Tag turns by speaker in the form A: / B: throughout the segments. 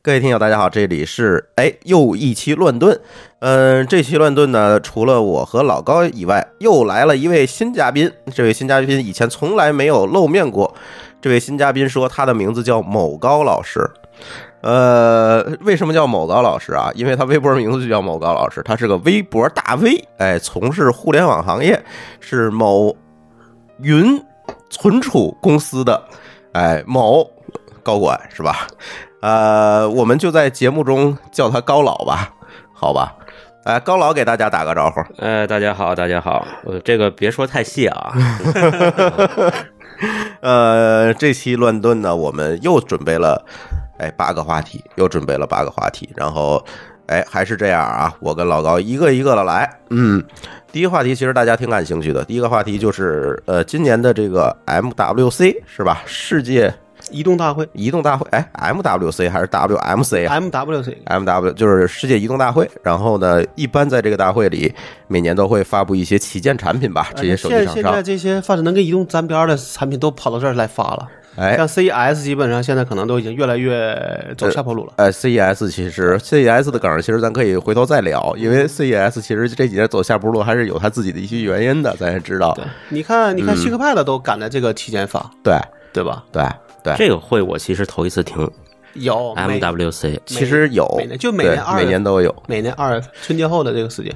A: 各位听友，大家好，这里是哎又一期乱炖，嗯，这期乱炖呢，除了我和老高以外，又来了一位新嘉宾。这位新嘉宾以前从来没有露面过。这位新嘉宾说，他的名字叫某高老师。呃，为什么叫某高老师啊？因为他微博名字就叫某高老师，他是个微博大 V，哎，从事互联网行业，是某云存储公司的哎某高管是吧？呃，我们就在节目中叫他高老吧，好吧？哎，高老给大家打个招呼。
B: 呃，大家好，大家好，呃，这个别说太细啊，
A: 呃，这期乱炖呢，我们又准备了，哎，八个话题，又准备了八个话题，然后，哎，还是这样啊，我跟老高一个一个的来，嗯，第一个话题其实大家挺感兴趣的，第一个话题就是，呃，今年的这个 MWC 是吧？世界
C: 移动大会
A: 移动大会，哎，MWC 还是 WMC 啊？
C: MWC，
A: MW 就是世界移动大会，然后呢，一般在这个大会里，每年都会发布一些旗舰产品吧，这些手机
C: 呃现
A: 厂
C: 现在
A: 商，
C: 这些发展能跟移动沾边儿的产品都跑到这儿来发了，
A: 哎，
C: 像 CES 基本上现在可能都已经越来越走下坡路了。
A: 呃，CES 其实 CES 的梗儿，其实咱可以回头再聊，因
C: 嗯
A: 为 CES 其实这几年走下坡路还是有它自己的一些原因的，咱也知道。
C: 对，你看，
A: 嗯
C: 你看西克派的都赶在这个期间发，
A: 对
C: 对吧？
A: 对对
B: 这个会我其实头一 次听
C: 有每
B: MWC
A: 其实有
C: 每年，就每
A: 对
C: 年二月嗯
A: 每年都有。
C: 每年二月春节后的这个时间，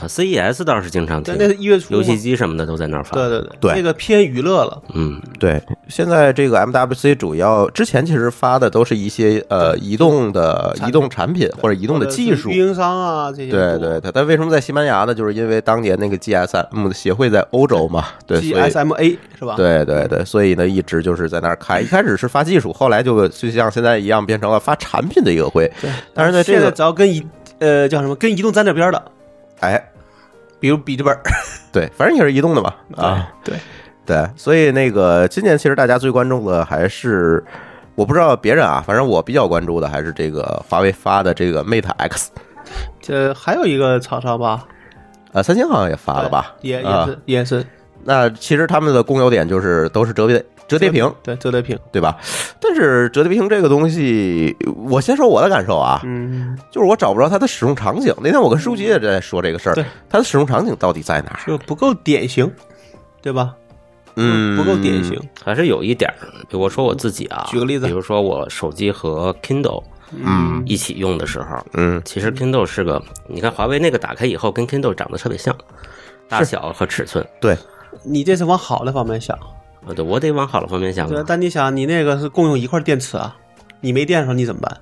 B: 啊，CES 倒是经常
C: 对
B: 听，
C: 那是一月初嘛
B: 游戏机什么的都在那儿发，
C: 对对对，
A: 对
C: 那个偏娱乐了，
B: 嗯，
A: 对，现在这个 MWC 主要之前其实发的都是一些呃移动的移动产品或者移动的
C: 或者
A: 技术，
C: 运营商啊这些
A: 对
C: 多。
A: 对对，但为什么在西班牙呢？就是因为当年那个 GSM 嗯协会在欧洲嘛，对，所以
C: GSMA 是吧？，
A: 对对对，所以呢一直就是在那儿开，一开始是发技术，后来就就像现在一样变成了发产品的一个会。但是在这
C: 现在
A: 个
C: 只要跟移呃叫什么跟移动沾点边儿的，
A: 哎，
C: 比如笔记本儿
A: 对，反正也是移动的嘛啊，，
C: 对，
A: 对，所以那个今年其实大家最关注的还是。我不知道别人啊，反正我比较关注的还是这个华为发的这个 Mate X，
C: 这还有一个厂商吧，
A: 呃，三星好像也发了吧？
C: 对也也
A: 啊
C: 是也是
A: 那其实他们的共有点就是都是折叠折叠屏，
C: 对折叠屏，
A: 对吧？但是折叠屏这个东西，我先说我的感受啊，
C: 嗯，
A: 就是我找不着它的使用场景。那天我跟书记也在说这个事儿
C: 对，
A: 它的使用场景到底在哪儿？
C: 就不够典型，对吧？
A: 嗯，
C: 不够典型。，
B: 还是有一点儿。我说我自己啊，
C: 嗯举个例子
B: 比如说我手机和 Kindle
A: 嗯
B: 一起用的时候，
A: 嗯，
B: 其实 Kindle 是个，你看华为那个打开以后跟 Kindle 长得特别像，大小和尺寸，
A: 对，
C: 你这是往好的方面想，
B: 啊，对我得往好的方面
A: 嗯
B: 想
C: 对吧
B: 啊，。
C: 但你想，你那个是共用一块电池啊，你没电的时候你怎么办，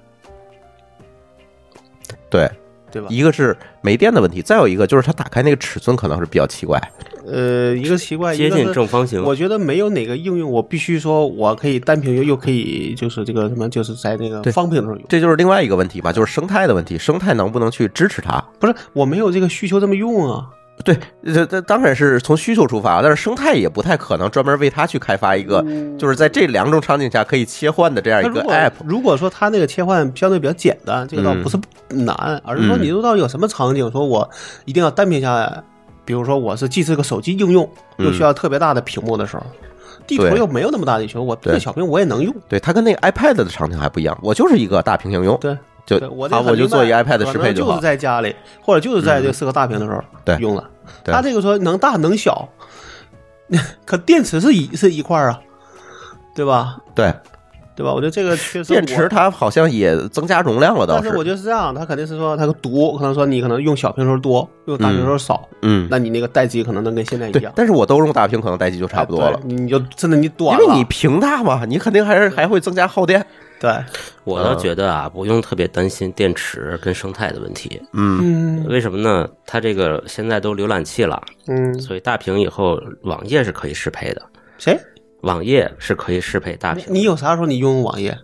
A: 对，
C: 对吧？
A: 一个是没电的问题，再有一个就是它打开那个尺寸可能是比较奇怪。
C: 呃，一个奇怪，
B: 接
C: 一
B: 近
C: 个是
B: 正方形，
C: 我觉得没有哪个应用，我必须说我可以单屏用，又可以就是这个什么，就是在
A: 对
C: 那个方屏上用。
A: 这就是另外一个问题吧，就是生态的问题，生态能不能去支持它？
C: 不是，我没有这个需求这么用啊。
A: 对，这这当然是从需求出发，但是生态也不太可能专门为它去开发一个，就是在这两种场景下可以切换的这样
C: 它
A: 一
C: 如
A: 个
C: 果
A: app。
C: 如果说它那个切换相对比较简单，这个倒不是不难，而是说
A: 嗯
C: 你知道有什么场景，说我一定要单屏下来，比如说我是既是个手机应用，又需要特别大的屏幕的时候，地图
A: 嗯对
C: 又没有那么大的需求，我这
A: 对
C: 个小屏我也能用。
A: 对，它跟那个 iPad 的场景还不一样，我就是一个大屏应用，
C: 对，
A: 就
C: 对我这
A: 好，
C: 很
A: 我就
C: 明白
A: 做一 iPad 适
C: 可
A: 配
C: 能就
A: 好嗯
C: 是。在家里或者就是在这个适合大屏的时候
A: 对
C: 用了。
A: 对
C: 它这个说能大能小， 可电池是一是一块儿啊，对吧？
A: 对，
C: 对吧？我觉得这个确实
A: 电
C: 我
A: 池它好像也增加容量了，倒
C: 但是我觉得是这样，他肯定是说他读，可能说你可能用小屏时候多，用大屏时候少，
A: 嗯，
C: 那你那个待机可能能跟现在一
A: 对
C: 样，，
A: 但是我都用大屏，可能待机就差不多了
C: 哎，对你就真的你
A: 因
C: 短了，
A: 为你屏大嘛，你肯定还是还会增加耗电。
C: 对，
B: 我倒觉得啊，不用特别担心电池跟生态的问题。
C: 嗯
B: 为什么呢？它这个现在都浏览器了，
C: 嗯，
B: 所以大屏以后网页是可以适配的，
C: 谁？
B: 网页是可以适配大屏的。
C: 你有啥时候你用网页？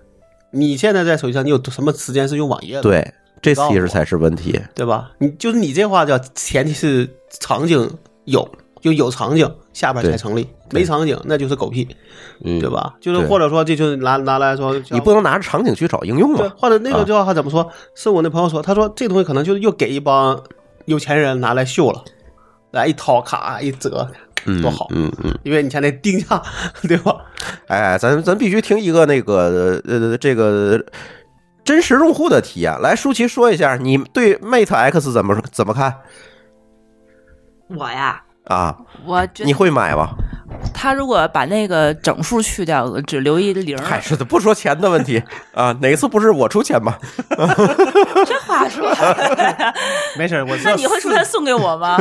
C: 你现在在手机上，你有什么时间是用网页的？对
A: 对，这其实才是问题。
C: 对吧？你就是你这话叫前提是场景有，就有场景下边才成立，
A: 对
C: 没场景那就是狗屁，
B: 嗯，
C: 对？吧？就是
A: 对
C: 或者说这就是拿拿来说，
A: 你不能拿着场景去找应用
C: 对，
A: 嘛。
C: 或者那
A: 啊
C: 个叫他怎么说？是我那朋友说，他说这东西可能就又给一帮有钱人拿来秀了，来一掏，咔一折，
A: 嗯，
C: 多好！
A: 嗯嗯，
C: 因为你像那定价， 对吧？
A: 哎，咱咱必须听一个那个呃这个真实用户的体验。来，舒淇说一下，你对 Mate X 怎么怎么看
D: 我呀，
A: 啊？
D: 我觉
A: 你
D: 得
A: 会买吗？
D: 他如果把那个整数去掉，只留一零儿，
A: 嗨，是的，不说钱的问题啊，哪次不是我出钱吧？
D: 这话说的，
C: 没事儿，我知道
D: 那你会
C: 四
D: 说他送给 我吗？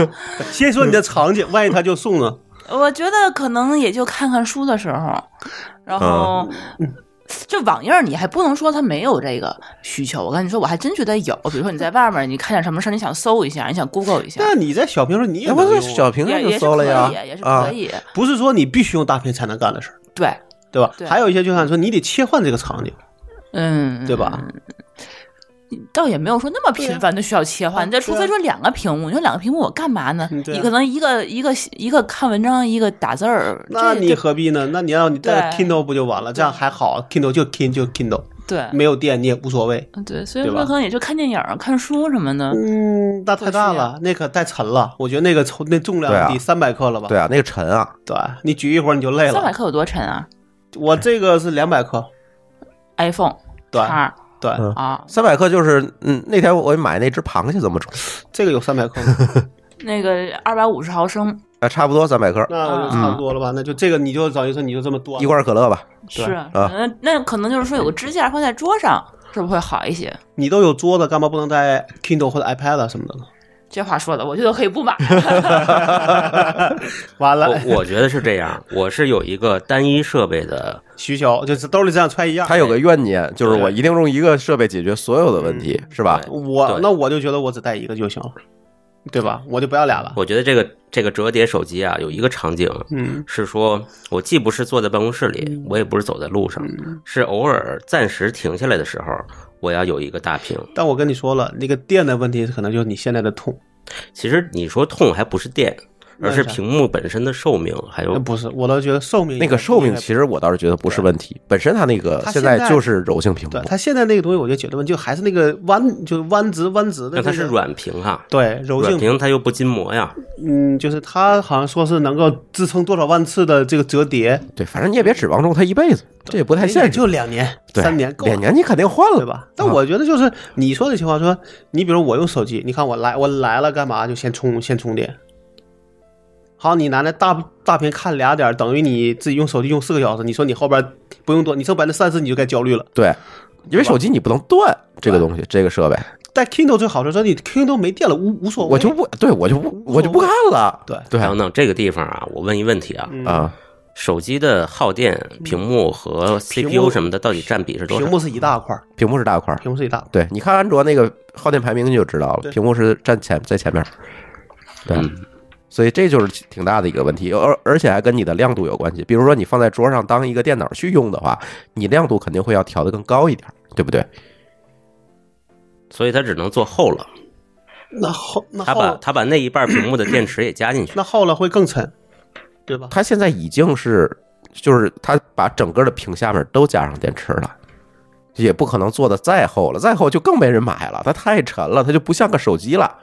C: 先说你的场景，万一他就送 呢？
D: 我觉得可能也就看看书的时候，然后。
C: 嗯
D: 这网页儿你还不能说它没有这个需求，我跟你说，我还真觉得有。比如说你在外面，你看点什么事儿，你想搜一下，你想 Google 一下，
C: 那啊你在小屏上你也
A: 要不
C: 能
A: 是
C: 用啊
A: 哎小屏上
D: 也
A: 就
D: 也是
A: 搜
D: 可
A: 了呀
D: 以，也是，
A: 啊
D: 可，以。
C: 不是说你必须用大屏才能干的事儿，
D: 对，
C: 对啊吧？
D: 对
C: 还有一些就像说你得切换这个场景，
D: 嗯，
C: 对吧？
D: 倒也没有说那么频繁的需要切换，
C: 对
D: 这
C: 啊
D: 除非说两个屏幕，你说两个屏幕我干嘛呢？
C: 嗯对啊
D: 你可能一个一个一个看文章，一个打字儿，
C: 那
D: 这
C: 你
D: 这
C: 何必呢？那你要你带个
D: 对
C: Kindle 不就完了？这样还好，Kindle 就 Kind 就 Kindle，
D: 对
C: 没有电你也无所谓。
D: 对，所以
C: 对
D: 说
C: 吧
D: 可能也就看电影、看书什么的。
C: 嗯，那太大了，那可太沉了。我觉得那个重那重
A: 对啊
C: 量得三百克了吧？
A: 对啊，那个沉啊，
C: 对，你举一会儿你就累
D: 三百
C: 了。
D: 克有多沉啊
C: 我这个是两百克，
D: ？iPhone
C: 对
D: 叉
C: 对，
A: 嗯
D: 啊，
A: 三百克就是，嗯，那天我买那只螃蟹怎么重？
C: 这个有三百克吗，
D: 那个二百五十毫升
A: 啊，差不多三百克，
C: 那我就
D: 嗯
C: 差不多了吧？那就这个你就等于说你就这么多
A: 一罐可乐吧。
D: 是，
C: 啊
D: 嗯，那可能就是说有个支架放在桌上，是不是会好一些？
C: 你都有桌子，干嘛不能带 Kindle 或者 iPad 啊什么的呢？
D: 这话说的，我觉得可以不买。
C: 完了，
B: 我我觉得是这样，我是有一个单一设备的，
C: 需求就是兜里这样揣一样。
A: 他有个怨念，就是
B: 对
A: 我一定用一个设备解决所有的问题，是吧？
C: 我
B: 对
C: 那我就觉得我只带一个就行了，对吧？我就不要俩了。
B: 我觉得这个这个折叠手机啊，有一个场景
C: 嗯
B: 是说，我既不是坐在办公室里，我也不是走在路上，
C: 嗯
B: 是偶尔暂时停下来的时候，我要有一个大屏。
C: 但我跟你说了，那个电的问题可能就是你现在的痛，
B: 其实你说痛还不是电，
C: 那
B: 而
C: 是
B: 是
C: 啥
B: 屏幕本身的寿命，还有
C: 那不是，我倒觉得寿命
A: 那个寿命
C: 应该
A: 其实我倒是觉得不是问题，本身它那个
C: 它
A: 现
C: 现
A: 在
C: 在
A: 就是柔性屏幕
C: 对，它现在那个东西，我觉得解决问题就还是那个弯，就是弯直弯直的、
B: 那
C: 那
B: 它
C: 个
B: 是软屏哈，
C: 对柔
B: 软
C: 性，
B: 屏它又不筋膜呀。
C: 嗯，就是它好像说是能够支撑多少万次的这个折叠，哎
A: 对，反正你也别指望中它一辈子，这也不太现
C: 也
A: 实。
C: 就两年
A: 对
C: 三年够了
A: 两年你肯定换
C: 对
A: 了？啊
C: 吧？但我觉得就是你说的情况，说你比如我用手机，你看我来我来了干嘛？就先充先充电。好，你拿那大大屏看俩点儿，等于你自己用手机用四个小时。你说你后边不用多，你剩百分之三十你就该焦虑了。
A: 对，因为手机你不能断这个东西，这个设备，
C: 但 Kindle 最好是说你 Kindle 没电了无无所谓，
A: 我就不对我就不我就不看了。
C: 对
A: 对
B: 等等，这个地方啊，我问一问题啊，
C: 嗯
A: 啊，
B: 手机的耗电、屏幕和
C: 屏
B: CPU
C: 幕
B: 什么的到底占比是多
C: 屏
B: 少？嗯
C: 幕是一大块儿，
A: 屏幕是大块儿，
C: 屏幕是一大块儿。
A: 对，你看安卓那个耗电排名你就知道了，
C: 对
A: 屏幕是站前在前面儿，对，
B: 嗯
A: 所以这就是挺大的一个问题，而而且还跟你的亮度有关系。比如说你放在桌上当一个电脑去用的话，你亮度肯定会要调的更高一点儿，对不对？
B: 所以它只能做厚了。
A: 嗯
C: 那后那
B: 它
C: 后
B: 把它把那一半屏幕的电池也加进去，
C: 那后了会更沉，对吧？
A: 它现在已经是就是它把整个的屏下面都加上电池了。也不可能做的再厚了，再厚就更没人买了。它太沉了，它就不像个手机了。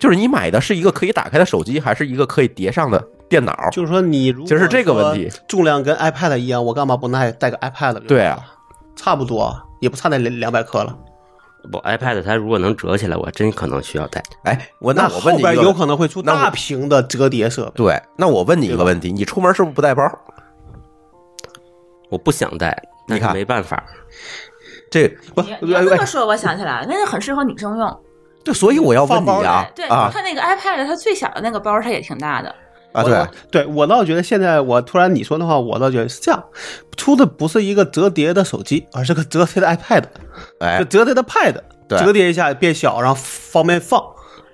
A: 就是你买的是一个可以打开的手机，还是一个可以叠上的电脑？
C: 就是说你如果
A: 就是这个问题，
C: 重量跟 iPad 一样，我干嘛不带带个 iPad？呢
A: 对，啊，
C: 差不多，也不差那两两百克了。
B: 不，iPad 它如果能折起来，我还真可能需要带。
A: 哎，我那我
C: 后
A: 问你一
C: 边
A: 个
C: 有可能会出
A: 那我
C: 大屏的折叠设备，
A: 对，那我问你一个问题：你出门是不是不带包？
B: 我不想带，
A: 你
B: 但
A: 看
B: 是没办法。
A: 这
C: 不，
D: 你你要这
C: 哎
D: 么
C: 哎
D: 说，我想起来了，那是很适合女生用。
A: 对，所以我要问你啊
D: 对，
A: 啊
D: 它那个 iPad，它最小的那个包，它也挺大的。
A: 啊！
C: 我
A: 对，
C: 对，我倒觉得现在我突然你说的话，我倒觉得是这样，出的不是一个折叠的手机，而是个折叠的 iPad，
A: 哎
C: 就，折叠的 Pad，
A: 对
C: 折叠一下变小，然后方便放，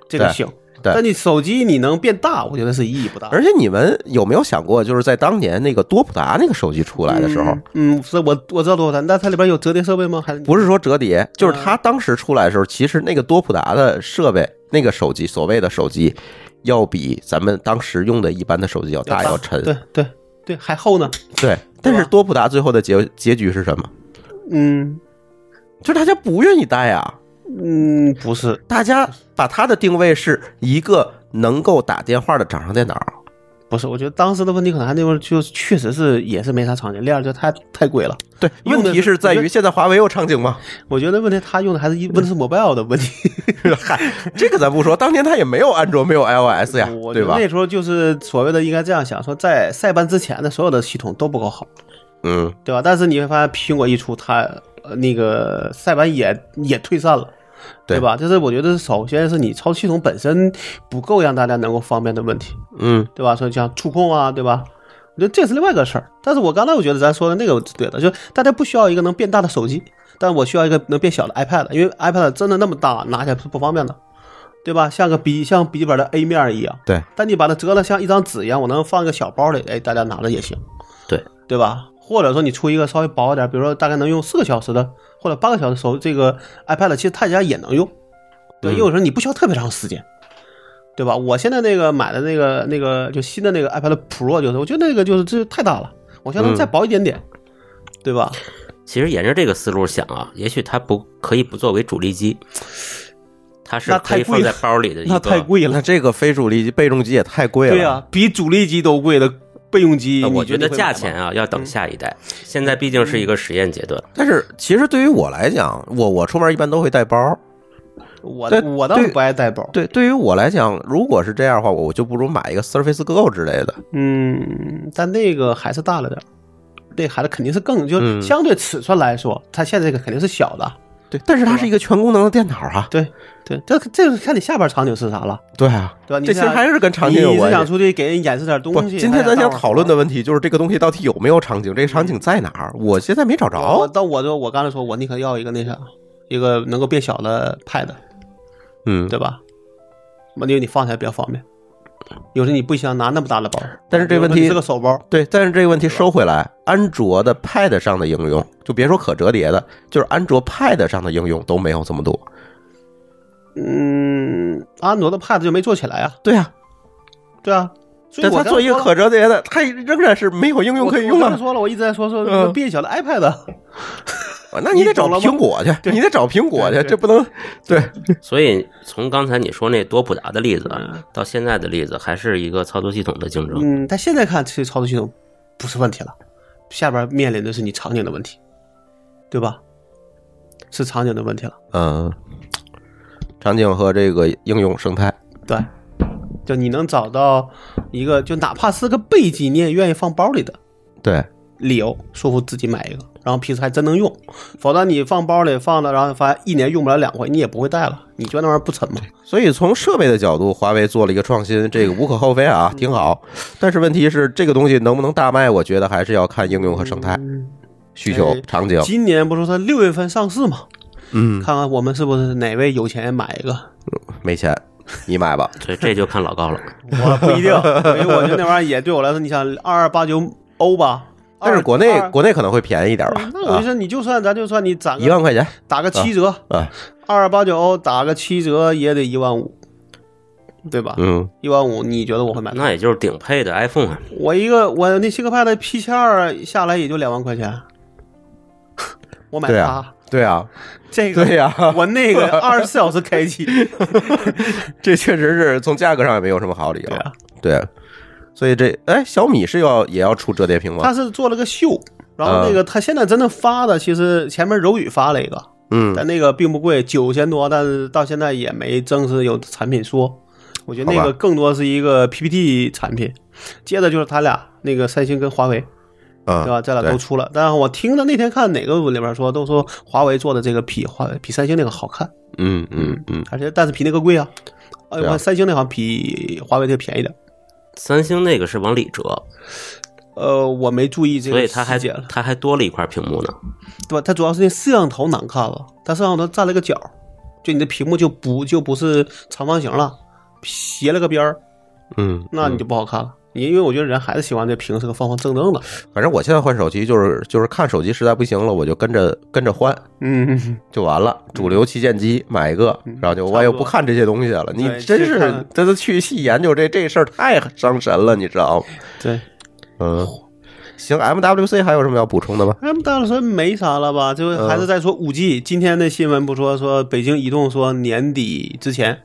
C: 这
A: 对
C: 个行。
A: 对
C: 但你手机你能变大，我觉得是意义不大。
A: 而且你们有没有想过，就是在当年那个多普达那个手机出来的时候，
C: 嗯，是我我知道多少但它里边有折叠设备吗？还是
A: 不是说折叠，就是
C: 嗯
A: 它当时出来的时候，其实那个多普达的设备，那个手机，所谓的手机，要比咱们当时用的一般的手机要大要沉。
C: 对对对，还厚呢。
A: 对，但是多普达最后的结结局是什么？
C: 嗯
A: 就是大家不愿意带啊。
C: 嗯，不是，
A: 大家把它的定位是一个能够打电话的掌上电脑，
C: 不是，我觉得当时的问题可能还那会儿就确实是也是没啥场景，第二就它太贵了。
A: 对，
C: 用
A: 问
C: 的
A: 题是在
C: 我觉
A: 于
C: 得
A: 现在华为有场景 吗？
C: 我觉得问题他用的还是一 Windows Mobile 的问题，
A: 嗨， 这个咱不说，当年他也没有安卓，没有 iOS 呀
C: 啊我，觉
A: 对
C: 得
A: 吧？
C: 那时候就是所谓的应该这样想，说在塞班之前的所有的系统都不够好，
A: 嗯，
C: 对吧？但是你会发现苹果一出，它呃那个塞班也也退散了。
A: 对
C: 对吧？就是我觉得，首先是你操作系统本身不够让大家能够方便的问题，
A: 嗯，
C: 对吧？所以像触控啊，对吧？我觉得这是另外一个事儿。但是我刚才我觉得咱说的那个是对的，就是大家不需要一个能变大的手机，但我需要一个能变小的 iPad，因为 iPad 真的那么大，拿起来是不方便的，对吧？像个笔像笔记本的 A 面一样，
A: 对。
C: 但你把它折了像一张纸一样，我能放一个小包里，哎，大家拿着也行，
B: 对
C: 对吧？或者说你出一个稍微薄一点，比如说大概能用四个小时的或者八个小时手这个 iPad，其实大家也能用，对，因为有时候你不需要特别长时间。对吧？我现在那个买的那个那个就新的那个 iPad Pro 就是，我觉得那个就是这太大了，我希望
B: 嗯
C: 能再薄一点点，对吧？
B: 其实沿着这个思路想啊，也许它不可以不作为主力机，它是
C: 那
B: 可
C: 太
B: 以放
C: 贵
B: 在
C: 了
B: 包里的一
C: 那
B: 个。
C: 太贵了
A: 那，这个非主力机备用机也太贵了。
C: 对呀、啊比主力机都贵的备用机，
B: 呃那我
C: 你觉
B: 觉得价钱
C: 会买吗嗯
B: 啊，要等下一代。现在毕竟是一个实验阶段，
A: 但是其实对于我来讲，我我出门一般都会带包。对
C: 我我倒是不爱带包，
A: 对，对于我来讲，如果是这样的话，我我就不如买一个 Surface Go 之类的。
C: 嗯，但那个还是大了点儿，那孩子肯定是更就
A: 嗯
C: 相对尺寸来说，它现在这个肯定是小的，
A: 对，但是它是一个全功能的电脑啊。
C: 对对，这这个看你下边场景是啥了，
A: 对啊，
C: 对吧？你
A: 这其实
C: 想
A: 还是跟场景有
C: 你是
A: 关
C: 想
A: 系。
C: 出去给人演示点
A: 不，
C: 东西？
A: 今天咱想讨论
C: 的。
A: 的问题就是这个东西到底有没有场景，这个场景在哪儿？我现在没找
C: 我
A: 着。
C: 但我就我刚才说，我宁可要一个那啥，一个能够变小的 pad，
A: 嗯，
C: 对吧？因为你放起来比较方便。有时你不想拿那么大的包，
A: 但是这问
C: 比
A: 题
C: 如说你是个手包，
A: 对，但是这个问题收回来，安卓的 Pad 上的应用，就别说可折叠的，就是安卓 Pad 上的应用都没有这么多。
C: 嗯，安卓的 pad 就没做起来啊，
A: 对啊，
C: 对啊，所以
A: 但
C: 我
A: 它
C: 刚
A: 做一个
C: 说了
A: 可折叠的，它仍然是没有应用
C: 我
A: 可以用
C: 我刚才
A: 啊。
C: 说了，我一直在说说
A: 嗯
C: 一个变小的 iPad，
A: 啊那你得找
C: 你懂了吗
A: 苹果去，你得找苹果去，
C: 对对
A: 这不能对
B: 所以从刚才你说那多普达的例子啊到现在的例子，还是一个操作系统的竞争。
C: 嗯嗯，但现在看其实操作系统不是问题了，下边面临的是你场景的问题，对吧？是场景的问题了。
A: 嗯，场景和这个应用生态，
C: 对，就你能找到一个，就哪怕是个备机，你也愿意放包里的
A: 对，
C: 理由，说服自己买一个，然后平时还真能用。否则你放包里放着，然后发现一年用不了两回，你也不会带了，你觉得那玩意儿不沉吗？
A: 所以从设备的角度，华为做了一个创新，这个无可厚非啊，挺好。但是问题是，这个东西能不能大卖，我觉得还是要看应用和生态、需求
C: 嗯哎、
A: 场景。
C: 今年不是说六月份上市吗？
A: 嗯，
C: 看看我们是不是哪位有钱人买 一个？
A: 没钱，你买吧。
B: 所以这就看老 高了。
C: 我不一定，因为我觉得那玩意儿也对我来说，你想二二八九欧吧，
A: 但是国内
C: 二
A: 国内可能会便宜一点吧，
C: 那我就说你就算咱就算你攒
A: 啊
C: 个
A: 一万块钱
C: 打个七折，
A: 啊，
C: 二八九欧打个七折也得一万五，对吧？
A: 嗯，
C: 一万五，你觉得我会买吗？
B: 那也就是顶配的 iPhone 啊，
C: 我一个我那新科派的 P 七二下来也就两万块钱，我买
A: 对
C: 它、
A: 啊，对啊，
C: 这个
A: 对呀、
C: 我那个二十四小时开 机，
A: 这确实是从价格上也没有什么好理由
C: 对啊。
A: 对，所以这哎，小米是要也要出折叠屏吗
C: 它？是做了个秀，然后
A: 嗯
C: 那个它现在真的发的，其实前面柔宇发了一个，
A: 嗯，
C: 但那个并不贵，九千多，但是到现在也没正式有产品说。我觉得那
A: 好
C: 个
A: 吧
C: 更多是一个 PPT 产品。接着就是他俩那个三星跟华为，
A: 啊，
C: 对吧？这俩
A: 对
C: 都出了，但是我听的那天看哪个里边说，都说华为做的这个比华比三星那个好看，
A: 嗯嗯嗯，
C: 而且但是比那个贵啊。哎，
A: 对啊
C: 我看三星那好像比华为这个便宜点。
B: 三星那个是往里折，
C: 呃，我没注意这
B: 所
C: 个
B: 以它还
C: 细节了，
B: 它还多了一块屏幕呢。
C: 对吧？它主要是那摄像头难看了，它摄像头占了个角，就你的屏幕就不就不是长方形了，斜了个边儿，
A: 嗯，
C: 那你就不好看了。你因为我觉得人还是喜欢这屏是个方方正正的。
A: 反正我现在换手机就是就是看手机实在不行了，我就跟着跟着换
C: 嗯，
A: 就完了。主流旗舰机买一个，然后就
C: 差
A: 我
C: 不多
A: 也不看这些东西了。你
C: 对
A: 真
C: 去
A: 是
C: 看
A: 这都去细研究这这事儿太伤神了，你知道吗？
C: 对。
A: 嗯，行，MWC 还有什么要补充的吗？
C: M 大老师没啥了吧？就还是在说
A: 嗯
C: 五 G、今天的新闻不说说北京移动说年
A: 嗯
C: 底之前，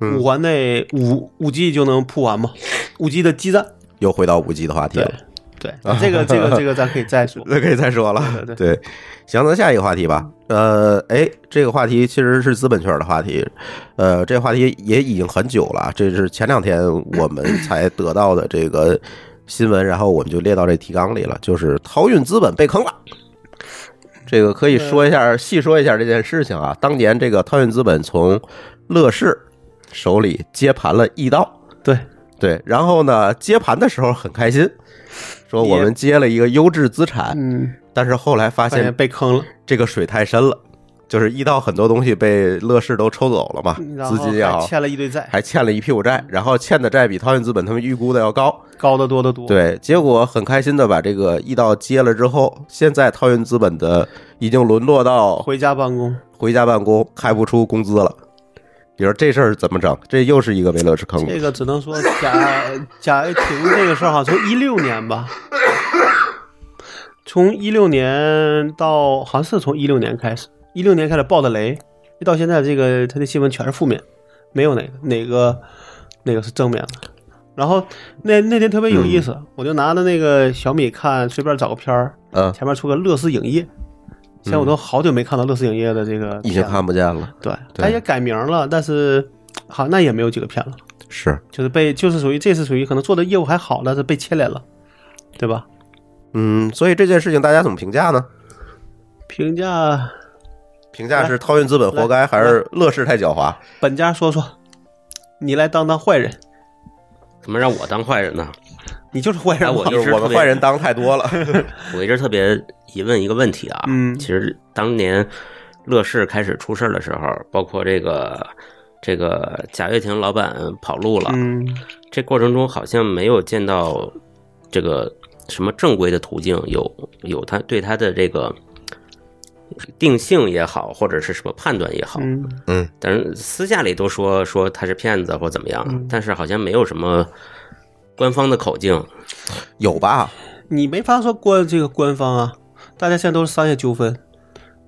C: 五环内五五 G 就能铺完嘛？五 G 的基站
A: 又回到五 G 的话题
C: 对
A: 了，。
C: 对，这个这个这个咱可以再说
A: 那可以再说了。
C: 对对
A: 对，行，咱下一个话题吧。呃，哎，这个话题其实是资本圈的话题，呃，这话题也已经很久了啊，这是前两天我 们才得到的这个新闻，然后我们就列到这提纲里了，就是淘运资本被坑了。这个可以说一下，细说一下这件事情啊。当年这个淘运资本从乐视手里接盘了易到，
C: 对，
A: 对，然后呢，接盘的时候很开心，说我们接了一个优质资产，
C: 嗯，
A: 但是后来发
C: 发现
A: 现
C: 被坑了，
A: 这个水太深了，就是一到很多东西被乐视都抽走了嘛，
C: 嗯然
A: 资
C: 后
A: 金也
C: 还
A: 好，
C: 欠了一堆债，嗯
A: 还欠了一屁股债，然后欠的债比淘运资本他们预估的要高。
C: 高得多得多。，
A: 对，结果很开心的把这个易到接了之后，现在淘运资本的已经沦落到
C: 回家办公，
A: 回家办公，开不出工资了。你说这事儿怎么整？这又是一个被乐视坑
C: 这
A: 的。
C: 个只能说贾贾跃亭这个事儿哈，从一六年吧，从一六年到好像是从一六年开始，一六年开始爆的雷，一到现在这个他的新闻全是负面，没有哪个哪个哪个是正面的。然后那那天特别有意思，我就拿着那个小米看，随便找个片儿，
A: 嗯，
C: 前面出个乐视影业，现在我都好久没看到乐视影业的这个
A: 已经
C: 片了
A: 嗯看不见了。
C: 对，
A: 对
C: 它也改名了，但是好那也没有几个片了。
A: 是，
C: 就是被就是属于这次属于可能做的业务还好，但是被牵连了，对吧？
A: 嗯，所以这件事情大家怎么评价呢？
C: 评价
A: 评价是淘运资本活该，还是乐视太狡猾？
C: 本家说说，你来当当坏人，
B: 怎么让我当坏人呢？
C: 你就是坏人
B: 哎
C: 嘛。
B: 我一
A: 就
B: 直
A: 是我们坏人当太多了。
B: 我一直特别疑问一个问题啊，
C: 嗯
B: 其实当年乐视开始出事儿的时候，包括这个这个贾跃亭老板跑路了，
C: 嗯，
B: 这过程中好像没有见到这个什么正规的途径，有有他对他的这个定性也好，或者是什么判断也好，
C: 嗯，
B: 但是私下里都说说他是骗子或怎么样，
C: 嗯
B: 但是好像没有什么官方的口径，
A: 有吧？
C: 你没法说官这个官方啊，大家现在都是商业纠纷，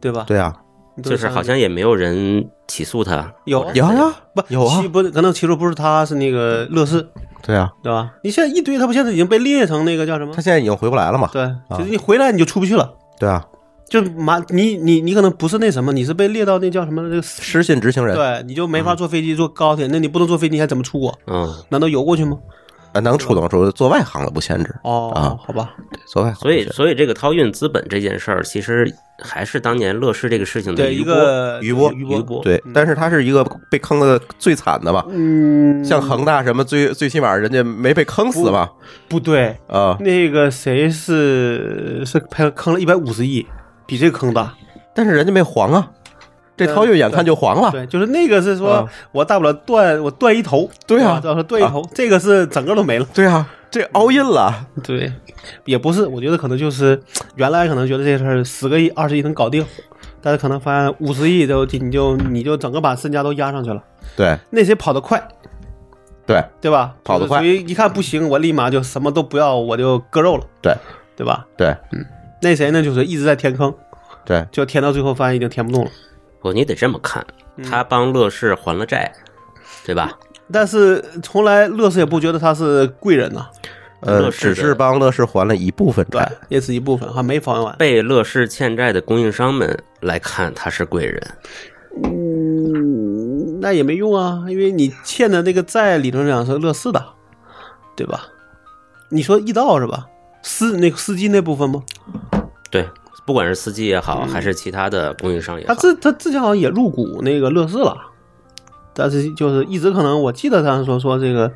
C: 对吧？
A: 对啊，
C: 你都
B: 就是
C: 商业
B: 好像也没有人起诉他，
C: 有啊
A: 有啊，
C: 不
A: 有啊
C: 其不可能其实不是他是那个乐视，
A: 对啊，
C: 对吧？你现在一堆，他不现在已经被列成那个叫什么
A: 他？现在已经回不来了嘛？
C: 对，就是你回来你就出不去了。
A: 对啊，
C: 就马你你你可能不是那什么，你是被列到那叫什么那个死
A: 失信执行人
C: 对，你就没法坐飞机、坐高铁，那你不能坐飞机，你还怎么出国？
B: 嗯。
C: 难道游过去吗？
A: 呃能触动出做外行的不限制，
C: 哦，
A: 啊
C: 好吧，
A: 做外行的不
B: 所
A: 限
B: 以，
A: 制。
B: 所以这个淘运资本这件事儿，其实还是当年乐视这个事情的
C: 对，
B: 余
C: 一
B: 波。
C: 个
A: 嗯余波
C: 呃余波，
B: 波
A: 对，但是他是一个被坑的最惨的嘛，
C: 嗯，
A: 像恒大什么最最起码人家没被坑死嘛，
C: 不对，
A: 啊，
C: 那个谁是是坑坑了一百五十亿，比这个坑大。
A: 但是人家没黄啊，这淘运眼看就黄了，
C: 对，就是那个是说
A: 啊
C: 我大不了断我断一头，
A: 对啊
C: 吧要说断一头，这个是整个都没了。
A: 对啊，这 all in 了，
C: 对，也不是，我觉得可能就是原来可能觉得这事儿十个亿、二十亿能搞定，但是可能发现五十亿都你就你就整个把身家都压上去了。
A: 对
C: 那谁跑得快，
A: 对
C: 对吧？
A: 跑得快
C: 就是属于一看不行，我立马就什么都不要，我就割肉了，
A: 对
C: 对吧？
A: 对
C: 那谁呢？就是一直在填坑，
A: 对，
C: 就填到最后发现已经填不动了。
B: 不，你得这么看，
C: 嗯
B: 他帮乐视还了债，对吧？
C: 但是从来乐视也不觉得他是贵人呐、
A: 呃，
B: 乐视
A: 只
B: 的
A: 是帮乐视还了一部分
C: 对
A: 债，，
C: 也只一部分，还没还完。
B: 被乐视欠债的供应商们来看，他是贵人。
C: 嗯，那也没用啊，因为你欠的那个债理论上是乐视的，对吧？你说易道是吧？司那个司机那部分吗？
B: 对，不管是司机也好，还是其他的供应商也
C: 他
B: 好，
C: 之他之前好像也入股那个乐视了，但是就是一直可能我记得他说说这个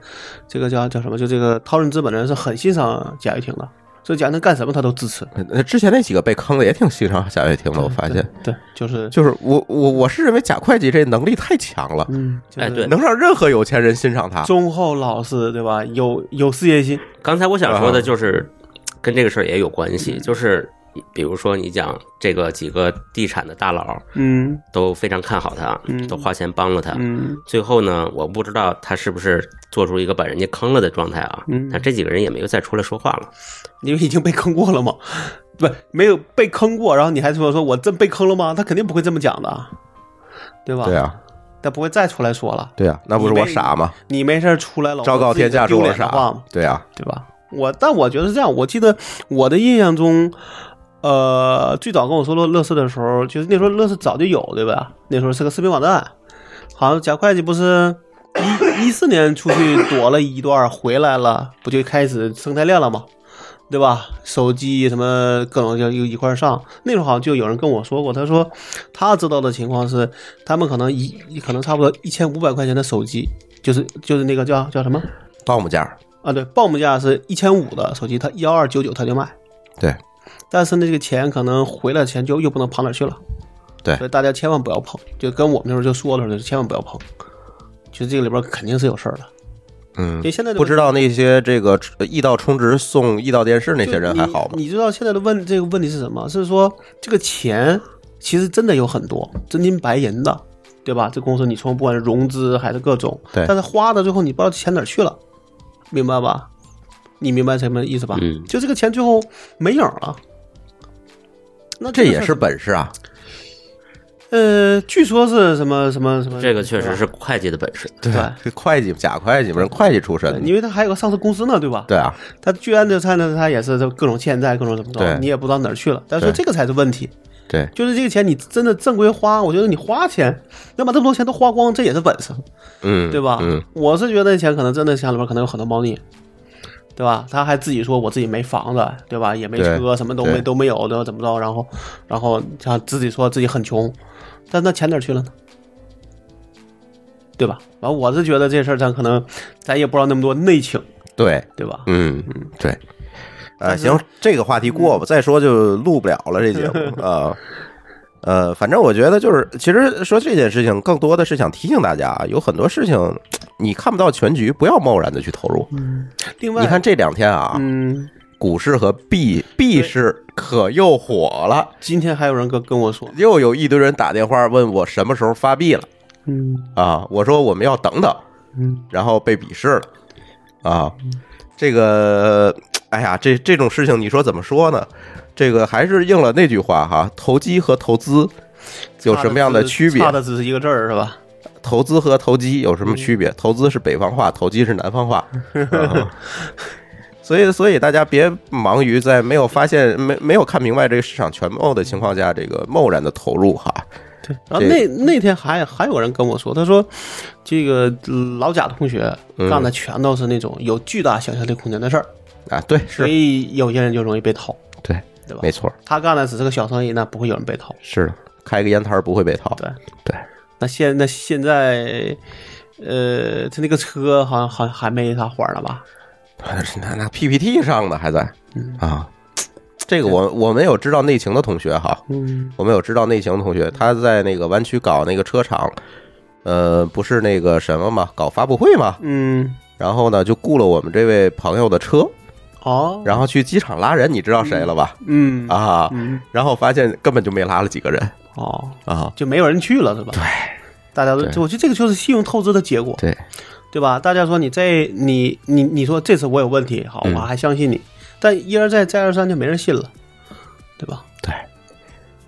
C: 这个叫叫什么，就这个涛润资本人是很欣赏贾跃亭的，所以贾跃亭干什么他都支持。
A: 呃之前那几个被坑的也挺欣赏贾跃亭的，哦我发现，
C: 对，就是
A: 就是我我我是认为贾会计这能力太强了，
C: 嗯，就是
B: 哎对
A: 能让任何有钱人欣赏他。
C: 忠厚老实对吧？有有事业心，
B: 刚才我想说的就是，跟这个事儿也有关系，就是比如说你讲这个几个地产的大佬
C: 嗯
B: 都非常看好他，都花钱帮了
A: 啊
B: 他，
C: 嗯
B: 最后呢，我不知道他是不是做出一个把人家坑了的状态啊。
C: 嗯
B: 但这几个人也没有再出来说话了。
C: 因为已经被坑过了嘛，不没有被坑过，然后你还说说我真被坑了吗？他肯定不会这么讲的啊，对吧？
A: 对，啊，
C: 他不会再出来说了。
A: 对啊，那不是我傻吗？
C: 你没事儿出来老
A: 昭告天下
C: 说
A: 说
C: 自己
A: 我
C: 丢脸的话
A: 傻
C: 嘛，，
A: 对啊，
C: 对吧？我但我觉得是这样，我记得我的印象中，呃，最早跟我说乐乐视的时候，就是那时候乐视早就有，对吧？那时候是个视频网站，好像贾会计不是一一四年出去躲了一段，回来了，不就开始生态链了吗？对吧？手机什么各种就一一块儿上，那时候好像就有人跟我说过，他说他知道的情况是，他们可能一一可能差不多一千五百块钱的手机，就是就是那个叫叫什么
A: 盗墓价，
C: 啊？对，BOM 价是一千五的手机，他幺二九九他就卖，
A: 对，
C: 但是呢，这个钱可能回来的钱就又不能跑哪儿去了，
A: 对
C: 所以大家千万不要碰，就跟我们那时候就说了似的，千万不要碰，就这个里边肯定是有事儿的，
A: 嗯
C: 因为，现在的
A: 不知道那些这个呃易到充值送易到电视那
C: 就
A: 些人还好吗？
C: 你你知道现在的问这个问题是什么？是说这个钱其实真的有很多真金白银的，对吧？这公司你从不管是融资还是各种，
A: 对
C: 但是花到最后你不知道钱哪儿去了，明白吧？你明白什么意思吧？
B: 嗯
C: 就这个钱最后没影儿了。那
A: 这
C: 个
A: 也
C: 事儿
A: 是本事啊，
C: 呃，据说是什么什么什么，
B: 这个确实是
C: 对吧
B: 会计的本事。
C: 对吧
A: 这会计假会计嘛，人会计出身
C: 对，
A: 的，
C: 因为他还有个上市公司呢，对吧？
A: 对啊，
C: 他居然就看着他也是这各种欠债，各种怎么
A: 对
C: 着，你也不知道哪儿去了。但是说
A: 对
C: 这个才是问题，
A: 对，
C: 就是这个钱你真的正规花，我觉得你花钱能把这么多钱都花光，这也是本事，
A: 嗯，
C: 对吧？
A: 嗯，
C: 我是觉得那钱可能真的家里边可能有很多猫腻，对吧？他还自己说我自己没房子，对吧？也没车，
A: 对
C: 什么都没
A: 对
C: 都没有，对吧？怎么着？然后，然后他自己说自己很穷，但那钱哪儿去了呢？对吧？完，我是觉得这事儿咱可能咱也不知道那么多内情，
A: 对，
C: 对吧？
A: 嗯，对。啊，
C: 但是
A: 行，这个话题过吧，再说就录不了了这节目啊。呃，反正我觉得就是，其实说这件事情，更多的是想提醒大家，啊有很多事情你看不到全局，不要贸然的去投入。
C: 另外，
A: 你看，这两天啊，
C: 嗯，
A: 股市和币币市可又火了，
C: 今天还有人跟跟我说，
A: 又有一堆人打电话问我什么时候发币了
C: 嗯
A: 啊，我说我们要等等，
C: 嗯，
A: 然后被鄙视了啊。这个，哎呀，这这种事情你说怎么说呢？这个还是应了那句话哈，投机和投资有什么样的区别
C: 差？的只是一个字儿，是吧？
A: 投资和投机有什么区
C: 嗯
A: 别？投资是北方话，投机是南 方话。啊所以，所以大家别忙于在没有发现、没没有看明白这个市场全貌的情况下，这个贸然的投入哈。
C: 然后那那天还还有人跟我说，他说这个老贾同学
A: 嗯
C: 干的全都是那种有巨大想象力空间的事儿，
A: 啊，对，
C: 所
A: 是，
C: 以有些人就容易被套。
A: 对，
C: 对吧
A: 没错，
C: 他干的只是个小生意，那不会有人被套。
A: 是的，开个烟摊儿不会被套。
C: 对
A: 对，
C: 那现那现在，呃，他那个车好像还还没啥花呢吧？
A: 那那 PPT 上的还在
C: 嗯
A: 啊。这个我我们有知道内情的同学哈，
C: 嗯，
A: 我们有知道内情的同学，他在那个湾区搞那个车厂，呃，不是那个什么嘛，搞发布会嘛，
C: 嗯，
A: 然后呢就雇了我们这位朋友的车，
C: 哦，
A: 然后去机场拉人，你知道谁了吧？
C: 嗯，
A: 啊，
C: 嗯，
A: 然后发现根本就没拉了几个人
C: 哦，
A: 啊，
C: 就没有人去了，是吧？对，大家都，
A: 对
C: 我觉得这个就是信用透支的结果。
A: 对，
C: 对吧？大家说你这你你你说这次我有问题，好，
A: 嗯
C: 我还相信你，但一而再再而三就没人信了，对吧？
A: 对，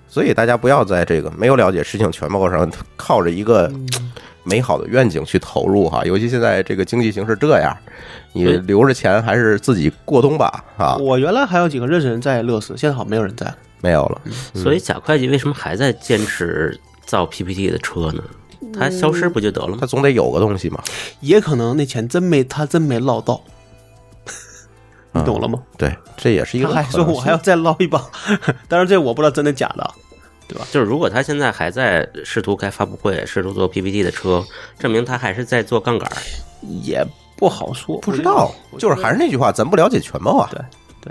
A: 所以大家不要在这个没有了解事情全貌上，靠着一个
C: 嗯
A: 美好的愿景去投入哈。尤其现在这个经济形势这样，你留着钱还是自己过冬吧啊。
C: 我原来还有几个认识人在乐视，现在好像没有人在了。
A: 没有
C: 嗯
A: 了，
B: 所以贾会计为什么还在坚持造 PPT 的车呢？他消
C: 嗯
B: 失不就得了吗
A: 他？总得有个东西嘛。
C: 也可能那钱真没他真没捞到，你懂了吗？
A: 啊对，这也是一个
C: 他还
A: 嗯可
C: 说
A: 能性
C: 我还要再捞一把，但是这我不知道真的假的。
B: 就是如果他现在还在试图开发布会、试图做 PPT 的车，证明他还是在做杠杆儿。
C: 也不好说，
A: 不知道，就是还是那句话，咱不了解全貌啊。
C: 对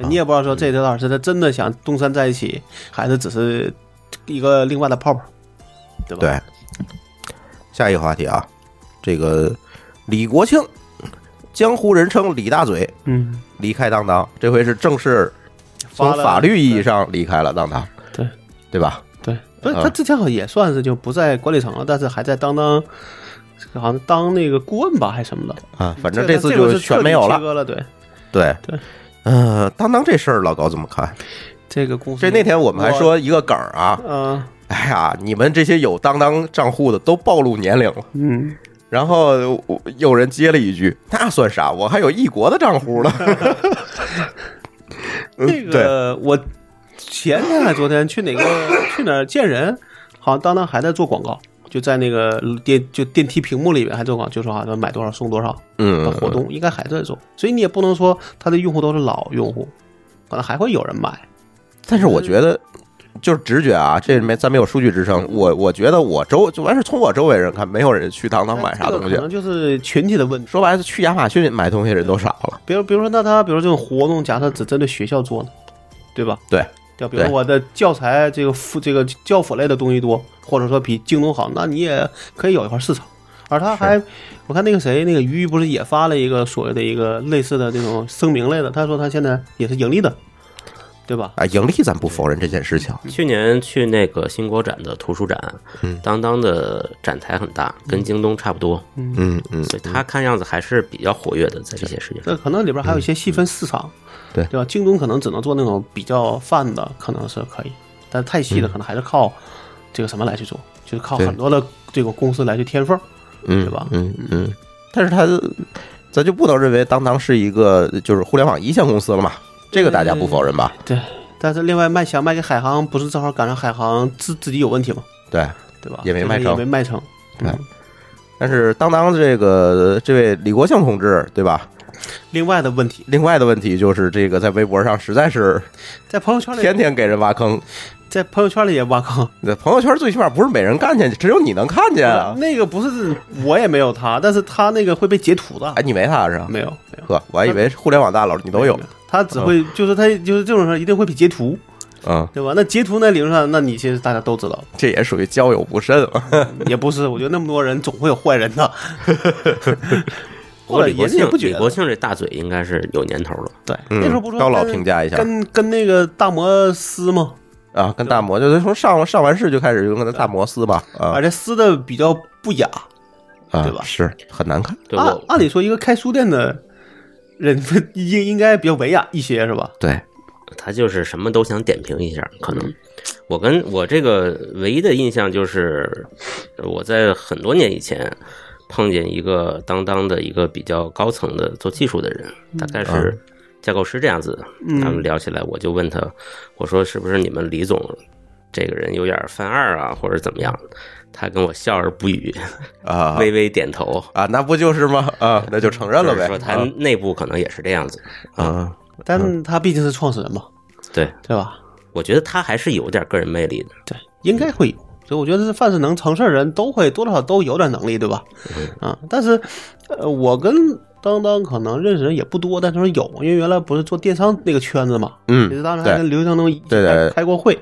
C: 对你也不知道说这到底是他真的想东山再起，还是只是一个另外的泡泡，对吧？
A: 对，下一个话题啊，这个李国庆，江湖人称李大嘴，
C: 嗯，
A: 离开当当，这回是正式从
C: 发了
A: 法律意义上离开了当当，
C: 对
A: 对吧？
C: 对，不是
A: 啊
C: 他之前好像也算是就不在管理层了，但是还在当当，好像当那个顾问吧，还是什么的。
A: 啊，反正
C: 嗯这
A: 次
C: 这
A: 就
C: 回是彻
A: 全
C: 底
A: 没有
C: 切
A: 了。
C: 割了，对，
A: 对
C: 对，
A: 呃，当当这事儿老高怎么看？
C: 这个公司
A: 这那天我们还说一个梗儿啊，
C: 嗯
A: 哎呀，你们这些有当当账户的都暴露年龄了。
C: 嗯，
A: 然后我有人接了一句：“那算啥？我还有异国的账户呢。”嗯
C: 这
A: 对，
C: 个我前天还昨天去哪个去哪儿见人，好像当当还在做广告，就在那个电就电梯屏幕里面还做广告，就说好像买多少送多少的
A: 嗯，
C: 活动，应该还在做。所以你也不能说他的用户都是老用户，可能还会有人买。
A: 但
C: 嗯
A: 是我觉得，就是直觉啊，这没咱没有数据支
C: 嗯
A: 撑。我我觉得我周就完事，从我周围人看，没有人去当当买啥
C: 这个
A: 东西啊
C: 可。能就是群体的问题。
A: 说白了，去亚马逊买东西的人都少了。
C: 比如，比如说，那他比如说这种活动，假设只针对学校做呢，对吧？
A: 对，
C: 对，比如说
A: 对
C: 我的教材这个辅这个教辅类的东西多，或者说比京东好，那你也可以有一块市场。而他还，我看那个谁，那个鱼鱼不是也发了一个所谓的一个类似的这种声明类的，他说他现在也是盈利的，对吧？
A: 啊，盈利咱不否认这件事情。
B: 去年去那个新国展的图书展，
C: 嗯
B: 当当的展台很大，跟京东差不多，
A: 嗯嗯，
B: 所以他看样子还是比较活跃的在这些事情上。
C: 这可能里边还有一些细分市场，
A: 对
C: 对吧？京东可能只能做那种比较泛的，可能是可以，但太细的可能还是靠这个什么来去做，就是靠
A: 嗯对
C: 很多的这个公司来去填缝。
A: 嗯，
C: 对吧
A: 嗯嗯，但是他，咱就不能认为当当是一个就是互联网一线公司了嘛，这个大家不否认吧？
C: 对，但是另外卖想卖给海航，不是正好赶上海航自自己有问题吗？
A: 对，
C: 对吧？
A: 也没卖成
C: 就是也没卖成。嗯，
A: 但是当当这个这位李国庆同志，对吧？
C: 另外的问题，
A: 另外的问题就是这个在微博上实在是
C: 在朋友圈里，
A: 天天给人挖坑，
C: 在朋友圈里也挖坑。
A: 那朋友圈最起码不是每人看见，只有你能看见啊！
C: 那个不是我也没有他，但是他那个会被截图的
A: 哎，。你没他是吧？
C: 没有，没有，
A: 呵，我还以为互联网大佬你都有
C: 没，他只会就是他就是这种事儿一定会被截图，
A: 嗯，
C: 对吧？那截图那理论上，那你其实大家都知道，
A: 这也属于交友不慎啊了。
C: 也不是。我觉得那么多人总会有坏 人的，
B: 不
C: 或
B: 过
C: 者
B: 李
C: 也
B: 国
C: 是也
B: 庆
C: 不，觉
B: 李
C: 得
B: 国。庆这大嘴应该是有年头了。
C: 对，
A: 嗯
C: 那时候不说
A: 高老
C: 跟
A: 评价一下
C: 跟跟那个大摩斯吗？
A: 啊，跟大魔就是从上上完市就开始用跟他大摩斯吧，啊
C: 而且撕的比较不雅。
A: 啊，
C: 对吧
A: 是很难看，
B: 对
C: 按
B: 我
C: 按理说，一个开书店的人应应该比较文雅一些，是吧？
A: 对，
B: 他就是什么都想点评一下，可能。我跟我这个唯一的印象就是，我在很多年以前碰见一个当当的一个比较高层的做技术的人，大概
A: 啊
B: 是架构师这样子的。他们聊起来，我就问他，我说是不是你们李总这个人有点犯二啊，或者怎么样？他跟我笑而不语，
A: 啊
B: 微微点头，
A: 啊，那不就是吗？啊，那就承认了
B: 就
A: 呗
B: 是说。他内部可能也是这样子。
A: 啊啊，
C: 但他毕竟是创始人嘛，
B: 嗯对，
C: 对吧？
B: 我觉得他还是有点个人魅力的。
C: 对，应该会有。所以我觉得是凡是能成事儿人都会多多少少都有点能力，对吧？
B: 嗯
C: 啊，但是，呃，我跟当当可能认识人也不多，但是有，因为原来不是做电商那个圈子嘛，
A: 嗯
C: 其实当时还
A: 对
C: 跟刘强东一起
A: 对对
C: 开
A: 对
C: 开过会，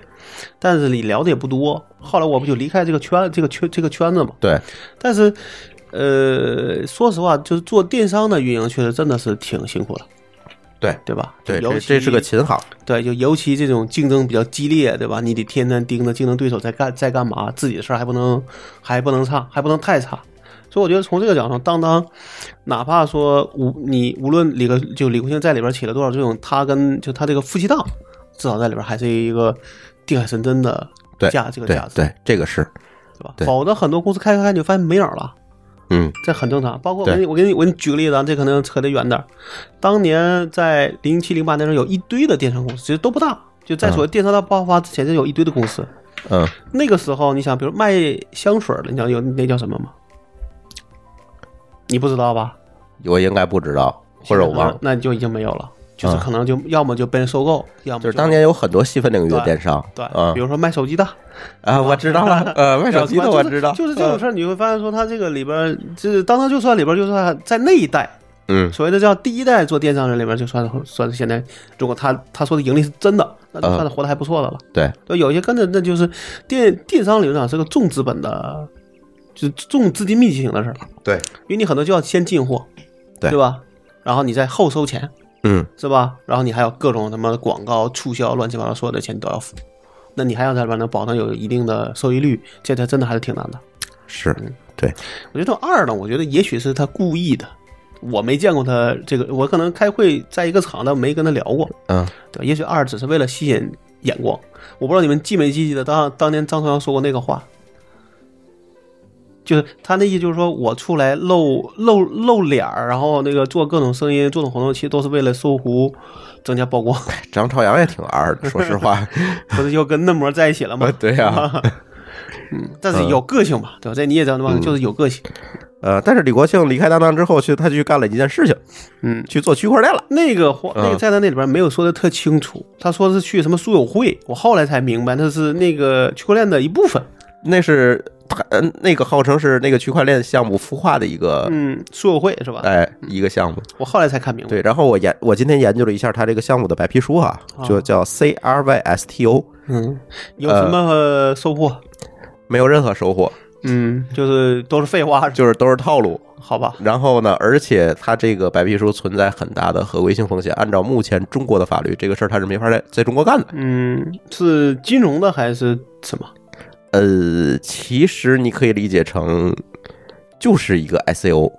C: 但是你聊的也不多。后来我不就离开这个圈这个圈这个圈子嘛，
A: 对，
C: 但是，呃，说实话，就是做电商的运营，确实真的是挺辛苦的，
A: 对
C: 对吧？
A: 对，
C: 尤
A: 这
C: 其
A: 这是个琴行，
C: 对，就尤其这种竞争比较激烈，对吧？你得天天盯着竞争对手在干在干嘛，自己的事儿还不能还不能差，还不能太差。所以我觉得从这个角度上，当当，哪怕说无你无论李克就李国庆在里边起了多少这种，他跟就他这个夫妻档，至少在里边还是一个定海神针的
A: 对
C: 价这个
A: 对
C: 价值，
A: 对，这个是，
C: 对吧？
A: 对
C: 否则很多公司开开开你就发现没影儿了。
A: 嗯
C: 这很正常。包括我
A: 对
C: 给你，我给你，我给你举个例子啊，这可能扯得远点儿。当年在零七零八年的时候，有一堆的电商公司，其实都不大，就在所谓电商大爆发之前，就有一堆的公司。
A: 嗯，
C: 那个时候，你想，比如卖香水的，你知道有那叫什么吗？你不知道吧？
A: 我应该不知道，或者我忘了。
C: 那你就已经没有了，就是
A: 嗯
C: 可能就要么就被人收购，要么
A: 就是当年有很多细分领域的
C: 对
A: 电商，
C: 对，
A: 啊
C: 比如说卖手机的，
A: 啊，我知道了，呃，卖手机的我知道， 嗯
C: 就是这种
A: 儿，
C: 事儿，你会发现说，它这个里边儿，就是当当就算里边儿就算在那一代，
A: 嗯
C: 所谓的叫第一代做电商人里面，就算算是现在，如果他他说的盈利是真的，那就
A: 嗯
C: 算是活得还不错的了。
A: 对，
C: 对，有一些跟着那就是电电商理论上是个重资本的，就是重资金密集型的事儿，
A: 嗯对，
C: 因为你很多就要先进货，
A: 对
C: 吧？然后你再后收钱，
A: 嗯，
C: 是吧？然后你还有各种什么广告、促销、乱七八糟所有的钱你都要付，那你还要在里边能保证有一定的收益率，这才真的还是挺难的。嗯
A: 是对，
C: 我觉得二呢，我觉得也许是他故意的，我没见过他这个，我可能开会在一个场的没跟他聊过，
A: 嗯
C: 对，也许二只是为了吸引眼光，我不知道你们记没记得当当年张朝阳说过那个话，就是他那意思就是说我出来露露露脸儿，然后那个做各种生意、做各种活动，其实都是为了搜狐增加曝光，
A: 张朝阳也挺二的，说实话，
C: 不是又跟嫩模在一起了 吗？
A: 对呀，
C: 嗯，但是有个性嘛，对吧？这你也知道嘛，就是有个性。
A: 呃，但是李国庆离开当当之后，去他去干了一件事情，
C: 嗯，
A: 去做区块链了。
C: 那个话，那个在他那里边没有说的特清楚，他说是去什么书友会，我后来才明白那是那个区块链的一部分。
A: 那是他呃那个号称是那个区块链项目孵化的一个，
C: 嗯，书友会是吧？
A: 哎，一个项目。
C: 我后来才看明白。
A: 对，然后我研我今天研究了一下他这个项目的白皮书啊，就叫 CRYSTO，
C: 嗯，有什么呃收获？
A: 没有任何收获，
C: 嗯，就是都是废话，
A: 就是都是套路。
C: 好吧？
A: 然后呢，而且它这个白皮书存在很大的合规性风险。按照目前中国的法律，这个事儿它是没法在在中国干的。
C: 嗯，是金融的还是什么？
A: 呃，其实你可以理解成就是一个 ICO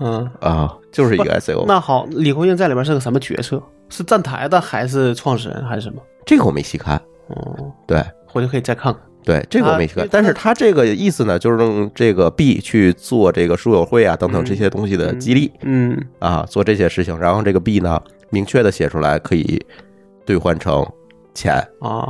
C: 嗯，
A: 啊，就是一个 ICO。
C: 那好，李国庆在里边是个什么角色？是站台的还是创始人还是什么？
A: 这个我没细看，
C: 哦，
A: 对
C: 回去可以再看看。
A: 对，这个我没细
C: 啊因
A: 看
C: 为。它
A: 但是它这个意思呢，就是用这个币去做这个书友会啊等等这些东西的激励
C: 嗯
A: 啊，做这些事情。然后这个币呢，明确的写出来可以兑换成钱，
C: 啊，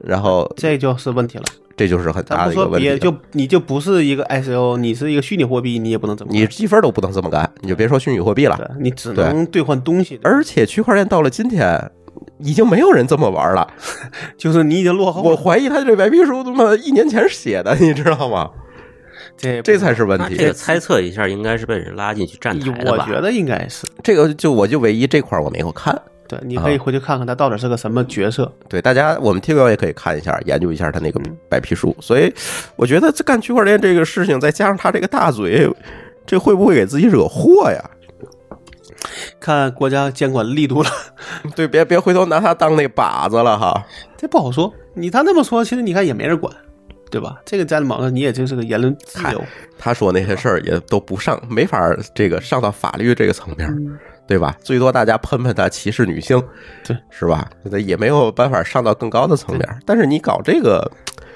A: 然后
C: 这就是问题了。
A: 这就是很大的
C: 咱不
A: 一个
C: 说
A: 问题
C: 别，
A: 了。
C: 就你就不是一个 ICO，你是一个虚拟货币，你也不能这么干
A: 你积分都不能这么干，你就别说虚拟货币了。
C: 对，你只能兑换东西，
A: 而且区块链到了今天，已经没有人这么玩了。
C: 就是你已经落后
A: 我
C: 了。
A: 怀疑他这白皮书他妈一年前写的，你知道吗？
C: 这
A: 这才是问
B: 那这
A: 题
B: 个。猜测一下，应该是被人拉进去站台的
C: 哎我
B: 吧？
C: 觉得应该是
A: 这个就我就唯一这块儿我没有看。
C: 对，
A: 啊
C: 你可以回去看看他到底是个什么角色。
A: 对大家，我们听友也可以看一下，研究一下他那个
C: 嗯
A: 白皮书。所以我觉得这干区块链这个事情，再加上他这个大嘴，这会不会给自己惹祸呀？
C: 看国家监管力度了，
A: 对，别别回头拿他当那靶子了哈。
C: 这不好说。你他那么说，其实你看也没人管，对吧？这个在网上你也就是个言论自由，
A: 他说那些事儿也都不上，没法儿这个上到法律这个层面儿，
C: 嗯
E: 嗯
A: 对吧？最多大家喷喷他歧视女性，
C: 对，
A: 是吧？那也没有办法上到更高的层面儿。但是你搞这个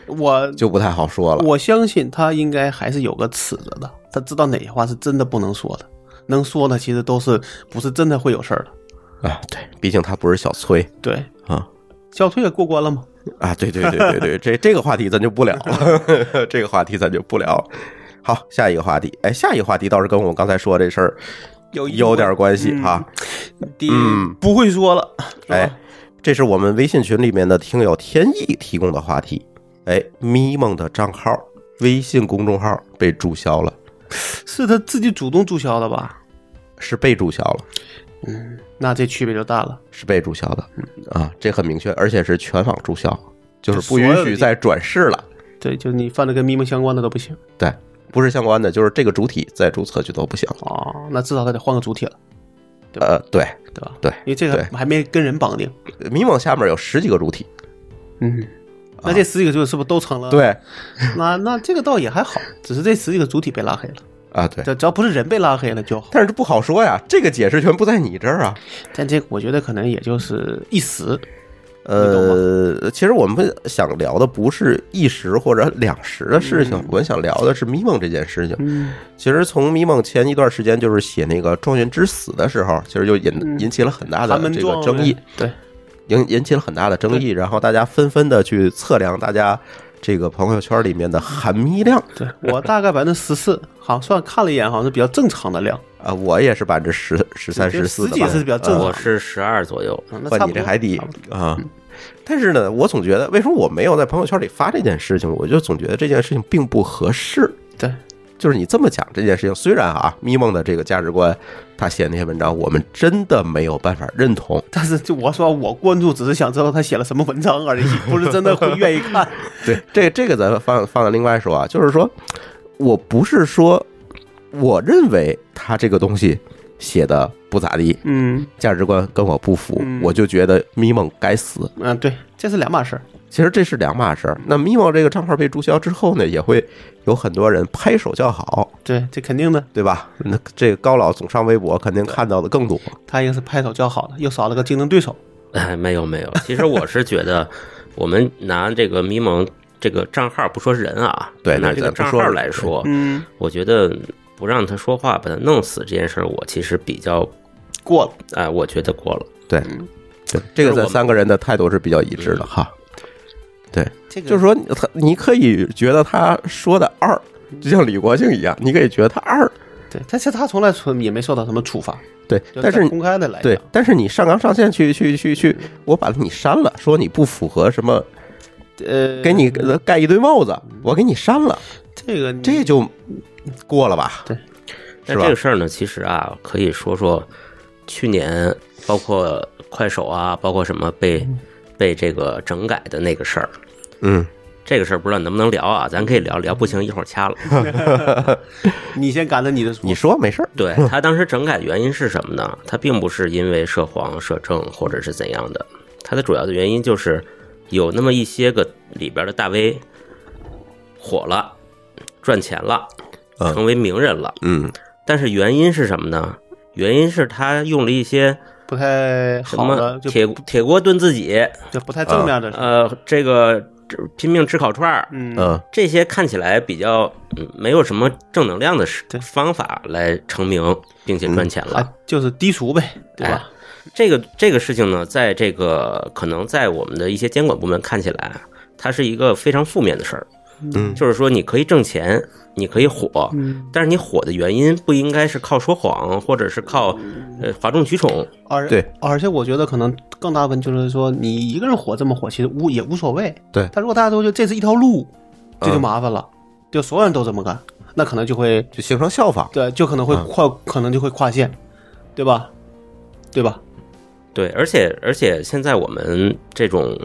C: 我
A: 就不太好说了。
C: 我相信他应该还是有个尺子的，他知道哪些话是真的不能说的，能说的其实都是不是真的会有事儿的。
A: 啊，对，毕竟他不是小崔
C: 对，
A: 啊
C: 小崔也过关了吗？
A: 啊，对对对对对，这这个话题咱就不聊了， 这个话题咱就不聊了。好，下一个话题，哎，下一个话题倒是跟我们刚才说这事儿
C: 有
A: 有点关系
C: 嗯
A: 哈。
C: 第
A: 嗯
C: 不会说了，
A: 哎，这是我们微信群里面的听友天意提供的话题。哎，咪蒙的账号、微信公众号被注销了，
C: 是他自己主动注销的吧？嗯
A: 是被注销了，
C: 那这区别就大了。
A: 是被注销的啊，这很明确，而且是全网注销，就是不
C: 就所有
A: 允
C: 的地
A: 许再转世了。
C: 对，就是你犯了跟咪蒙相关的都不行
A: 对，不是相关的，就是这个主体再注册就都不行了。
C: 哦，那至少他得换个主体了，对
A: 呃，对
C: 对吧？
A: 对，
C: 因为这个
A: 对
C: 还没跟人绑定。
A: 咪蒙下面有十几个主体，
C: 嗯，那这十几个主体是不是都成了？，
A: 啊对
C: 那那这个倒也还好，只是这十几个主体被拉黑了。
A: 啊，对，
C: 只只要不是人被拉黑了就好。
A: 但是这不好说呀，这个解释权不在你这儿啊。
C: 但这个我觉得可能也就是一时，
A: 呃，其实我们想聊的不是一时或者两时的事情，我们想聊的是咪蒙这件事情。
C: 嗯，
A: 其实从咪蒙前一段时间就是写那个《状元之死》的时候，其实就引引起了很大的
C: 嗯寒门
A: 这
C: 状
A: 个争议，。
C: 对，
A: 引引起了很大的争议，然后大家纷纷的去测量大家这个朋友圈里面的含咪量
C: 对我大概百分之十四，好像算看了一眼，好像是比较正常的量，
A: 啊，我也是百分之十、十三、
C: 就
A: 十四
C: 十
A: 的
C: 几
A: 吧嗯
C: 是。比较正常
B: 我
C: 的。
B: 是十二左右，
C: 嗯那差
A: 哇，
C: 不
A: 你这
C: 多
A: 还低
C: 差不多嗯
A: 啊！但是呢，我总觉得为什么我没有在朋友圈里发这件事情？我就总觉得这件事情并不合适。
C: 对，
A: 就是你这么讲这件事情，虽然啊，咪蒙的这个价值观，他写的那些文章，我们真的没有办法认同。
C: 但是就我说，我关注只是想知道他写了什么文章而已， 不是真的会愿意看。
A: 对，这这个咱们放放到另外说啊，就是说，我不是说我认为他这个东西写的不咋地，
C: 嗯
A: 价值观跟我不符，
C: 嗯
A: 我就觉得咪蒙该死。
C: 嗯，对，这是两码事儿。
A: 其实这是两码事儿。那咪蒙这个账号被注销之后呢，也会有很多人拍手叫好，
C: 对，这肯定的，
A: 对吧？那这个高老总上微博，肯定看到的更多。
C: 他应该是拍手叫好了，又少了个竞争对手。
B: 哎，没有没有，其实我是觉 得，我们拿这个迷蒙这个账号不说人啊，
A: 对
B: 拿
A: 那
B: 这个
A: 咱不
B: 账
A: 说
B: 号
A: 人
B: 来
A: 对
B: 说，
C: 嗯，
B: 我觉得不让他说话，把他弄死这件事儿，我其实比较，
C: 过了。
B: 哎，我觉得过了。
A: 对
D: 嗯
A: 对，这个
B: 就是我
A: 咱
B: 们
A: 三个人的态度是比较一致的哈。对，
C: 这个
A: 就是说他你可以觉得他说的二，就像李国庆一样，你可以觉得他二，
C: 对，但是他从来从也没受到什么处罚，
A: 对
C: 就，
A: 但是
C: 在公开的来讲
A: 对，但是你上纲上线去去去去，我把你删了，说你不符合什么，
C: 呃，
A: 给你盖一堆帽子，我给你删了，
C: 这个你
A: 这就过了吧？
C: 对，
A: 是
B: 但
A: 吧
B: 这个？事儿呢，其实啊，可以说说去年包括快手啊，包括什么被被这个整改的那个事儿，
A: 嗯，
B: 这个事儿不知道能不能聊啊？咱可以聊聊，不行一会儿掐了。
C: 你先赶着你的说
A: 你说没事儿，
B: 对他当时整改原因是什么呢？他并不是因为涉黄、涉政或者是怎样的，他的主要的原因就是有那么一些个里边的大 V 火了，赚钱了，
A: 嗯
B: 成为名人了。
A: 嗯
B: 但是原因是什么呢？原因是他用了一些
C: 不太
B: 什
C: 好
B: 么
C: 的，就
B: 铁铁锅炖自己，
C: 就不太正面的，
B: 呃，这个这拼命吃烤串儿，
C: 嗯
A: 嗯
B: 这些看起来比较嗯没有什么正能量的事
C: 对
B: 方法来成名，并且赚
A: 嗯
B: 钱了。
C: 啊，就是低俗呗，对吧？
B: 这个这个事情呢，在这个可能在我们的一些监管部门看起来，啊它是一个非常负面的事儿。
A: 嗯
B: 就是说，你可以挣钱，你可以火，
C: 嗯
B: 但是你火的原因不应该是靠说谎，或者是靠呃哗众取宠。
C: 而
A: 对，
C: 而且我觉得可能更大问题就是说，你一个人火这么火，其实无也无所谓。
A: 对
C: 但如果大家都觉得这是一条路，这就麻烦了，就所有人都这么干，那可能就会
A: 就形成效仿。
C: 对，就可能会
A: 嗯
C: 跨，可能就会跨线，对吧？对吧？
B: 对，而且而且现在我们这种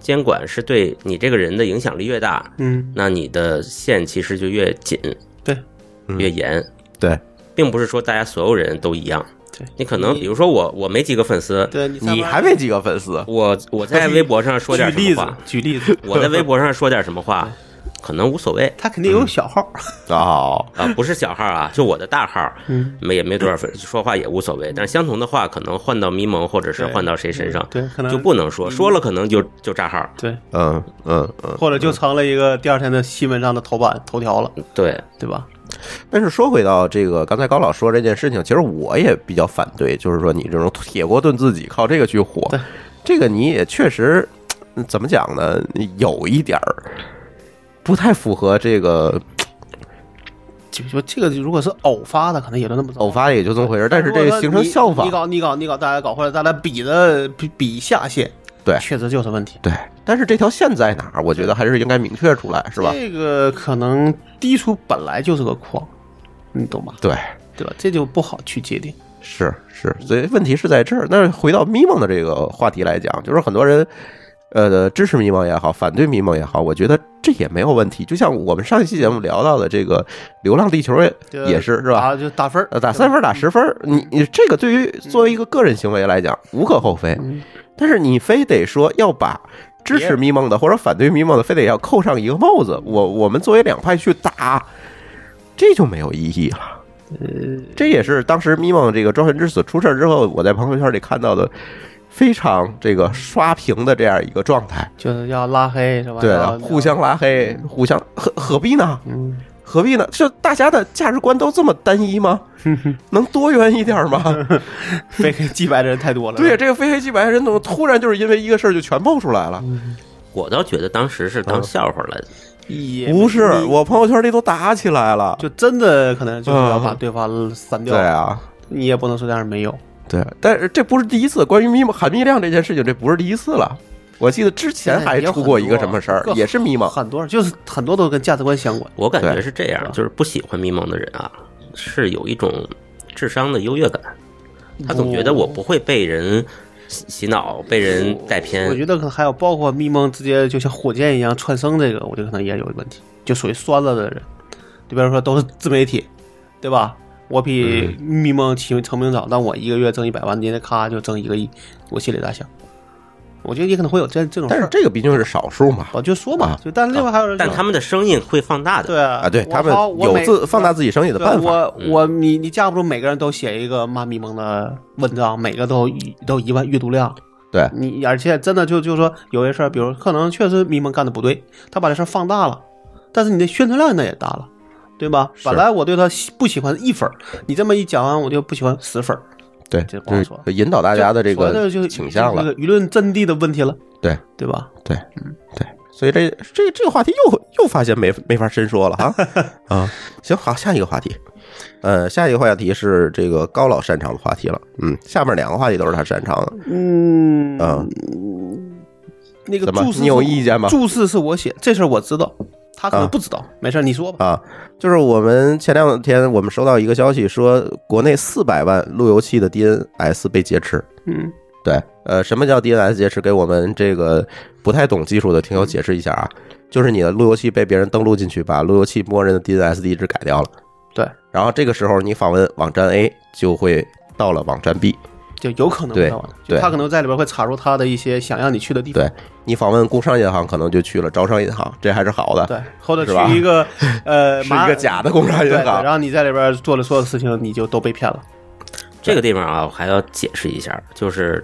B: 监管是对你这个人的影响力越大，
C: 嗯，
B: 那你的线其实就越紧，
C: 对，嗯
B: 越严，
A: 对，
B: 并不是说大家所有人都一样。
C: 对
B: 你可能
C: 你
B: 比如说我我没几个粉丝，
C: 对你
A: 你还没几个粉丝，
B: 我我在微博上说点
C: 举
B: 什
C: 例
B: 么
C: 子
B: 话，，
C: 举例子，
B: 我在微博上说点什么话，可能无所谓
C: 他肯定有小号，
A: 哦，
B: 啊、不是小号啊，就我的大号，
C: 嗯，
B: 没也没多少粉，丝，说话也无所谓。但是相同的话，可能换到咪蒙或者是
C: 对嗯
B: 换到谁身上，
C: 对，可能嗯
B: 就不能说，说了可能就就炸号。
C: 对，
A: 嗯嗯嗯。
C: 或者就成了一个第二天的新闻上的头版头条了，
B: 对，
C: 对吧？
A: 但是说回到这个刚才高老说这件事情，其实我也比较反对，就是说你这种铁锅炖自己，靠这个去火
C: 对，
A: 这个你也确实嗯怎么讲呢？有一点儿不太符合这个
C: 就说这个如果是偶发的，可能也就那么着
A: 偶。发也就这么回事，但是
C: 如果
A: 这
C: 说
A: 形成
C: 你
A: 效仿
C: 你，搞你搞你搞大家搞，或者大家比的比比下限，
A: 对
C: 确实就是问题，
A: 对。但是这条线在哪儿？我觉得还是应该明确出来，是吧？
C: 这个可能低俗本来就是个框，你懂吧？
A: 对，
C: 对吧？这就不好去界定。
A: 是是，所以问题是在这儿。那回到迷蒙的这个话题来讲，就是很多人，呃，支持迷蒙也好，反对迷蒙也好，我觉得这也没有问题。就像我们上一期节目聊到的这个《流浪地球》也
C: 就
A: 也是是吧？
C: 打就打分儿嗯
A: 呃，打三分儿打十分儿，你你这个对于作为一个个人行为来讲无可厚非，
C: 嗯
A: 但是你非得说要把。支持迷蒙的或者反对迷蒙的，非得要扣上一个帽子，我我们作为两派去打，这就没有意义了。
C: 呃
A: 这也是当时咪蒙这个《装神之死》出事儿之后，我在朋友圈里看到的非常这个刷屏的这样一个状态。
C: 就是要拉黑是吧？
A: 对
C: 要
A: 啊，互相拉黑，互相何何必呢？
C: 嗯，
A: 何必呢？就大家的价值观都这么单一 吗？能多元一点吗？
C: 被击败的人太多了。
A: 对，，这个非黑即白的人怎么突然就是因为一个事儿就全爆出来了？
B: 我倒觉得当时是
C: 嗯
B: 当笑话来
C: 也
A: 不是，
C: 你
A: 我朋友圈里都打起来了。
C: 就真的可能就是要把
A: 嗯
C: 对方删掉。
A: 对，啊，
C: 你也不能说这样没有。
A: 对，啊但是这不是第一次，关于咪蒙含咪量这件事情，这不是第一次了。我记得之前还出过一个什么事儿
C: 现在，也有很多
A: 也是咪蒙。
C: 很多人就是很多都跟价值观相关。
B: 我感觉
A: 对
B: 是这样，就是不喜欢迷蒙的人啊，是有一种智商的优越感，他总觉得我不会被人洗洗脑，被人带
A: 嗯
C: 我觉
B: 偏。
C: 得可能还有包括密蒙直接就像火箭一样窜升，这个我觉得可能也有问题，就属于酸了的人。就比如说都是自媒体，对吧？我比
A: 嗯
C: 密蒙起成名早，但我一个月挣一百万，人家咔就挣一个亿，我心里咋想？我觉得也可能会有这这种事
A: 但是
C: 儿。
A: 这个毕竟是少数嘛。
C: 我就说嘛
A: 啊，
C: 就但另外还有人就，
B: 但他们的声音会放大的，
C: 对啊
A: 啊，对
C: 我
A: 他们
C: 好我
A: 有
C: 每
A: 自放大自己生意的
C: 对
A: 办法。
C: 我我你你架不住每个人都写一个骂迷蒙的文章，每个都一都一万阅读量。
A: 对
C: 你，而且真的就就说有些事儿，比如可能确实迷蒙干的不对，他把这事儿放大了，但是你的宣传量那也大了，对吧？
A: 是
C: 本来我对他喜不喜欢一分儿，你这么一讲完，我就不喜欢十分儿，
A: 对，
C: 这不
A: 就
C: 好
A: 是
C: 说
A: 引导大家的这
C: 就说
A: 个
C: 的就
A: 倾向
C: 这
A: 了，
C: 个舆论阵地的问题了，
A: 对
C: 对吧？
A: 所以这这这个话题又又发现没没法深说了哈啊，行好，下一个话题，呃，下一个话题是这个高老擅长的话题了，嗯，下面两个话题都是他擅长的，
C: 嗯
A: 啊
C: 那个
A: 怎么
C: 注释
A: 你有意见吗
C: 注释是我写，这事儿我知道，他可
A: 啊
C: 能不知道，没事儿，你说吧。
A: 啊，就是我们前两天我们收到一个消息说，国内四百万路由器的 DNS 被劫持，
C: 嗯
A: 对，呃，什么叫 DNS 劫持？给我们这个不太懂技术的听友解释一下啊，就是你的路由器被别人登录进去，把路由器默认的 DNS 地址改掉了。
C: 对，
A: 然后这个时候你访问网站 A 就会到了网站 B，
C: 就有可能
A: 对
C: 知道吧
A: 对
C: 就他可能在里边会插入他的一些想让你去的地方，
A: 对你访问工商银行可能就去了招商银行，这还是好的，
C: 对，或者
A: 是吧
C: 去一 个呃
A: 是
C: 麻
A: 一个假的工商
C: 对，
A: 银
C: 对
A: 行
C: 然。后你在里边做了所有的事情，你就都被骗了。
B: 这个地方啊，我还要解释一下，就是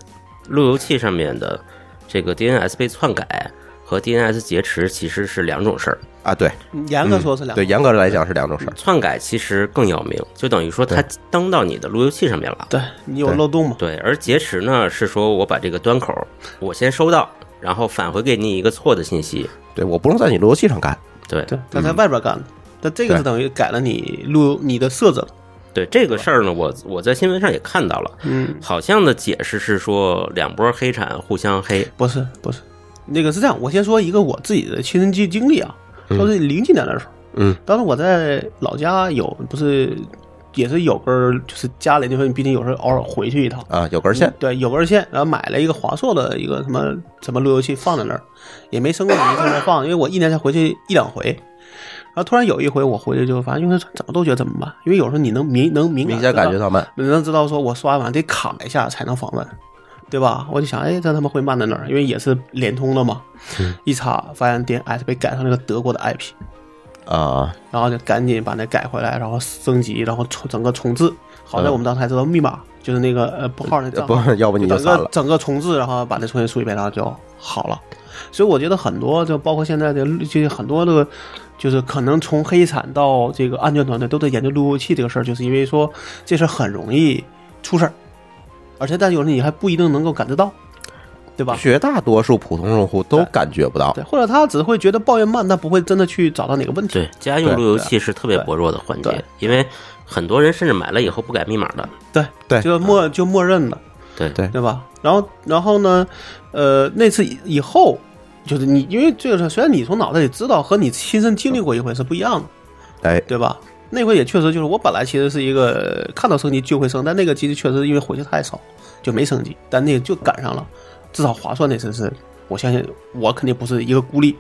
B: 路由器上面的这个 DNS 被篡改和 DNS 劫持其实是两种事儿。
A: 啊，对，
C: 嗯严格说是两
A: 嗯
C: 个嗯
A: 对，严格来讲是两种事儿。
B: 篡改其实更要命，就等于说它登到你的路由器上面了。
C: 对你有
A: 对
C: 漏洞嘛？
B: 对，而劫持呢是说我把这个端口我先收到，然后返回给你一个错的信息。
A: 对我不能在你路由器上干，
B: 对
C: 对，他在外边干的，但这个
A: 嗯对
C: 是等于改了你路你的设置了。
B: 对这个事儿呢，我我在新闻上也看到了，
C: 嗯，
B: 好像的解释是说两波黑产互相黑。
C: 不是不是，那个是这样，我先说一个我自己的亲身经经历啊，都是零几年的时候，
A: 嗯，
C: 当时我在老家有不是也是有根儿，就是家里那时候你毕竟有时候偶尔回去一趟，
A: 啊，有根线
C: 嗯对，有根线，然后买了一个华硕的一个什么什么路由器放在那儿，也没升过级，正在放，因为我一年才回去一两回。然后突然有一回我回去就反正因为怎么都觉得怎么办，因为有时候你能敏能敏
A: 明
C: 感
A: 显
C: 知道
A: 感觉到慢。
C: 你能知道说我刷完得卡一下才能访问，对吧？我就想，哎，这他妈会慢在哪儿？因为也是联通的嘛，
A: 嗯
C: 一查发现 DNS 被改成了个德国的 IP，
A: 啊，
C: 然后就赶紧把那改回来，然后升级，然后重整个重置。好在
A: 嗯
C: 我们当时还知道密码，就是那个呃拨号那账号，
A: 不，要不你就
C: 整
A: 惨
C: 个
A: 了。
C: 整个重置，然后把那重新输一遍，然后就好了。所以我觉得很多，就包括现在的，就是很多的，就是可能从黑产到这个安全团队都在研究路由器这个事儿，就是因为说这事儿很容易出事儿，而且但有时候你还不一定能够感知到，对吧？
A: 绝大多数普通用户都
C: 对
A: 感觉不到
C: 对，，或者他只会觉得抱怨慢，但不会真的去找到哪个问题。
B: 对，家用
A: 对
B: 路由器是特别
C: 对
B: 薄弱的环节
C: 对，
B: 因为很多人甚至买了以后不改密码的。
C: 对
A: 对
C: 就默就默认了。
B: 对
A: 对
C: 对吧？然后，然后呢，呃，那次以以后，就是你，因为这个事儿，虽然你从脑袋里知道，和你亲身经历过一回是不一样的，
A: 哎，
C: 对吧？那回也确实就是，我本来其实是一个看到升级就会升，但那个机器确实因为回去太少，就没升级，但那个就赶上了，至少划算那次是，我相信我肯定不是一个孤立，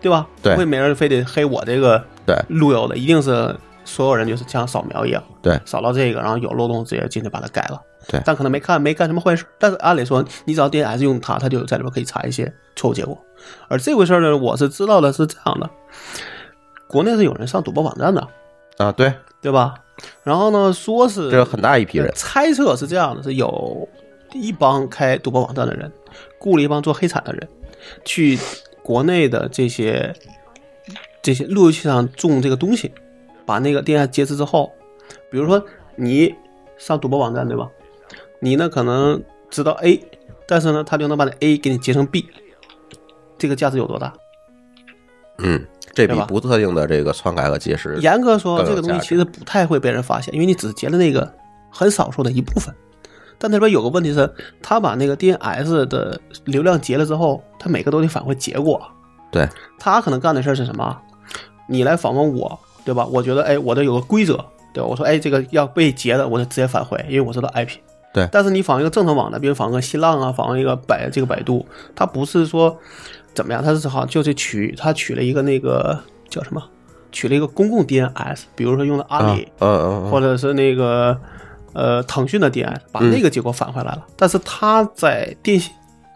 C: 对吧？
A: 对
C: 不会没人非得黑我这个
A: 对
C: 路由的，一定是所有人就是像扫描一样，
A: 对
C: 扫到这个，然后有漏洞直接进去把它改了。
A: 对
C: 但可能没看没干什么坏事，但是按理说，你只要 DNS 用它，它就在里边可以查一些错误结果。而这回事儿呢，我是知道的是这样的，国内是有人上赌博网站的，
A: 啊，对，
C: 对吧？然后呢，说是
A: 这个很大一批人，
C: 猜测是这样的：是有一帮开赌博网站的人，雇了一帮做黑产的人，去国内的这些这些路由器上种这个东西，把那个 DNS 劫持之后，比如说你上赌博网站对吧？你呢可能知道 A，但是呢他就能把那 A 给你截成 B，这个价值有多大？
A: 嗯，这比
C: 对吧
A: 不特定的这个篡改和劫持，
C: 严格说，
A: 更有
C: 这个东
A: 价
C: 西
A: 值
C: 其实不太会被人发现，因为你只截了那个很少数的一部分。但那边有个问题是，他把那个 DNS 的流量截了之后，他每个都得返回结果。
A: 对，
C: 他可能干的事儿是什么啊？你来访问我，对吧？我觉得，哎，我这有个规则，对吧？我说，哎，这个要被截的，我就直接返回，因为我知道 IP。
A: 对
C: 但是你访一个正常网站，比如访个新浪啊，访一个百这个百度，它不是说怎么样，它是好像就是取它取了一个那个叫什么，取了一个公共 DNS，比如说用的阿
A: 啊，嗯
C: 里、
A: 嗯嗯
C: 或
A: 嗯，
C: 者是那个呃腾讯的 DNS，把那个结果返回来了。但是它在电信，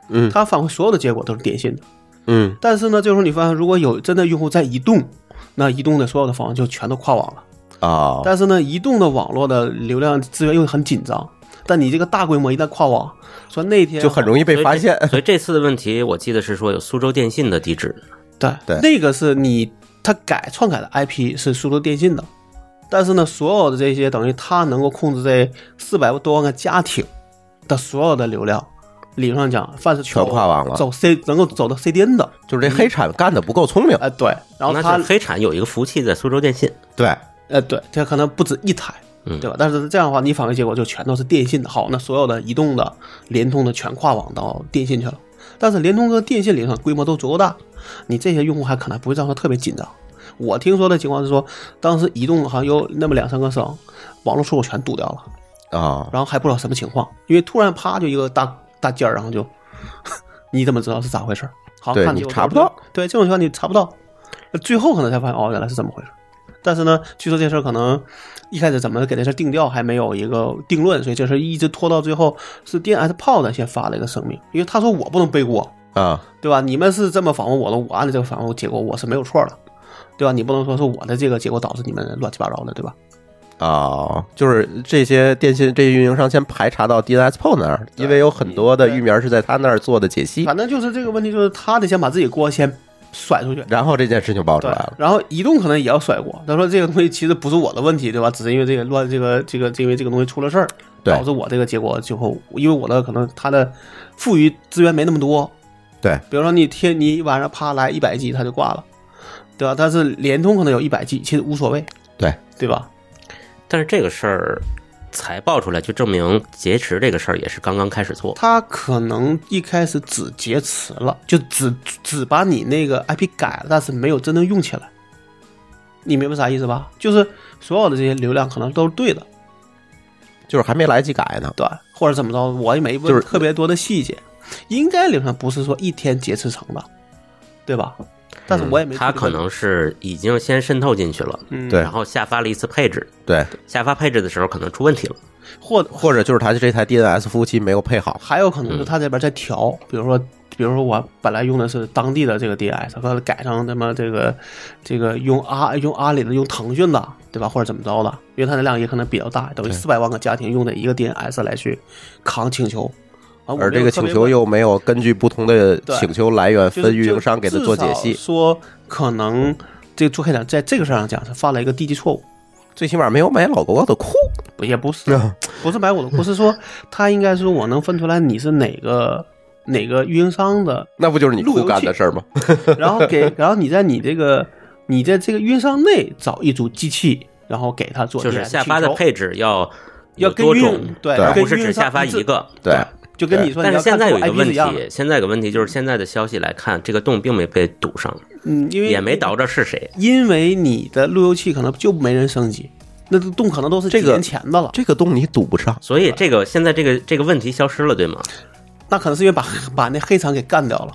A: 嗯
C: 它返回所有的结果都是电信的。
A: 嗯，
C: 但是呢，这时候你发现，如果有真的用户在移动，那移动的所有的访问就全都跨网了。
A: 啊，
C: 但是呢，移动的网络的流量资源又很紧张，但你这个大规模一旦跨网，说那天
A: 就很容易被发现，
B: 所以这次的问题，我记得是说有苏州电信的地址，
C: 对
A: 对
C: 那个是你他改篡改的 IP 是苏州电信的，但是呢，所有的这些等于它能够控制这四百多万个家庭的所有的流量，理论上讲，算是全
A: 全跨网了
C: 走 C 能够走到 CDN 的，
A: 就是这黑产干的不够聪明。
C: 哎对，然后
B: 那
C: 它
B: 是黑产有一个服务器在苏州电信，
A: 对，
C: 呃，对，这可能不止一台，
B: 嗯
C: 对吧？但是这样的话，你反馈结果就全都是电信的。好，那所有的移动的、联通的全跨网到电信去了。但是联通跟电信理论上规模都足够大，你这些用户还可能不会让他特别紧张。我听说的情况是说，当时移动好像有那么两三个省，网络出口全堵掉了，
A: 啊，
C: 然后还不知道什么情况，因为突然啪就一个大大尖儿，然后就， 你怎么知道是咋回事儿？好，
A: 对
C: 看
A: 你
C: 结果
A: 查
C: 就
A: 不
C: 是
A: 到，
C: 对这种情况你查不到，最后可能才发现哦，原来是这么回事儿。但是呢，据说这事儿可能一开始怎么给这事儿定调还没有一个定论，所以这事儿一直拖到最后是 DNS 炮呢先发了一个声明，因为他说我不能背锅，
A: 啊，
C: 对吧？你们是这么访问我的，我按照这个访问结果我是没有错的，对吧？你不能说是我的这个结果导致你们乱七八糟的，对吧？
A: 哦，就是这些电信这些运营商先排查到 DNS p o 那儿，因为有很多的域名是在他那儿做的解析，
C: 反正就是这个问题，就是他得先把自己锅先甩出去，
A: 然后这件事情爆出
C: 对
A: 来了，。
C: 然后移动可能也要甩锅，他说这个东西其实不是我的问题，对吧？只是因为这个乱，这个这个，这个因为这个东西出了事儿，
A: 对
C: 导致我这个结果最后，因为我的可能他的富余资源没那么多，
A: 对，
C: 比如说你天你晚上啪来一百 G，他就挂了，对吧？但是联通可能有一百 G，其实无所谓，
A: 对
C: 对吧？
B: 但是这个事儿才爆出来，就证明劫持这个事儿也是刚刚开始做。
C: 他可能一开始只劫持了，就只只把你那个 IP 改了，但是没有真正用起来。你明白啥意思吧？就是所有的这些流量可能都是对的，
A: 就是还没来得及改呢。
C: 对，或者怎么着，我也没
A: 就
C: 问
A: 是
C: 特别多的细节，应该理论上不是说一天劫持成的，对吧？但
A: 嗯
C: 是我也没具体
B: 他
C: 问、
B: 可能是已经先渗透进去了，
C: 嗯
A: 对
B: 然后下发了一次配置，
A: 对，
B: 下发配置的时候可能出问题了。
C: 或
A: 或者就是他这台 DNS 服务器没有配好，
C: 还有可
B: 嗯
C: 能是他这边在调，比如说，比如说我本来用的是当地的这个 DNS，后来改成他妈这个这个用阿用阿里的用腾讯的，对吧？或者怎么着的？因为它的量也可能比较大，等于四百万个家庭用的一个 DNS 来去扛请求，啊，
A: 而这个请求
C: 又
A: 又没有根据不同的
C: 对
A: 请求来源
C: 就是
A: 分运营商给他做解
C: 就至
A: 析
C: 少，说可能这个做黑展在这个事儿上讲是犯了一个低级错误，
A: 最起码没有买老高的哭。
C: 不也不是，
A: 嗯
C: 不是买我的，不是说他应该说我能分出来你是哪个哪个运营商的
A: 那不就是你哭干的事儿吗？
C: 然后 给，然后你在你这个你在这个运营商内找一组机器，然后给它做
B: 就是下发的
C: 请求
B: 配置要
C: 要
B: 有
C: 跟
B: 多
C: 运
B: 种，
C: 对
A: 对
B: 而
C: 要跟
B: 不是
C: 运
B: 只
C: 营商
B: 下发
C: 一致
B: 一，个。
A: 对，
C: 就跟你说，
B: 但是
C: 你要
B: 现
C: 看
B: 在有一
C: 出
B: 个
C: IP
B: 问
C: 是样的
B: 题，现在有个问题就是现在的消息来看，这个洞并没被堵上，
C: 嗯，因为
B: 也没导致是谁。
C: 因为你的路由器可能就没人升级，那个洞可能都是几
A: 这个
C: 年前的了，
A: 这个洞你堵不上，
B: 所以这个现在这个这个问题消失了，对吗？
C: 那可能是因为把 把那黑厂给干掉了，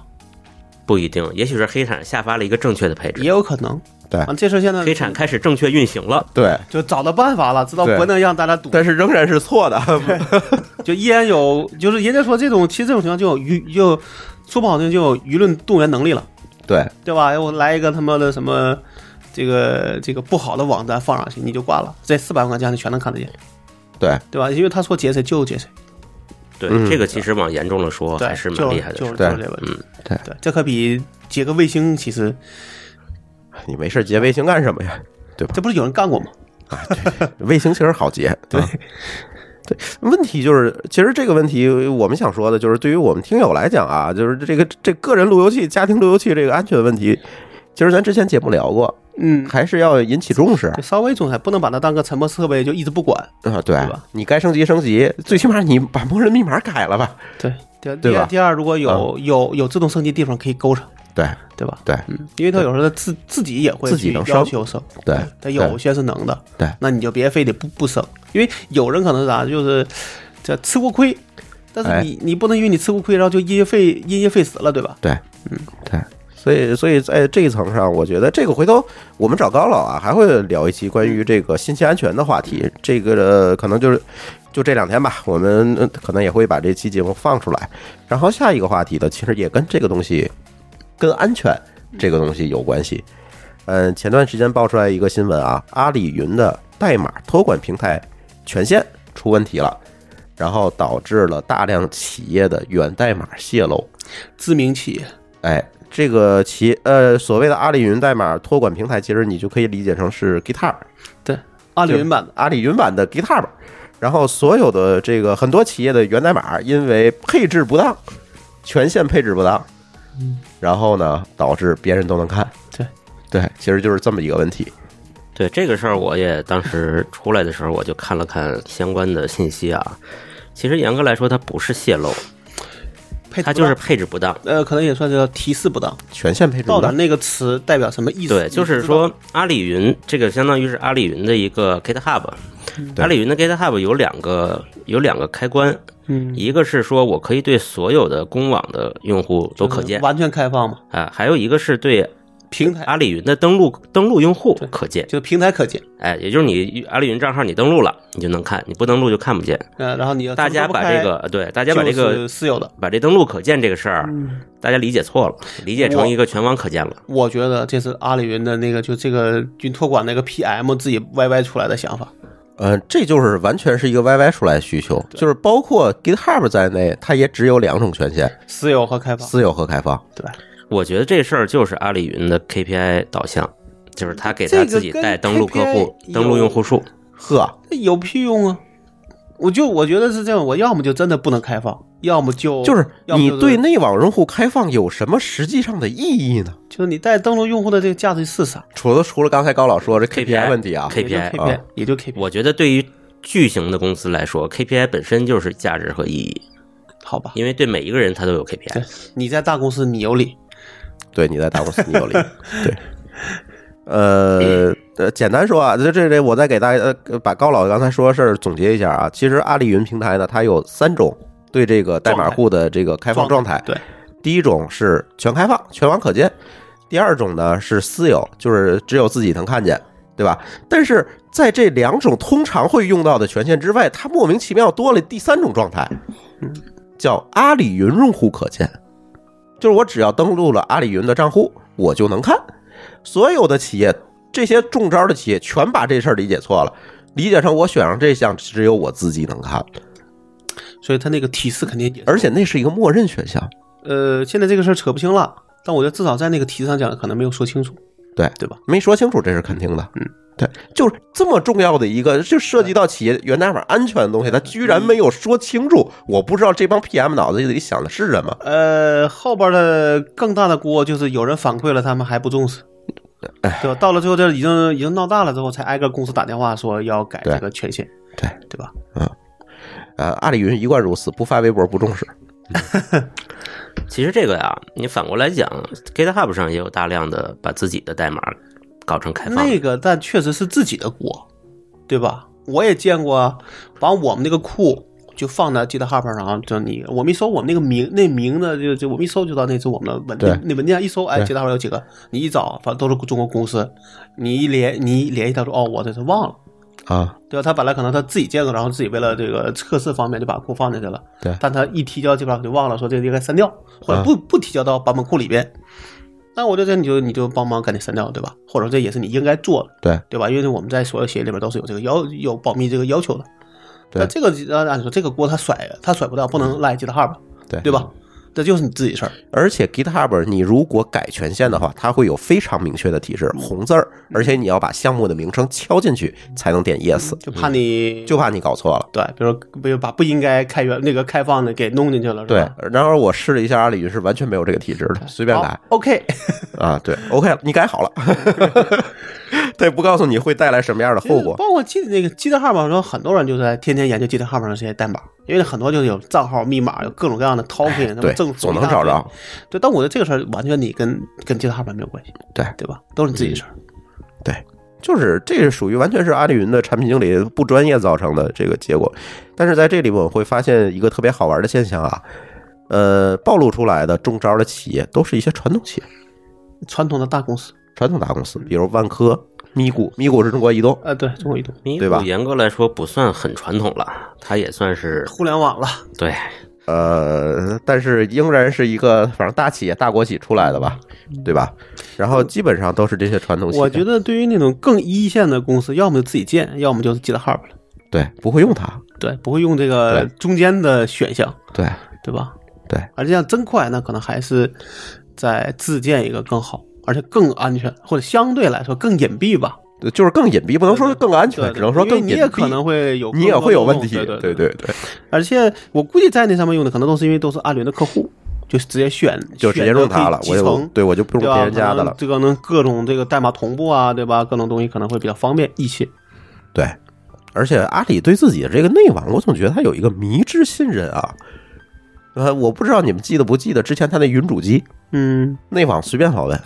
B: 不一定，也许是黑产下发了一个正确的配
C: 也
B: 置，
C: 有可能。
A: 对
C: 完这事儿现在
B: 黑产开始正确运行了。
A: 对，
C: 就找到办法了，知道
A: 对
C: 不能让大家堵，
A: 但是仍然是错的。
C: 就依然有，就是人家说这种，其实这种情况就有舆，就说不好听就有舆论动员能力了。
A: 对，
C: 对吧？哎我来一个他妈的什么，这个这个不好的网站放上去，你就挂了，这四百万个家庭全能看得见，
A: 对，
C: 对吧？因为他说劫谁就劫谁，
B: 对，
A: 嗯
B: 这个其实往严重了说
C: 对，
B: 还是
C: 就
B: 蛮厉害的事嗯
C: 就
B: 儿。
C: 就
A: 对
C: 是这个问题，
A: 对
C: 对，这可比劫个卫星，其实
A: 你没事劫卫星干什么呀？
C: 这不是有人干过吗？
A: 卫星其实好劫，对。对，问题就是，其实这个问题我们想说的就是，对于我们听友来讲啊，就是这个这个人路由器、家庭路由器这个安全问题，其实咱之前节目聊过，
C: 嗯，
A: 还是要引起重视
C: 就稍微重视，不能把它当个沉默设备就一直不管，
A: 啊。对
C: 吧
A: 你该升级升级，最起码你把默认密码改了吧。
C: 对。第二
A: 对吧
C: 第二，如果
B: 啊
C: 有有有自动升级地方可以勾上，
A: 对
C: 对吧？
A: 对
C: 嗯，因为他有时候他自自己也会
A: 自己
C: 去
A: 能
C: 要
A: 升
C: 求升，
A: 对
C: 他有些是能的，
A: 对
C: 那你就别非得不不升，因为有人可能是啥，就是这吃过亏，但
B: 哎
C: 是你、你不能因为你吃过亏，然后就因噎废因噎废食了，对吧？
A: 对，嗯对。所以，所以在这一层上，我觉得这个回头我们找高老啊，还会聊一期关于这个信息安全的话题。这个、呃、可能就是就这两天吧，我们呃可能也会把这期节目放出来。然后下一个话题呢，其实也跟这个东西，跟安全这个东西有关系。嗯，前段时间爆出来一个新闻啊，阿里云的代码托管平台权限出问题了，然后导致了大量企业的源代码泄露。
C: 知名企业，
A: 哎，这个其呃所谓的阿里云代码托管平台，其实你就可以理解成是 GitHub。
C: 对阿里云版的，
A: 阿里云版的 GitHub，然后所有的这个很多企业的源代码因为配置不当，权限配置不当，然后呢导致别人都能看。
C: 对
A: 对，其实就是这么一个问题。
B: 对这个事儿，我也当时出来的时候，我就看了看相关的信息啊。其实严格来说，它不是泄露，
C: 配置
B: 它
C: 不
B: 就是
C: 当
B: 配置不当。
C: 呃，可能也算叫提示不当，
A: 权限配置
C: 到
A: 不
C: 底
A: 当，
C: 那个词代表什么意思？
B: 对，就是说阿里云这个相当于是阿里云的一
C: 嗯
B: 个 GitHub，
A: 对
B: 阿里云的 GitHub 有两个有两个开关，
C: 嗯
B: 一个是说我可以对所有的公网的用户都可见
C: 完全开放嘛，
B: 啊，还有一个是对
C: 平台
B: 阿里云的登录登录用户可见，
C: 就是平台可见，
B: 哎，也就是你阿里云账号你登录了，你就能看，你不登录就看不见。
C: 呃，然后你要
B: 大家把这个对，大
C: 大
B: 家把这个
C: 私有的，
B: 把这登录可见这个事儿，
C: 嗯
B: 大家理解错了，理解成一个全网可见了。
C: 我觉得这是阿里云的那个就这个云托管那个 PM 自己 YY 出来的想法，
A: 呃，这就是完全是一个 YY 出来的需求，就是包括 GitHub 在内，它也只有两种权限：
C: 私有和开放，
A: 私有和开放。
C: 对吧？
B: 我觉得这事儿就是阿里云的 KPI 导向，就是他给
C: 这
B: 他
C: 个
B: 自己
C: 跟
B: 带登录客户
C: KPI、
B: 登录
C: 有
B: 用户数。
A: 呵，
C: 那有屁用啊！我就我觉得是这样，我要么就真的不能开放，要么就
A: 就是
C: 哦要么
A: 你
C: 就
A: 对内网用户开放有什么实际上的意义呢？
C: 就是你带登录用户的这个价值是啥
A: 除了除了刚才高老说这
B: KPI
A: 问题啊，
B: KPI
C: 也就 KPI
A: 啊
C: 也就 KPI，
B: 我觉得对于巨型的公司来说，KPI 本身就是价值和意义，
C: 好吧？
B: 因为对每一个人他都有
C: 对
B: KPI。，
C: 你在大公司你有理，
A: 对，你在大公司你 有理，对。呃，呃简单说啊，这这这，我再给大家呃把高老刚才说的事儿总结一下啊。其实阿里云平台呢，它有三种对这个代码库的这个开放状态。
C: 对，
A: 第一种是全开放，全网可见；第二种呢是私有，就是只有自己能看见，对吧？但是在这两种通常会用到的权限之外，它莫名其妙多了第三种状态，叫阿里云用户可见，就是我只要登录了阿里云的账户，我就能看。所有的企业，这些中招的企业全把这事儿理解错了，理解成我选上这项只有我自己能看，
C: 所以他那个提示肯定也是
A: 而且那是一个默认选项。
C: 呃，现在这个事儿扯不清了，但我觉得至少在那个题上讲，可能没有说清楚。
A: 对
C: 对吧？
A: 没说清楚，这是肯定的。嗯，对，就是这么重要的一个，就涉及到企业源代码安全的东西，他居然没有说清楚，我不知道这帮 PM 脑子里想的是什么。
C: 呃，后边的更大的锅就是有人反馈了，他们还不重视，
A: 哎
C: 对吧？到了最后，这已经已经闹大了之后，才挨个公司打电话说要改
A: 对
C: 这个权限，
A: 对
C: 对吧？
A: 呃，阿里云一贯如此，不发微博，不重视。
B: 其实这个呀，你反过来讲，GitHub 上也有大量的把自己的代码搞成开放的。
C: 那个，但确实是自己的锅，对吧？我也见过啊，把我们那个库就放在 GitHub 上，就你我们一搜我们那个名那名呢，就就我们一搜就知道那是我们的文
A: 对
C: 件，那文件一搜，哎
A: 对
C: ，GitHub 有几个？你一找，反正都是中国公司，你一联你一联系到说，哦，我这是忘了。
A: 啊，
C: 对吧？他本来可能他自己见过，然后自己为了这个测试方面就把库放进去了。
A: 对
C: 但他一提交这边就忘了说这个应该删掉，或者
A: 嗯
C: 不不提交到版本库里边。那我就这你就你就帮忙赶紧删掉，对吧？或者说这也是你应该做的，
A: 对
C: 对吧？因为我们在所有协议里边都是有这个要有保密这个要求的。
A: 对
C: 那这个按按理说这个锅他甩他甩不掉，不能赖 GitHub，
A: 对
C: 对？吧？这就是你自己事儿。
A: 而且 GitHub 你如果改权限的话，它会有非常明确的提
C: 嗯
A: 示，红字儿，而且你要把项目的名称敲进去才能点 yes，
C: 嗯就怕你
A: 嗯就怕你搞错了。
C: 对，比如比如把不应该开源那个开放的给弄进去了，是
A: 对
C: 吧？，
A: 然而我试了一下阿里云是完全没有这个体制的，随便改
C: 好。，OK，
A: 啊，对，OK 了，你改 好了，他也不告诉你会带来什么样的后果。
C: 包括记那个 GitHub 上说，很多人就在天天研究 GitHub 上这些代码，因为很多就是有账号、密码，有各种各样的 token，
A: 对，
C: 证
A: 总能找着。。
C: 对，但我觉得这个事儿完全你跟跟 GitHub 没有关系，
A: 对
C: 对吧？都是你自己事儿。
A: 对，就是这是属于完全是阿里云的产品经理不专业造成的这个结果。但是在这里面，我会发现一个特别好玩的现象啊，呃，暴露出来的中招的企业都是一些传统企业、嗯
C: 传统的大公司，
A: 传统大公司，比如万科、咪咕，咪咕是中国移动，
C: 呃，对中国移动、
B: 咪
A: 对吧
B: 咕严格来说不算很传统了，它也算是
C: 互 联网了，
B: 对
A: 呃，但是仍然是一个反正大企业、大国企出来的吧，对吧？然后基本上都是这些传统企业。
C: 我觉得对于那种更一线的公司，要么就自己建，要么就是 GitHub 了。
A: 对，不会用它，
C: 对，不会用这个
A: 对
C: 中间的选项，
A: 对。
C: 对吧？
A: 对，
C: 而且这样真快，那可能还是在自建一个更好，而且更安全，或者相对来说更隐蔽吧。
A: 就是更隐蔽，不能说更安
C: 对
A: 全，
C: 对
A: 只能说
C: 因为
A: 更
C: 你
A: 隐
C: 也可能
A: 蔽。
C: 会有，
A: 你也会有问题，
C: 对
A: 对
C: 对。
A: 对，
C: 而且我估计在那上面用的可能都是因为都是阿伦的客户，就是直接选，
A: 就直接用它了
C: 选，择
A: 我
C: 可
A: 就
C: 以集成
A: 对我就不
C: 对
A: 用
C: 吧嗯
A: 别人家的了，
C: 可能这个能各种这个代码同步啊，对吧？各种东西可能会比较方便一些。
A: 对。而且阿里对自己的这个内网，我总觉得他有一个迷之信任啊。呃，我不知道你们记得不记得之前他那云主机
C: 嗯，
A: 内网随便访问，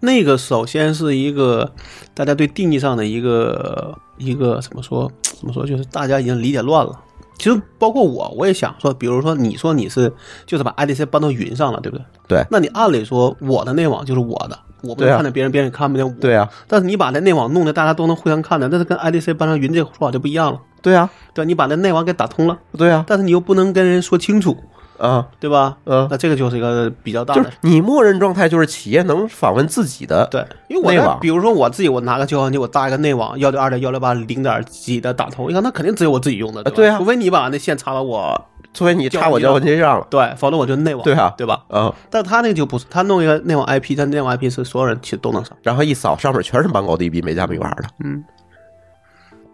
C: 那个首先是一个大家对定义上的一个一个怎么说怎么说，就是大家已经理解乱了。其实包括我，我也想说，比如说你说你是就是把 IDC 搬到云上了，对不对？
A: 对
C: 那你按理说我的内网就是我的，我不
A: 对啊
C: 能看见别人，别人也看不见我。
A: 对啊，
C: 但是你把那内网弄得大家都能互相看的，那是跟 IDC 搬上云这个说法就不一样了。
A: 对啊，
C: 对吧，你把那内网给打通了，
A: 对啊，
C: 但是你又不能跟人说清楚，
A: 啊，
C: 对吧？
A: 嗯
C: 那这个就是一个比较大
A: 就
C: 的
A: 是你默认状态就是企业能访问自己的，
C: 对，因为我
A: 内
C: 在
A: 网
C: 比如说我自己，我拿个切换器，我搭一个内网幺六二点幺六八零点几的打通，你看那肯定只有我自己用的，吧
A: 对啊
C: 除非你把那线插到我，
A: 除非你插我交换机上了，
C: 对，否则我就内网，
A: 对啊
C: 对吧？
A: 嗯，
C: 但他那个就不是，他弄一个内网 IP，但内网 IP 是所有人其实都能上，
A: 然后一扫上面全是蛮高低比没家没娃的，
C: 嗯，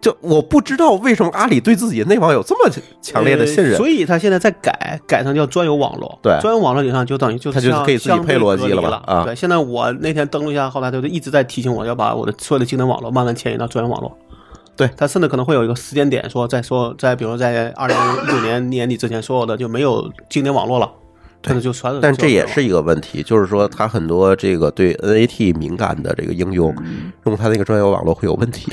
A: 就我不知道为什么阿里对自己的内网有这么强烈的信任
C: 呃，所以他现在在改，改成叫专有网络，
A: 对
C: 专有网络顶上就等于就
A: 它就是
C: 像
A: 可以自己配逻辑了吧
C: 相对隔离了
A: 啊
C: 对，现在我那天登录一下，后来他就一直在提醒我要把我的所有的技能网络慢慢迁移到专有网络。
A: 对
C: 他甚至可能会有一个时间点，说在说在，比如说在二零一九年年底之前，所有的就没有经典网络了，甚至就传统。
A: 但这也是一个问题，就是说它很多这个对 NAT 敏感的这个应用，用它那个专有网络会有问 题。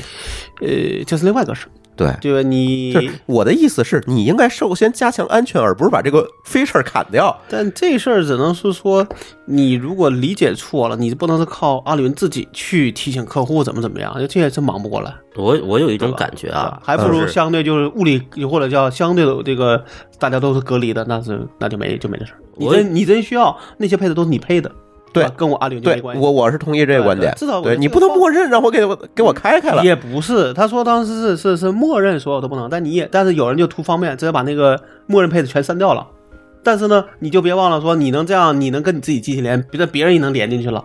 C: 呃，这是另外一个事儿，
A: 对，
C: 就是你
A: 就是我的意思是你应该首先加强安全，而不是把这个 feature 砍掉。
C: 但这事儿只能是说，你如果理解错了，你不能是靠阿伦自己去提醒客户怎么怎么样，这也真忙不过来。
B: 我我有一种感觉啊，
C: 还不
B: 就
C: 如
B: 是
C: 相对就是物理或者叫相对的这个大家都是隔离的，那是那就没就没这事儿。你
B: 我
C: 真你真需要那些配置都是你配的，
A: 对
C: 啊跟我阿里就没
A: 对
C: 关系。
A: 我我是同意这个观点
C: 对对至少，我
A: 对
C: 觉得
A: 你
C: 这
A: 不
C: 个
A: 能默认让我给我给我开开了。
C: 嗯也不是，他说当时是是是默认所有都不能，但你也但是有人就图方便，直接把那个默认配置全删掉了。但是呢，你就别忘了说，你能这样，你能跟你自己机器连，别的别人也能连进去了。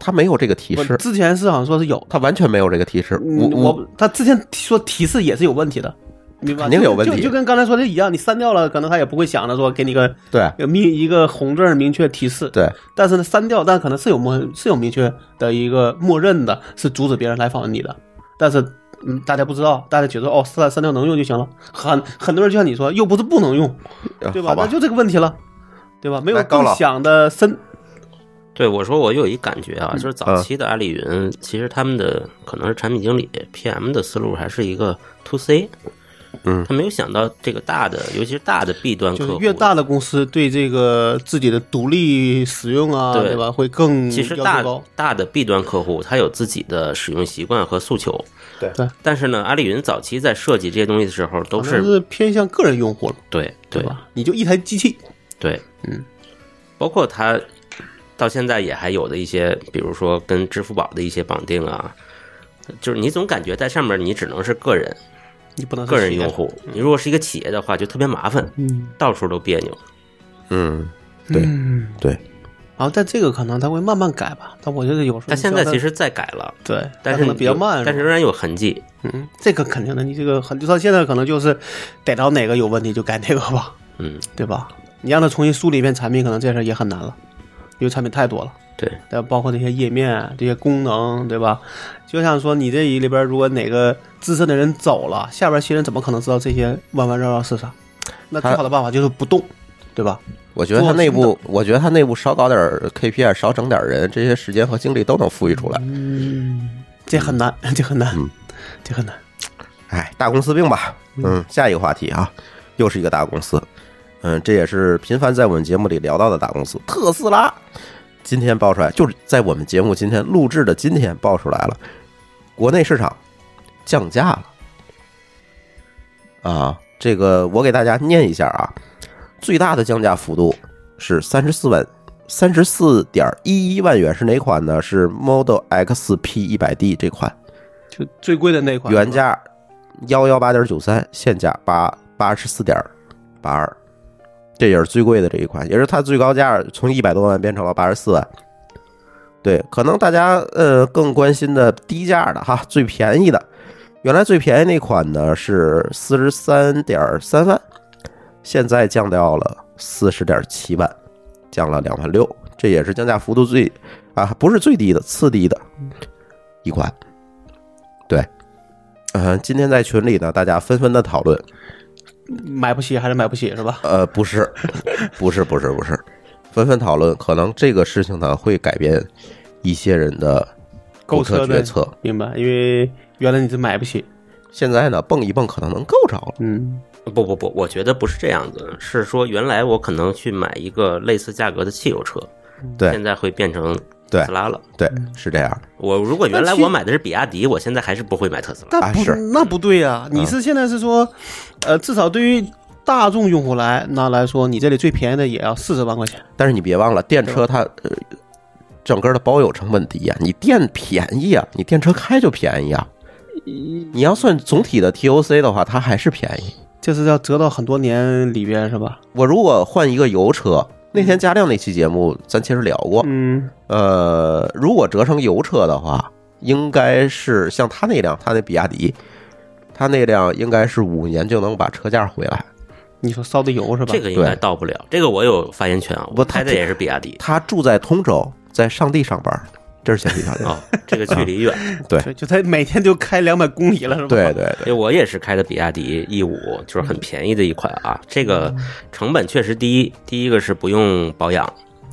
A: 他没有这个提
C: 我
A: 示，
C: 之前是好像说是有的，
A: 他完全没有这个提示。我
C: 嗯我他之前提说提示也是有问题的，明白？
A: 肯定有
C: 就
A: 问题
C: 就就跟刚才说的一样，你删掉了，可能他也不会想着说给你个
A: 对
C: 有明一个红字儿明确提示，
A: 对
C: 但是呢，删掉，但可能是有默是有明确的一个默认的，是阻止别人来访问你的，但是。嗯，大家不知道，大家觉得哦，删删掉能用就行了。很很多人就像你说，又不是不能用，
B: 啊
A: 呃
C: 对吧？
A: 好吧
C: 那，就这个问题了，对吧？没有
A: 那高
C: 更
A: 老
C: 想的深，
B: 对我说我有一感觉啊，
C: 嗯
B: 就是早期的阿里云，其实他们的可能是产品经理 PM 的思路还是一个 to C，
A: 嗯
B: 他没有想到这个大的，尤其是大的 B 端
C: 就
B: 客
C: 是
B: 户，
C: 越大的公司对这个自己的独立使用啊，
B: 对
C: 对吧？会更
B: 其实
C: 要求
B: 大
C: 高
B: 大的 B 端客户，他有自己的使用习惯和诉求。
A: 对
C: 对
B: 但是呢，阿里云早期在设计这些东西的时候，都
C: 可能
B: 是
C: 是偏向个人用户了，
B: 对对
C: 对吧？你就一台机器，
B: 对，
C: 嗯，
B: 包括它到现在也还有的一些，比如说跟支付宝的一些绑定啊，就是你总感觉在上面你只能是个人
C: 你不能是
B: 个人
C: 企业
B: 用，户，你如果是一个企业的话，就特别麻烦，
C: 嗯，
B: 到处都别扭。
A: 嗯，对
C: 嗯
A: 对。
C: 然后但这个可能它会慢慢改吧，但我觉得有时候
B: 但现在其
C: 实
B: 实再改了，
C: 对，
B: 但
C: 它
B: 是
C: 可能比较
B: 有
C: 慢，
B: 但是仍然有痕迹。
C: 嗯，这个肯定的，你这个很就到现在可能就是逮到哪个有问题就改哪个吧，
B: 嗯，
C: 对吧？你让他重新梳理一遍产品，可能这事儿也很难了，因为产品太多了。
B: 对，
C: 呃，包括这些页面、啊这些功能，对吧？就像说你这里边，如果哪个资深的人走了，下边新人怎么可能知道这些弯弯绕绕是啥？那最
A: 他
C: 好的办法就是不动，对吧？
A: 我觉得他内部，我觉得他内部少搞点儿 KPI，少整点儿人，这些时间和精力都能富裕出来。
C: 这很难， 这很难，
A: 嗯
C: 这很难。
A: 哎，大公司病吧。嗯，下一个话题啊，又是一个大公司。嗯，这也是频繁在我们节目里聊到的大公司，特斯拉。今天爆出来，就是在我们节目今天录制的今天爆出来了，国内市场降价了。啊，这个我给大家念一下啊，最大的降价幅度是三十四万。三十四点一一万元是哪款呢？是 Model X P 一百 D 这款，
C: 就最贵的那款，
A: 原价幺幺八点九三，现价八八十四点八二，这也是最贵的这一款，也是它最高价从一百多万变成了八十四万。对，可能大家呃更关心的低价的哈，最便宜的，原来最便宜那款呢是四十三点三万，现在降到了四十点七万，降了两万六，这也是降价幅度最啊不是最低的，次低的一款。对，嗯、今天在群里呢，大家纷纷的讨论，
C: 买不起还是买不起是吧？
A: 呃，不是，不是，不是，不是，纷纷讨论，可能这个事情呢会改变一些人的
C: 购
A: 购
C: 车
A: 车
C: 的
A: 决策。
C: 明白，因为原来你是买不起，
A: 现在呢，蹦一蹦可能能够着了。
C: 嗯，
B: 不不不，我觉得不是这样子，是说原来我可能去买一个类似价格的汽油车，
C: 嗯
A: 对
B: 现在会变成
A: 对
B: 特斯拉了。
A: 对，是这样。
B: 我如果原来
C: 那其
B: 我买的是比亚迪，我现在还是不会买特斯拉。
A: 啊
C: 但不、
A: 是
C: 那不对啊！
A: 嗯
C: 你是现在是说，呃，至少对于大众用户来那来说，你这里最便宜的也要四十万块钱，
A: 但是你别忘了，电车它、呃、整个的保有成本低呀、你电便宜啊，你电车开就便宜啊。你要算总体的 TOC 的话，它还是便宜。
C: 这是要折到很多年里边是吧？
A: 我如果换一个油车，那天加亮那期节目咱其实聊过，
C: 嗯，
A: 呃，如果折成油车的话，应该是像他那辆，他那比亚迪，他那辆应该是五年就能把车价回来。
C: 你说烧的油是吧？
B: 这个应该
A: 对
B: 到不了，这个我有发言权啊！
A: 不
B: 我
A: 他
B: 开的也是比亚迪
A: 他住在通州，在上地上班，这是前提条 件。
B: 哦，这个距离远。
A: 对
C: 对，就他每天就开两百公里了是吧？
A: 对对
B: 因为
A: 对，
B: 哎我也是开的比亚迪 E 五，就是很便宜的一款啊。
C: 嗯
B: 这个成本确实低，第一个是不用保养，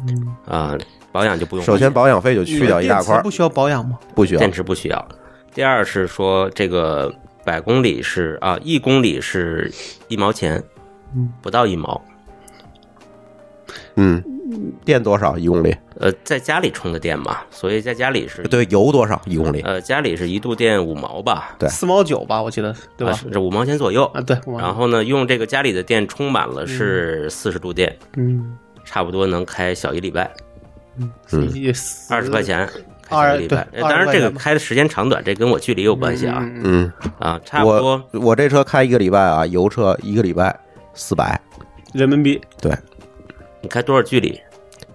C: 嗯
B: 啊、保养就不用花
A: 首
B: 钱。
A: 先保养费就去掉一大块
C: 电池，不需要保养吗？
A: 不需要
B: 电池不需要。第二是说这个百公里是啊，一公里是一毛钱，不到一毛。
A: 嗯，电多少一公里？
B: 呃，在家里充的电嘛，所以在家里是，
A: 对，油多少一公里？
B: 呃，家里是一度电五毛吧，
A: 对
C: 四毛九吧，我记得是对吧
B: 啊？是五毛钱左右。
C: 啊，对，我
B: 然后呢，用这个家里的电充满了是四十度电，
C: 嗯，
B: 差不多能开小一礼拜，
A: 嗯
C: 也
B: 二十块，钱。开小
C: 二
B: 一礼拜，
C: 对
B: 呃当然
C: 20
B: 这个
C: 块钱
B: 开的时间长短，这跟我距离有关系啊
C: 嗯，
A: 嗯，
B: 啊，差不
A: 我
B: 多
A: 我这车开一个礼拜啊，油车一个礼拜四百，
C: 人民币
A: 对，
B: 你开多少距离？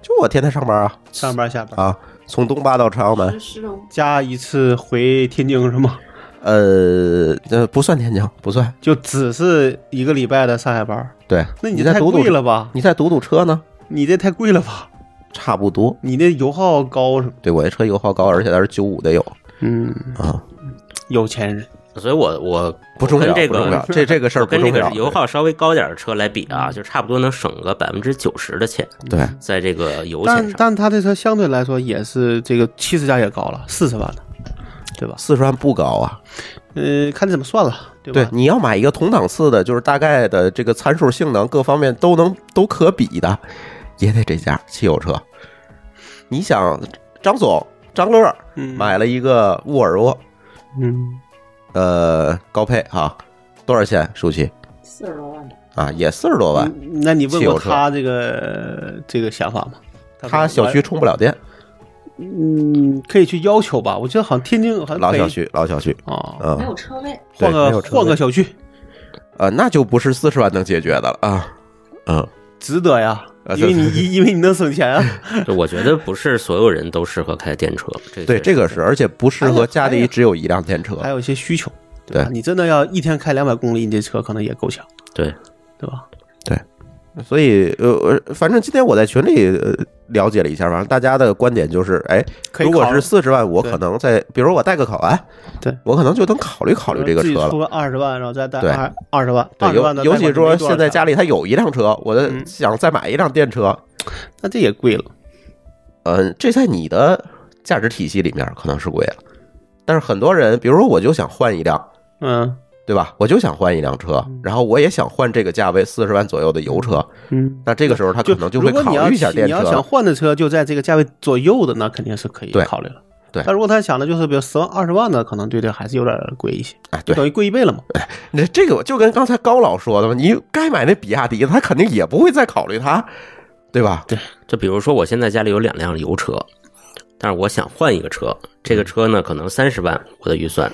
A: 就我天天上班啊
C: 上班下班，
A: 啊，从东八到朝阳门，
D: 是的，
C: 加一次回天津是吗？
A: 呃，这不算天津，不算，
C: 就只是一个礼拜的上下班，
A: 对，
C: 那你
A: 你
C: 这
A: 再
C: 太
A: 堵堵
C: 贵了吧？
A: 你再堵堵车呢，
C: 你这太贵了吧？
A: 差不多。
C: 你那油耗高是吗？
A: 对我这车油耗高，而且它是九五的油
C: 嗯，
A: 啊，
C: 有钱人
B: 所以我我
A: 不重要，
B: 我跟这
A: 不
B: 个
A: 重要，这这个事儿不
B: 跟这
A: 重要
B: 个。油耗稍微高点的车来比啊，就差不多能省个百分之九十的钱，
A: 对，
B: 在这个油钱
C: 但
B: 上。
C: 但他这车相对来说也是这个起始价也高了，四十万了，对吧？
A: 四十万不高啊，
C: 嗯、看你怎么算了，对吧？
A: 对，你要买一个同档次的，就是大概的这个参数、性能各方面都能都可比的，也得这价汽油车。你想，张总张乐
C: 嗯
A: 买了一个沃尔沃，
C: 嗯，
A: 呃，高配啊，多少钱？舒淇
D: 四十多万吧。
A: 啊，也四十多万。
C: 嗯那你问
A: 汽油
C: 过
A: 车
C: 他这个这个想法吗？
A: 他
C: 说
A: 小区，充不了电，
C: 我嗯，可以去要求吧。我觉得好像天津好像
A: 老
C: 北
A: 小区，老小区，
C: 啊，
D: 哦
A: 嗯，
D: 车位，
A: 对
C: 换
A: 没
C: 个
A: 有车
C: 换
A: 位
C: 个小区
A: 呃，那就不是四十万能解决的了啊，嗯，
C: 值得呀，
A: 啊
C: 因为你
A: 对
C: 因因为你能省钱啊。
B: 对我觉得不是所有人都适合开电车，这
A: 对，这个是，而且不适
C: 还有
A: 合家
C: 还有
A: 里只有一辆电车，
C: 还有一些需求，
A: 对
C: 吧？你真的要一天开两百公里，你这车可能也够呛，
B: 对
C: 对吧？
A: 所以呃，呃反正今天我在群里呃了解了一下，反正大家的观点就是，哎，
C: 可以
A: 如果
C: 考虑
A: 是四十万，我
C: 对
A: 可能在，比如我贷个考完，
C: 对
A: 我可能就能考虑考虑这个
C: 自己
A: 车了
C: 出。个二十万，然后再贷
A: 对
C: 二二十万，
A: 对，
C: 二十万
A: 尤
C: 的
A: 尤其说现在
C: 家
A: 家里他有一辆车，我
C: 嗯
A: 的想再买一辆电车，
C: 那这也贵了。
A: 嗯，这在你的价值体系里面可能是贵了，但是很多人，比如说我就想换一辆，
C: 嗯
A: 对吧？我就想换一辆车，然后我也想换这个价位四十万左右的油车，
C: 嗯，
A: 那这个时候他可能就会
C: 如果你
A: 考
C: 要
A: 虑一下电
C: 你
A: 车
C: 要想
A: 了。
C: 换的车，就在这个价位左右的，那肯定是可以
A: 对
C: 考虑了。
A: 对
C: 但如果他想的就是比如十万、二十万的，可能对这个还是有点贵一些，
A: 哎，
C: 就
A: 对，
C: 等于贵一倍了嘛。
A: 那这个就跟刚才高老说的嘛，你该买那比亚迪，他肯定也不会再考虑它，对吧？对，
B: 就比如说我现在家里有两辆油车，但是我想换一个车，这个车呢可能三十万我的预算，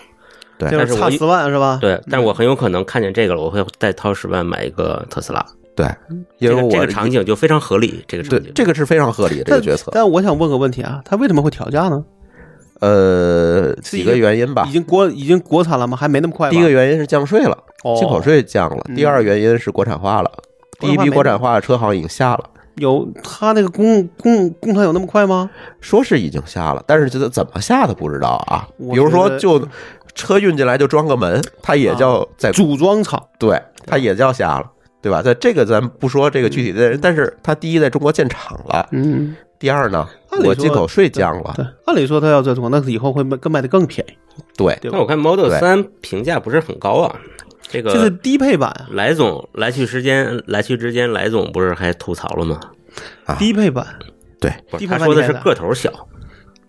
A: 对
C: 这会
B: 但
C: 儿
B: 是我
C: 差
B: 一
C: 十万是吧？
A: 啊
B: 对，但是我很有可能看见这个了，我会再掏十万买一个特斯拉。
A: 对，
C: 嗯
A: 因
B: 这
A: 为
B: 个
A: 我
B: 这个场景就非常合理，这个
A: 对
B: 场景
A: 这个是非常合理的这个角色。
C: 但我想问个问题啊，他为什么会调价呢？
A: 呃，几个原因吧
C: 已。经国已经国产了吗？还没那么快吧。
A: 第一个原因是降税了，
C: 哦
A: 进口税降了；第二原因是国产化了，第一批国产化的车行已经下了，
C: 有他那个工工工厂有那么快吗？
A: 说是已经下了，但是这个怎么下的不知道啊。
C: 我
A: 比如
C: 觉
A: 说
C: 得
A: 就。车运进来就装个门，它也叫在
C: 组装厂
A: 啊对，它也叫瞎了，对吧？在这个咱不说这个具体的人，但是它第一在中国建厂了，
C: 嗯，
A: 第二呢
C: 按，理说
A: 我进口税降了，
C: 对，按理说他要这种，那以后会卖更卖的更便宜，
A: 对
C: 对
B: 那
C: 吧
B: 我？看 Model
A: 对
B: 三评价不是很高啊，这
C: 这
B: 个
C: 是低配版啊，
B: 来总来去时间来去之间，来总不是还吐槽了吗？
A: 啊
C: 低配版
A: 对，
B: 不
C: 低
B: 是，
C: 配
B: 他
C: 版
B: 说的是
C: 你看
B: 个头小，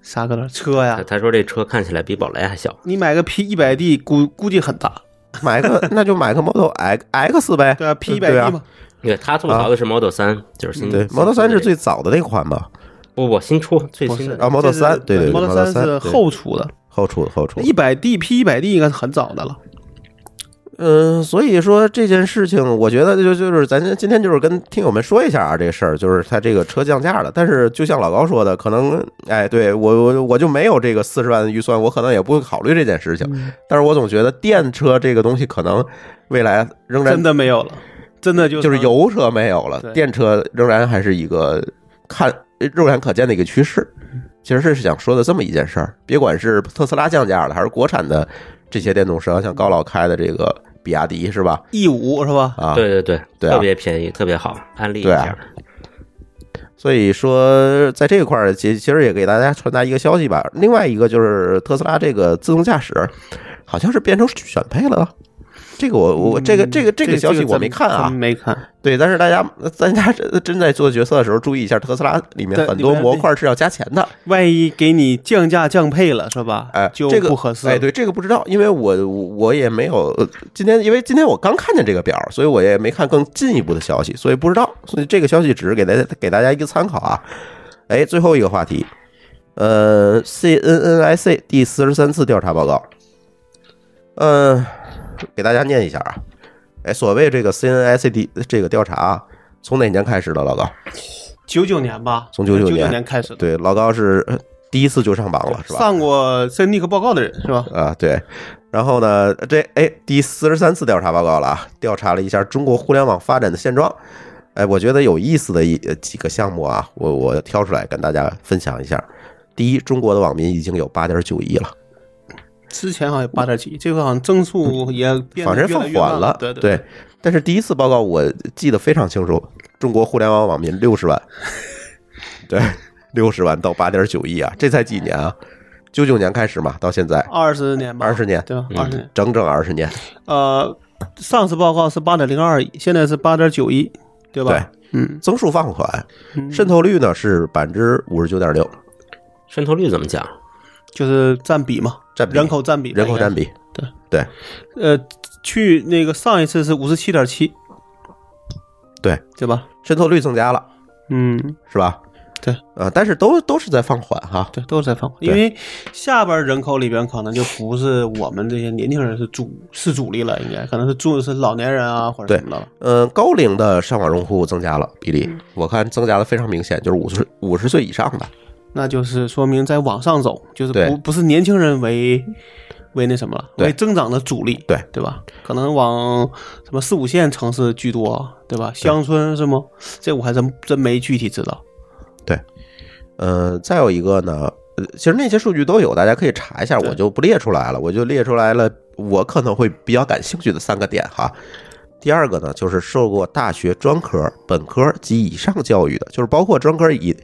C: 啥个了车
B: 他
A: 啊
C: 呀？
B: 他说这车看起来比宝来还小。
C: 你买个 P 一百 D 估估计很大，
A: 买 个那就买个 Model X X 呗，
C: 对啊，P 一百
A: 对啊
C: D 嘛，
B: 对他吐槽的是 Model 三，就是新
A: 对
B: 新
A: ，Model 三
B: 出
A: 是
B: 的这
A: 最早的那款吧？
B: 不不新出最
C: 不
B: 新
C: 是
B: 的
A: 啊，Model
C: 这是
A: 3对对对
C: Model
A: ，Model
C: 三
A: 3
C: 是
A: 对
C: 后出的，
A: 后出后出，
C: 一百 D P 一百 D 应该是很早的了。
A: 嗯、所以说这件事情，我觉得就就是咱今天就是跟听友们说一下啊，这事儿就是它这个车降价了，但是就像老高说的，可能哎，对我我我就没有这个四十万的预算，我可能也不会考虑这件事情，但是我总觉得电车这个东西可能未来仍然
C: 真的没有了，真的就
A: 就是
C: 有
A: 油车没有了
C: 对，
A: 电车仍然还是一个看肉眼可见的一个趋势。
C: 嗯
A: 其实是想说的这么一件事儿，别管是特斯拉降价了，还是国产的这些电动车，像高老开的这个比亚迪是吧？
C: E 五是吧？
A: 啊，
B: 对对对，
A: 对啊
B: 特别便宜，特别好，安利一
A: 对啊
B: 下。
A: 所以说在这一块儿，其其实也给大家传达一个消息吧。另外一个就是特斯拉这个自动驾驶，好像是变成选配了。啊这个我
C: 嗯
A: 我这个这个这个消息我没看
C: 咱
A: 啊
C: 们，没看。
A: 对，但是大家咱家真真在做决策的时候，注意一下，特斯拉里面
C: 对
A: 很多
C: 里面
A: 模块是要加钱的，
C: 万一给你降价降配了是吧？
A: 哎，
C: 就
A: 这个
C: 不合适。
A: 哎，，对，这个不知道，因为我我我也没有呃今天，因为今天我刚看见这个表，所以我也没看更进一步的消息，所以不知道，所以这个消息只是给大家给大家一个参考啊。哎，最后一个话题，呃，CNNIC 第四十三次调查报告，呃，给大家念一下啊。哎，所谓这个 CNNIC 第这个调查啊，从哪年开始的，老高？
C: 九九年吧，
A: 从99
C: 九
A: 年
C: 年开始的，
A: 对，老高是呃第一次就上榜了，是吧？
C: 上过 c n i c 报告的人是吧？
A: 啊，对。然后呢，这哎第四十三次调查报告了啊，调查了一下中国互联网发展的现状。哎，我觉得有意思的一呃几个项目啊，我我挑出来跟大家分享一下。第一，中国的网民已经有八点九亿了，
C: 之前好像八点几，这回好像增速也变
A: 反
C: 得
A: 正
C: 越来
A: 放
C: 越
A: 缓
C: 慢
A: 了，
C: 对
A: 对。但是第一次报告我记得非常清楚，中国互联网网民六十 万，对，六十万到八点九亿啊，这才几年啊？九九年开始嘛，到现在
C: 二十年吧，
A: 二十年，
C: 对吧？
B: 嗯
C: 哦二十年，
A: 整整二十年，
C: 呃，上次报告是八点零二亿，现在是八点九亿，对吧？嗯，
A: 增速放缓，渗透率呢是百分之五十九点六，
B: 渗透率怎么讲？
C: 就是占比嘛，
A: 占比
C: 人口占比，
A: 人口占。比，
C: 对
A: 对
C: 呃，去那个上一次是五十七点七，
A: 对，
C: 对吧？
A: 渗透率增加了，
C: 嗯，
A: 是吧？
C: 对，
A: 呃，但是都都是在放缓哈。
C: 对，都是在放缓，因为下边人口里边可能就不是我们这些年轻人是主是主力了，应该可能是住是老年人啊或者
A: 对
C: 什么的了。
A: 呃，高龄的上网用户增加了比例，我看增加的非常明显，就是五十五十岁以上的。
C: 那就是说明在往上走，就是
A: 对
C: 不不是年轻人为为那什么了，
A: 对
C: 为增长的主力，
A: 对
C: 对吧？可能往什么四五线城市居多，对吧？乡村是吗？这我还真真没具体知道。
A: 呃，再有一个呢，呃其实那些数据都有，大家可以查一下，
C: 对
A: 我就不列出来了，我就列出来了我可能会比较感兴趣的三个点哈。第二个呢，就是受过大学专科、本科及以上教育的，就是包括专科以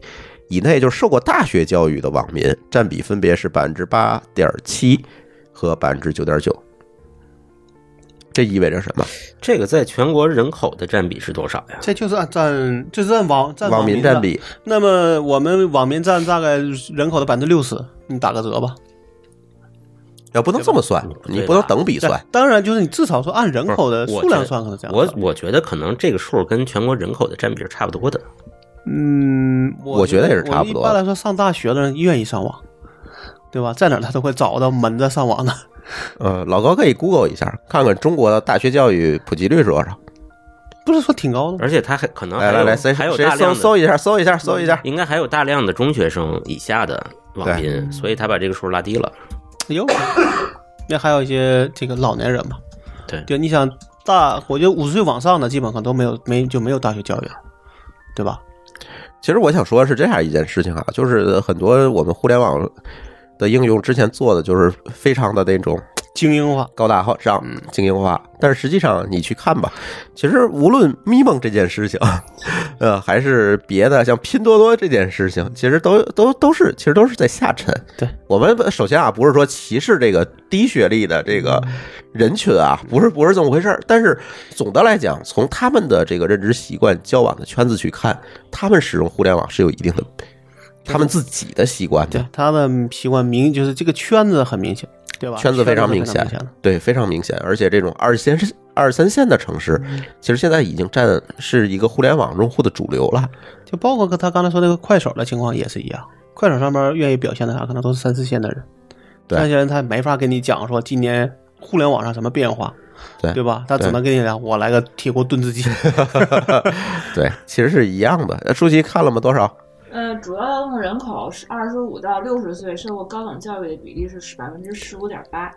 A: 以内，就是受过大学教育的网民，占比分别是百分之八点七和百分之九点九。这意味着什么？
B: 这个在全国人口的占比是多少呀？
C: 这就是按占，就是按网占
A: 网民
C: 民
A: 占
C: 的。
A: 比，
C: 那么我们网民占大概人口的百分之六十，你打个折吧。
A: 要不能这么算，你不能等比算。
C: 当然，就是你至少说按人口的
B: 不是
C: 数
B: 我觉
C: 量
B: 得
C: 算，可能这样
B: 我
A: 嗯
C: 算。
B: 我觉得可能这个数跟全国人口的占比是差不多的。
C: 嗯，
A: 我
C: 觉
A: 觉得也是
C: 我
A: 差不多
C: 一般来说，上大学的人愿意上网，对吧？在哪儿他都会找到门子上网的。
A: 呃，老高可以 Google 一下，看看中国的大学教育普及率是多少。
C: 不是说挺高的吗？
B: 而且它还可啊能还
A: 来
B: 有
A: 来来，谁
B: 还有
A: 谁
B: 大
A: 搜
B: 量的嗯
A: 搜一下，搜一下，搜一下。
B: 应该还有大量的中学生以下的网
A: 嗯
B: 民，所以他把这个数拉低了。
C: 有，那还有一些这个老年人嘛，
B: 对
C: 对，你想大，我觉得五十岁往上的基本上都没有没就没有大学教育了，对吧？
A: 其实我想说的是这样一件事情啊，就是很多我们互联网的应用之前做的就是非常的那种
C: 精英化，
A: 高大上、精英化，但是实际上你去看吧，其实无论咪蒙这件事情， 呃，还是别的像拼多多这件事情，其实都都都是其实都是在下沉。
C: 对
A: 我们首先啊，不是说歧视这个低学历的这个人群啊，不是不是这么回事儿。但是总的来讲，从他们的这个认知习惯、交往的圈子去看，他们使用互联网是有一定的他们自己的习惯的
C: 对。他们习惯明就是这个圈子很明显，对吧？
A: 圈子非常明
C: 显
A: 显，对，非常明显。而且这种二线、二三线的城市，其实现在已经占是一个互联网用户的主流了。
C: 就包括他刚才说那个快手的情况也是一样，快手上面愿意表现的啥，可能都是三四线的人，
A: 对
C: 三线人他没法跟你讲说今年互联网上什么变化，
A: 对
C: 对吧？他只
A: 对
C: 能跟你讲我来个铁锅炖 自己，
A: 对，其实是一样的。呃舒淇看了吗？多少？
E: 呃，主要劳动人口是二十五到六十岁，受过高等教育的比例是百分之十五点八。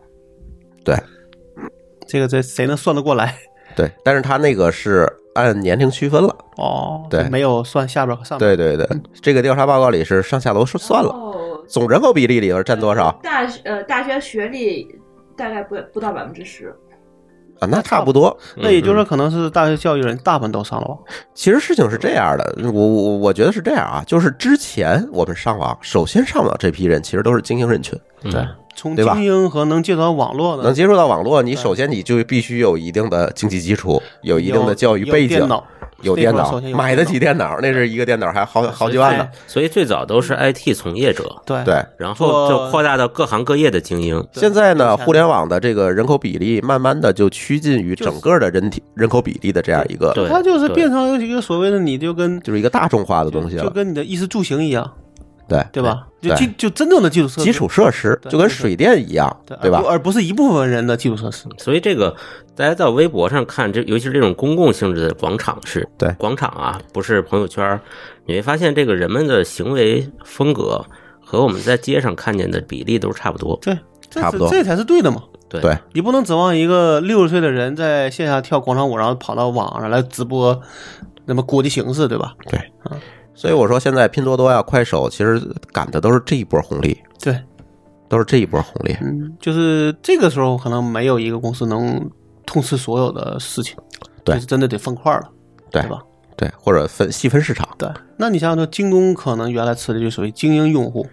C: 这个这谁能算得过来？
A: 对，但是他那个是按年龄区分了。
C: 哦，
A: 对
C: 没有算下边和上边。
A: 对对对，这个调查报告里是上下楼说算了，
E: 了
A: 总人口比例里头占多少
E: 大学呃大学学历大概不不到百分之十。
A: 啊？那差不多。
C: 那
A: 嗯
C: 也就是说，可能是大学教育人大部分都上了网，
A: 其实事情是这样的，我我我觉得是这样啊，就是之前我们上网，首先上网这批人其实都是精英人群，
B: 对，
C: 从
A: 对吧
C: 精英和能接触到网络的，
A: 能接触到网络，你
C: 对
A: 首先你就必须有一定的经济基础，有
C: 有
A: 一定的教育
C: 有
A: 背景，
C: 电脑
A: 有
C: 那时
A: 电
C: 候
A: 脑
C: 首先有
A: 买得起电脑，那是一个电脑还好好几万呢。
B: 所以最早都是 IT 从业者，
C: 对
A: 对，
B: 然后就扩大到各行各业的精英。
C: 对
A: 现在呢，
C: 对
A: 互联网的这个人口比例慢慢的就趋近于
C: 就是
A: 整个的人体人口比例的这样一个，
B: 对，
C: 它就是
B: 对
C: 变成一个所谓的，你就跟
A: 就是一个大众化的东西
C: 就
A: 了。
C: 跟你的衣食住行一样，
A: 对
C: 对吧？就
A: 对
C: 基就真正的基础设施
A: 基础设施
C: 对
A: 就跟水电一样，
C: 对而啊
A: 对吧
C: 不？而不是一部分人的基础设施。
B: 所以这个大家在微博上看，这尤其是这种公共性质的广场是，
A: 对
B: 广场啊，不是朋友圈儿，你会发现这个人们的行为风格和我们在街上看见的比例都是差不多。
C: 对，这
A: 差不
C: 是
A: 多
C: 这才是对的嘛。
B: 对
A: 对
C: 你不能指望一个六十岁的人在线下跳广场舞，然后跑到网上来直播，那么国际形势，对吧？
A: 所以我说现在拼多多呀、快手其实赶的都是这一波红利，
C: 对，
A: 都是这一波红利。
C: 嗯，就是这个时候可能没有一个公司能痛斥所有的事情，
A: 对
C: 就是真的得分块了，
A: 对
C: 吧？
A: 对，或者分细分市场，
C: 对，那你想想说，京东可能原来吃的就属于精英用户，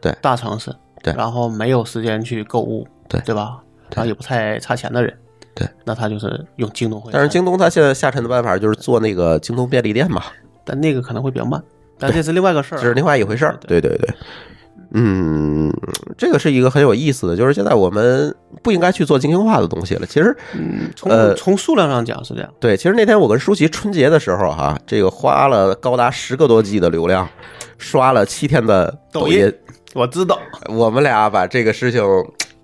A: 对
C: 大城市，
A: 对
C: 然后没有时间去购物，
A: 对
C: 对吧？
A: 对
C: 然后也不太差钱的人，
A: 对，
C: 那他就是用京东会，
A: 但是京东它现在下沉的办法就是做那个京东便利店嘛，
C: 但那个可能会比较慢，但这是另外一个事儿，
A: 这是另外一回事儿。
C: 对
A: 对对对，嗯，这个是一个很有意思的，就是现在我们不应该去做精英化的东西了。其实，
C: 嗯，从、
A: 呃
C: 从数量上讲是这样，
A: 对，其实那天我跟舒淇春节的时候哈、这个花了高达十个多 G 的流量，刷了七天的抖
C: 抖
A: 音
C: 音，我知道，
A: 我们俩把这个事情。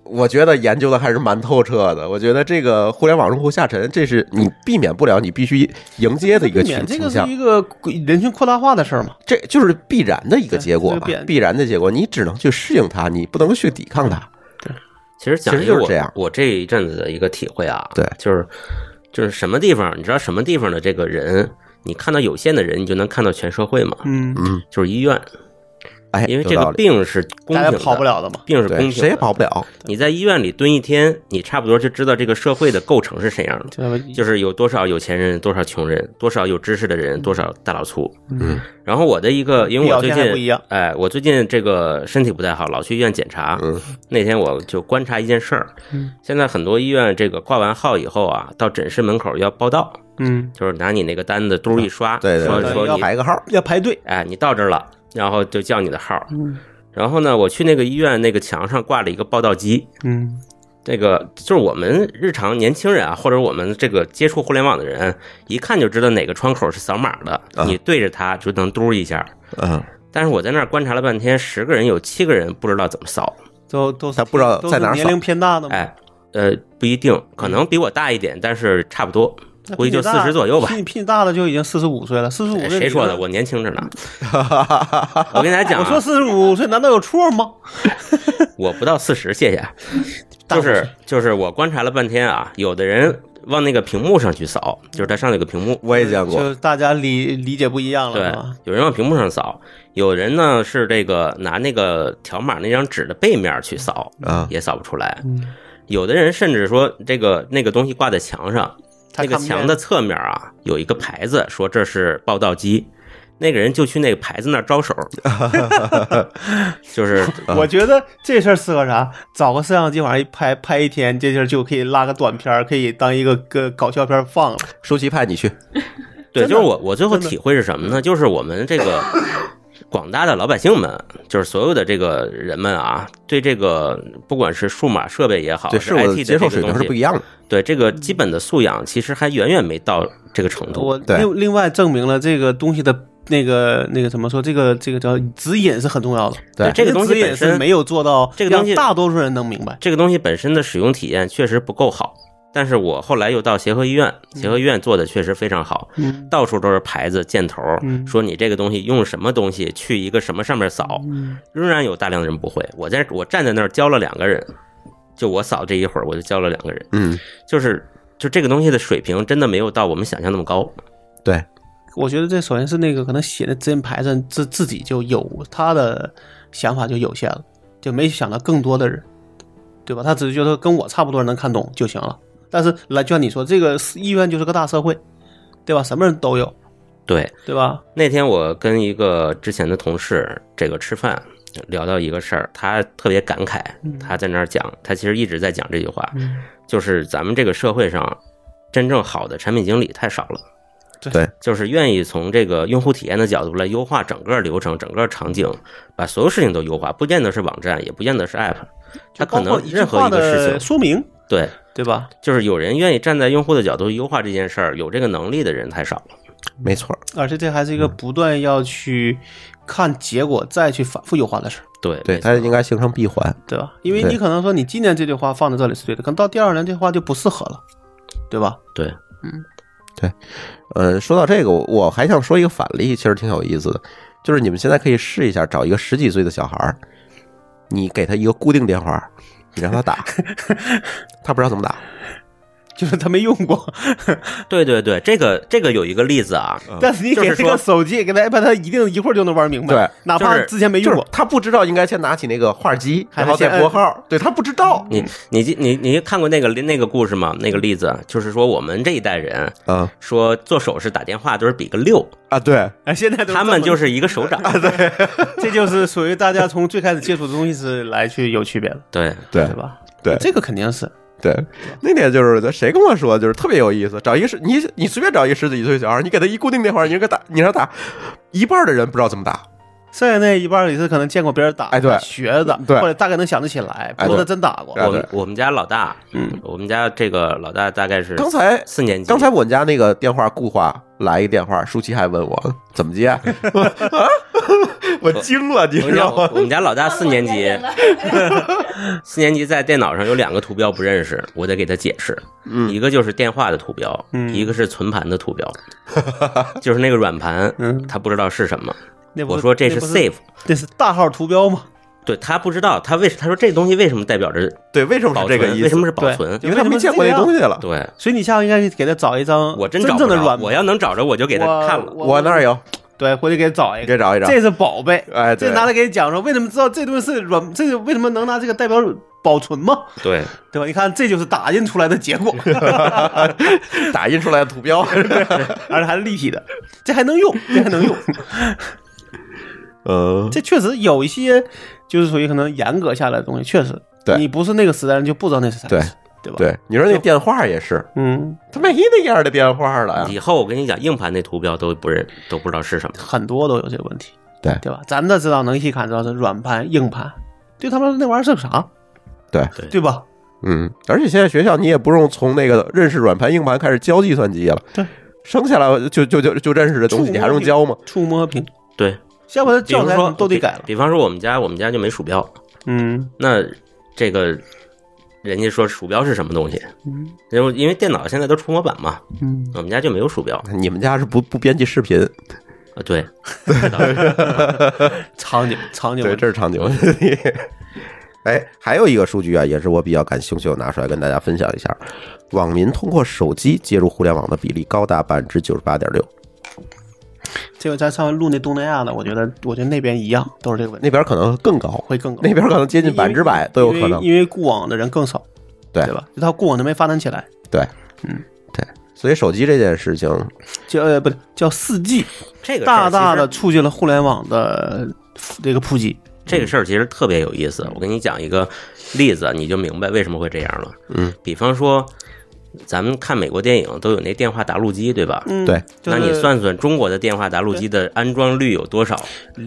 A: 我觉得研究的还是蛮透彻的。我觉得这个互联网用户下沉，这是你避免不了，你必须迎接的一个
C: 避
A: 群
C: 免这
A: 倾
C: 个是
A: 向。
C: 一个人群扩大化的事儿嘛，
A: 这就是必然的一个结果
C: 对
A: 吧
C: 这个必然
A: 必然的结果，你只能去适应它，你不能去抵抗它。
B: 其实讲
A: 其
B: 一
A: 实就
B: 个
A: 是
B: 我
A: 这样
B: 我这一阵子的一个体会啊，
A: 对
B: 就是就是什么地方，你知道什么地方的这个人，你看到有限的人，你就能看到全社会嘛，
C: 嗯，
A: 嗯，
B: 就是医院，
A: 哎，
B: 因为
A: 有
B: 这
A: 道
B: 个
A: 理
B: 病是公
C: 大
B: 平
C: 家
B: 的，
C: 跑不，了的嘛，
B: 病是公
A: 对，
B: 平，
A: 谁也跑。不了。
B: 你在医院里蹲一天，你差不多就知道这个社会的构成是怎样的，
C: 对吧？
B: 就是有多少有钱人，多少穷人，多少有知识的人，多少大老粗。
A: 嗯，
B: 然后我的一个，因为我最
C: 表现还不一
B: 近
C: 样
B: 哎，我最近这个身体不太好，老去医院检查。
A: 嗯，
B: 那天我就观察一件事儿，现在很多医院这个挂完号以后啊，到诊室门口要报到，
C: 嗯，
B: 就是拿你那个单子嘟儿一刷，
A: 对对
B: 说
A: 对，
B: 说
A: 要
B: 你
A: 排个号。
C: 要排队，
B: 哎，你到这儿了，然后就叫你的号。
A: 嗯
B: 然后呢，我去那个医院那个墙上挂了一个报到机，
C: 嗯，
B: 这个就是我们日常年轻人啊，或者我们这个接触互联网的人，一看就知道哪个窗口是扫码的，
C: 啊
B: 你对着它就能嘟一下。
A: 嗯，
B: 但是我在那儿观察了半天，十个人有七个人不知道怎么扫，哎
C: 都都是
A: 他不知道
C: 都是
A: 在哪儿扫
C: 年龄偏大的嘛，
B: 哎，呃，不一定，可能比我大一点，但是差不多。
C: 那
B: 估计
C: 比你
B: 就
C: 大
B: 40左右吧哎
C: 比你比你大的就已经四十五岁了，四十五岁
B: 谁说的？
C: 你
B: 我年轻着 呢。我跟大家讲
C: 我说
B: 啊，
C: 四十五岁难道有错吗？
B: 我不到四十，谢谢。
C: 大
B: 就
C: 伙儿
B: 是就是我观察了半天啊，有的人往那个屏幕上去扫，就是他上那个屏幕，
A: 我也见过，
C: 就是大家理理解不一样了，
B: 对
C: 是吧？，
B: 有人往屏幕上扫，有人呢是这个拿那个条码那张纸的背面去扫，
A: 啊
B: 也扫不出来。
C: 嗯
B: 有的人甚至说这个那个东西挂在墙上，
C: 他
B: 那个
C: 看不见
B: 墙的侧面啊有一个牌子说这是报道机，那个人就去那个牌子那儿 招手， 就是
C: 我觉得这事儿适合啥？找个摄像机往上一拍，拍一天，这事儿就可以拉个短片儿，可以当一个个搞笑片儿放了。
A: 舒淇派你去，
B: 对，就
C: 真
B: 是
C: 的
B: 我我最后体会是什么呢？就是我们这 个广大的老百姓们，就是所有的这个人们啊，对这个不管是数码设备也好，
A: 对
B: 是
A: 事物
B: IT
A: 的
B: 的
A: 接受
B: 这
A: 水
B: 个
A: 平
B: 东
A: 是不一
B: 西，
A: 样的。
B: 对这个基本的素养，其实还远远没到这个程度。
C: 嗯我
A: 对
C: 另另外证明了这个东西的那个那个怎么说？这个这个叫指引是很重要的。
A: 对
B: 这个东西
C: 指引
B: 本
C: 是
B: 身
C: 没有做到，
B: 这个东西
C: 让大多数人能明白。
B: 这个东西本身的使用体验确实不够好。但是我后来又到协和医院，协和医院做的确实非常好，
C: 嗯
B: 到处都是牌子箭头，
C: 嗯
B: 说你这个东西用什么东西去一个什么上面扫，
C: 嗯
B: 仍然有大量的人不会。我在我站在那儿教了两个人，就我扫这一会儿，我就教了两个人，
A: 嗯，
B: 就是就这个东西的水平真的没有到我们想象那么高。
A: 对，
C: 我觉得这首先是那个可能写的指引牌上自自己就有他的想法就有限了，就没想到更多的人，对吧？他只是觉得跟我差不多能看懂就行了。但是来，就像你说，这个医院就是个大社会，对吧？什么人都有，
B: 对，
C: 对吧？
B: 那天我跟一个之前的同事这个吃饭，聊到一个事儿，他特别感慨，他在那儿讲，他其实一直在讲这句话，就是咱们这个社会上真正好的产品经理太少了。
A: 对，
B: 就是愿意从这个用户体验的角度来优化整个流程、整个场景，把所有事情都优化，不见得是网站，也不见得是 app，它
C: 就
B: 可
C: 包括
B: 能
C: 一句
B: 任何
C: 话
B: 一个事
C: 的
B: 情，
C: 说明，
B: 对，
C: 对吧？
B: 就是有人愿意站在用户的角度优化这件事儿，有这个能力的人太少了。
A: 没错儿，
C: 而且这还是一个
B: 嗯
C: 不断要去看结果再去反复优化的事儿，
B: 对，
A: 对，
B: 没
A: 它
B: 错
A: 应该形成闭环。
C: 对吧？因为你
A: 对
C: 可能说你今年这句话放在这里是对的，可能到第二年这话就不适合了，对吧？
B: 对，
A: 呃，说到这个，我我还想说一个反例，其实挺有意思的，就是你们现在可以试一下，找一个十几岁的小孩儿，你给他一个固定电话，你让他打， 他不知道怎么打。
C: 就是他没用过，
B: 对对对，这个这个有一个例子
A: 嗯
B: 啊，
C: 但是你
B: 就是
C: 给这个
B: 说
C: 手机，给他 iPad，他一定一会儿就能玩明白，
A: 对，
C: 哪怕
B: 就是
C: 之前没
A: 就
C: 用
A: 是
C: 过。
A: 他不知道应该先拿起那个话机，
C: 还
A: 然
C: 得
A: 后再
C: 先
A: 拨号，对他不知道。
B: 你你你你看过那个那个故事吗？那个例子就是说我们这一代人
A: 嗯
B: 说做手势打电话都是比个六，
A: 啊，对，
C: 哎，现在都
B: 他们就是是一个手掌。
C: 这么，这就是属于大家从最开始接触的东西是来去有区别的，
B: 对，
A: 对
C: 对吧？
A: 对
C: 这个肯定是，
A: 对，那天就是谁跟我说，就是特别有意思。找一个十，你你随便找一个十几岁小孩，你给他一固定电话，你让他打，你让他打，一半的人不知道怎么打。
C: 剩下那一半儿也是可能见过别人打，
A: 哎对
C: 学的，
A: 对
C: 或者大概能想得起来，
A: 哎
C: 不过
A: 对
C: 他真打过。
A: 哎
B: 我
A: 对
B: 们我们家老大，
C: 嗯，
B: 我们家这个老大大概是
A: 刚才
B: 四年级，
A: 刚才我们家那个电话固话来一电话，舒淇还问我怎么接， 啊，我惊了，你
B: 我们
A: 知
B: 家
A: 道吗？
B: 我们家老大四 年级，四年级在电脑上有两个图标不认识，我得给他解释。一个就是电话的图标，
C: 嗯
B: 一个是存盘的图标，就是那个软盘，
C: 嗯
B: 他不知道是什么。
C: 那不
B: 我说这
C: 那
B: 是
C: 不
B: save，
C: 这是大号图标嘛？
B: 对他不知道，他为他说这东西为什么代表着
A: 对，为什么是
B: 保
A: 这
B: 存
A: 个意思？
B: 为什么是保
C: 对
B: 存？
A: 因为他没见过那东西了。
B: 对
C: 所以你下回应该给他找一张
B: 我真
C: 真
B: 找不
C: 正的
B: 着，
C: 软，
B: 我要能找着我就给他
C: 我
B: 看了。
A: 我那儿有，
C: 对，回去给他找一
A: 你
C: 个
A: 给，找一找。
C: 这是宝贝。
A: 哎，对
C: 这拿来给你讲说，为什么知道这东西是软？这个为什么能拿这个代表保存嘛？
B: 对，
C: 对吧？你看，这就是打印出来的结果，
A: 打印出来的图标。
C: 而且还是立体的，这还能用，这还能用。
A: 嗯，
C: 这确实有一些，就是属于可能严格下来的东西，确实，
A: 对
C: 你不是那个时代人就不知道那是啥，
A: 对
C: 对吧？，
A: 对，你说那电话也是，
C: 嗯，
A: 他没那样的电话了
C: 啊
A: 呀。
B: 以后我跟你讲，硬盘那图标都不认，都不知道是什么。
C: 很多都有这个问题，
A: 对
C: 对吧？咱这知道能一看知道是软盘、硬盘，对他们说那玩意儿是个啥，
A: 对，
B: 对
C: 对吧？
A: 嗯，而且现在学校你也不用从那个认识软盘、硬盘开始教计算机了。
C: 对，
A: 生下来就就就就认识的东西，你还用教吗？
C: 触摸屏，
B: 对，
C: 要不然
B: 比如
C: 教材
B: 说
C: 都得改了
B: 比。比方说我们家，我们家就没鼠标，
C: 嗯，
B: 那这个人家说鼠标是什么东西，然后因为电脑现在都触摸板嘛，
C: 嗯，
B: 我们家就没有鼠标
A: 你们家是不不编辑视频？
B: 啊，对，
C: 场景场景，
A: 对，这是场景问题。哎，还有一个数据啊，也是我比较感兴趣，我拿出来跟大家分享一下。网民通过手机接入互联网的比例高达百分之九十八点六，
C: 这个咱上回录那东南亚的，我觉得我觉得那边一样都是这个问题，
A: 那边可能更高，
C: 会更高，
A: 那边可能接近百分之百都有可能
C: 因为。因为固网的人更少，
A: 对
C: 对吧？就他固网都没发展起来，
A: 对，
C: 嗯，
A: 对，所以手机这件事情，
C: 叫呃不对叫四 G，
B: 这个事儿
C: 大大
B: 其实
C: 的促进了互联网的这个普及。
B: 这个事儿其实特别有意思，我跟你讲一个例子，你就明白为什么会这样了。
A: 嗯，
B: 比方说，咱们看美国电影都有那电话打录机，对吧？
C: 嗯，
A: 对，
C: 就是
B: 那你算算中国的电话打录机的安装率有多少？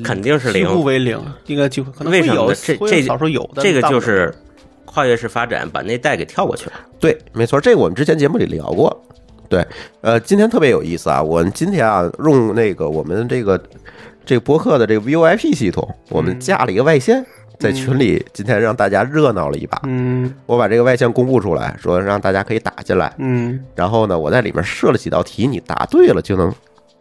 B: 肯定是
C: 嗯几乎
B: 零。
C: 为零，应该几乎可能
B: 为
C: 会
B: 什么
C: 有
B: 呢？这
C: 会有
B: 这
C: 少数有的，
B: 这个
C: 但
B: 就
C: 大部分
B: 是跨越式发展，把那带给跳过去
C: 嗯
B: 了。
A: 对，没错，这个我们之前节目里聊过。对，呃，今天特别有意思啊，我们今天啊用那个我们这个这个播客的这个 VIP 系统，我
C: 嗯
A: 们架了一个外线。在群里，今天让大家热闹了一把。
C: 嗯
A: 我把这个外线公布出来，说让大家可以打进来。
C: 嗯
A: 然后呢，我在里面设了几道题，你答对了就能，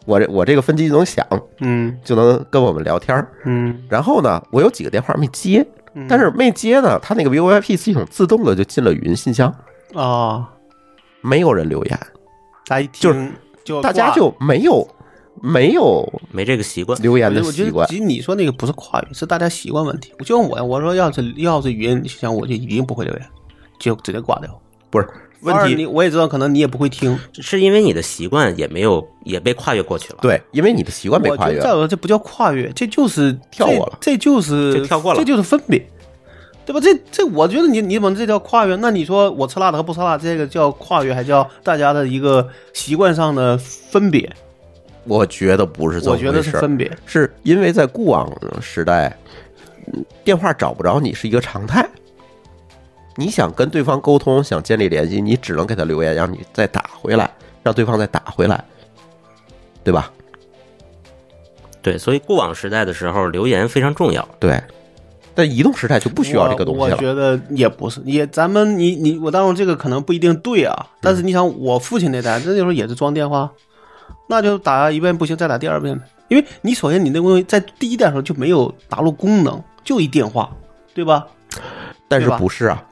A: 我这我这个分机就能响，
C: 嗯
A: 就能跟我们聊天儿。
C: 嗯，
A: 然后呢，我有几个电话没接，但是没接呢，他那个 VoIP 系统自动的就进了语音信箱，
C: 啊，
A: 没有人留言，
C: 大家一
A: 就是
C: 听就
A: 大家
C: 哦挂
A: 就没有没有
B: 没这个习惯，
A: 留言的
C: 我
A: 习
C: 觉得，我觉得
A: 惯。
C: 其实你说那个不是跨越，是大家习惯问题。就像我，我说要是要是语音信箱，我就一定不会留言，就直接挂掉。
A: 不是问
C: 反而你
A: 题，
C: 我也知道，可能你也不会听。
B: 是因为你的习惯也没有也被跨越过去了。，
A: 对，因为你的习惯被
C: 我
A: 跨
C: 觉
A: 越
C: 得再
A: 了。
C: 有这不叫跨越，这就是
A: 跳
C: 这
A: 过了
C: 这就是
B: 这跳过了
C: 这就是分别，对吧？这这，我觉得你你怎么这叫跨越？那你说我吃辣的和不吃辣，这个叫跨越，还叫大家的一个习惯上的分别？
A: 我觉得不是这
C: 我
A: 么
C: 觉得
A: 回
C: 是
A: 事儿，
C: 分别。
A: 是因为在固网时代，嗯电话找不着你是一个常态。你想跟对方沟通，想建立联系，你只能给他留言，让你再打回来，让对方再打回来，对吧？
B: 对，所以过往时代的时候，留言非常重要。
A: 对，但移动时代就不需要这个东
C: 我
A: 西了。
C: 我觉得也不是，也咱们你你我当然这个可能不一定对
A: 嗯
C: 啊，但是你想我父亲那代，那时候也是装电话，那就打一遍不行，再打第二遍呗。因为你首先你那个东西在第一代的时候就没有打入功能，就一电话，对吧？
A: 但是
C: 对吧
A: 不是啊？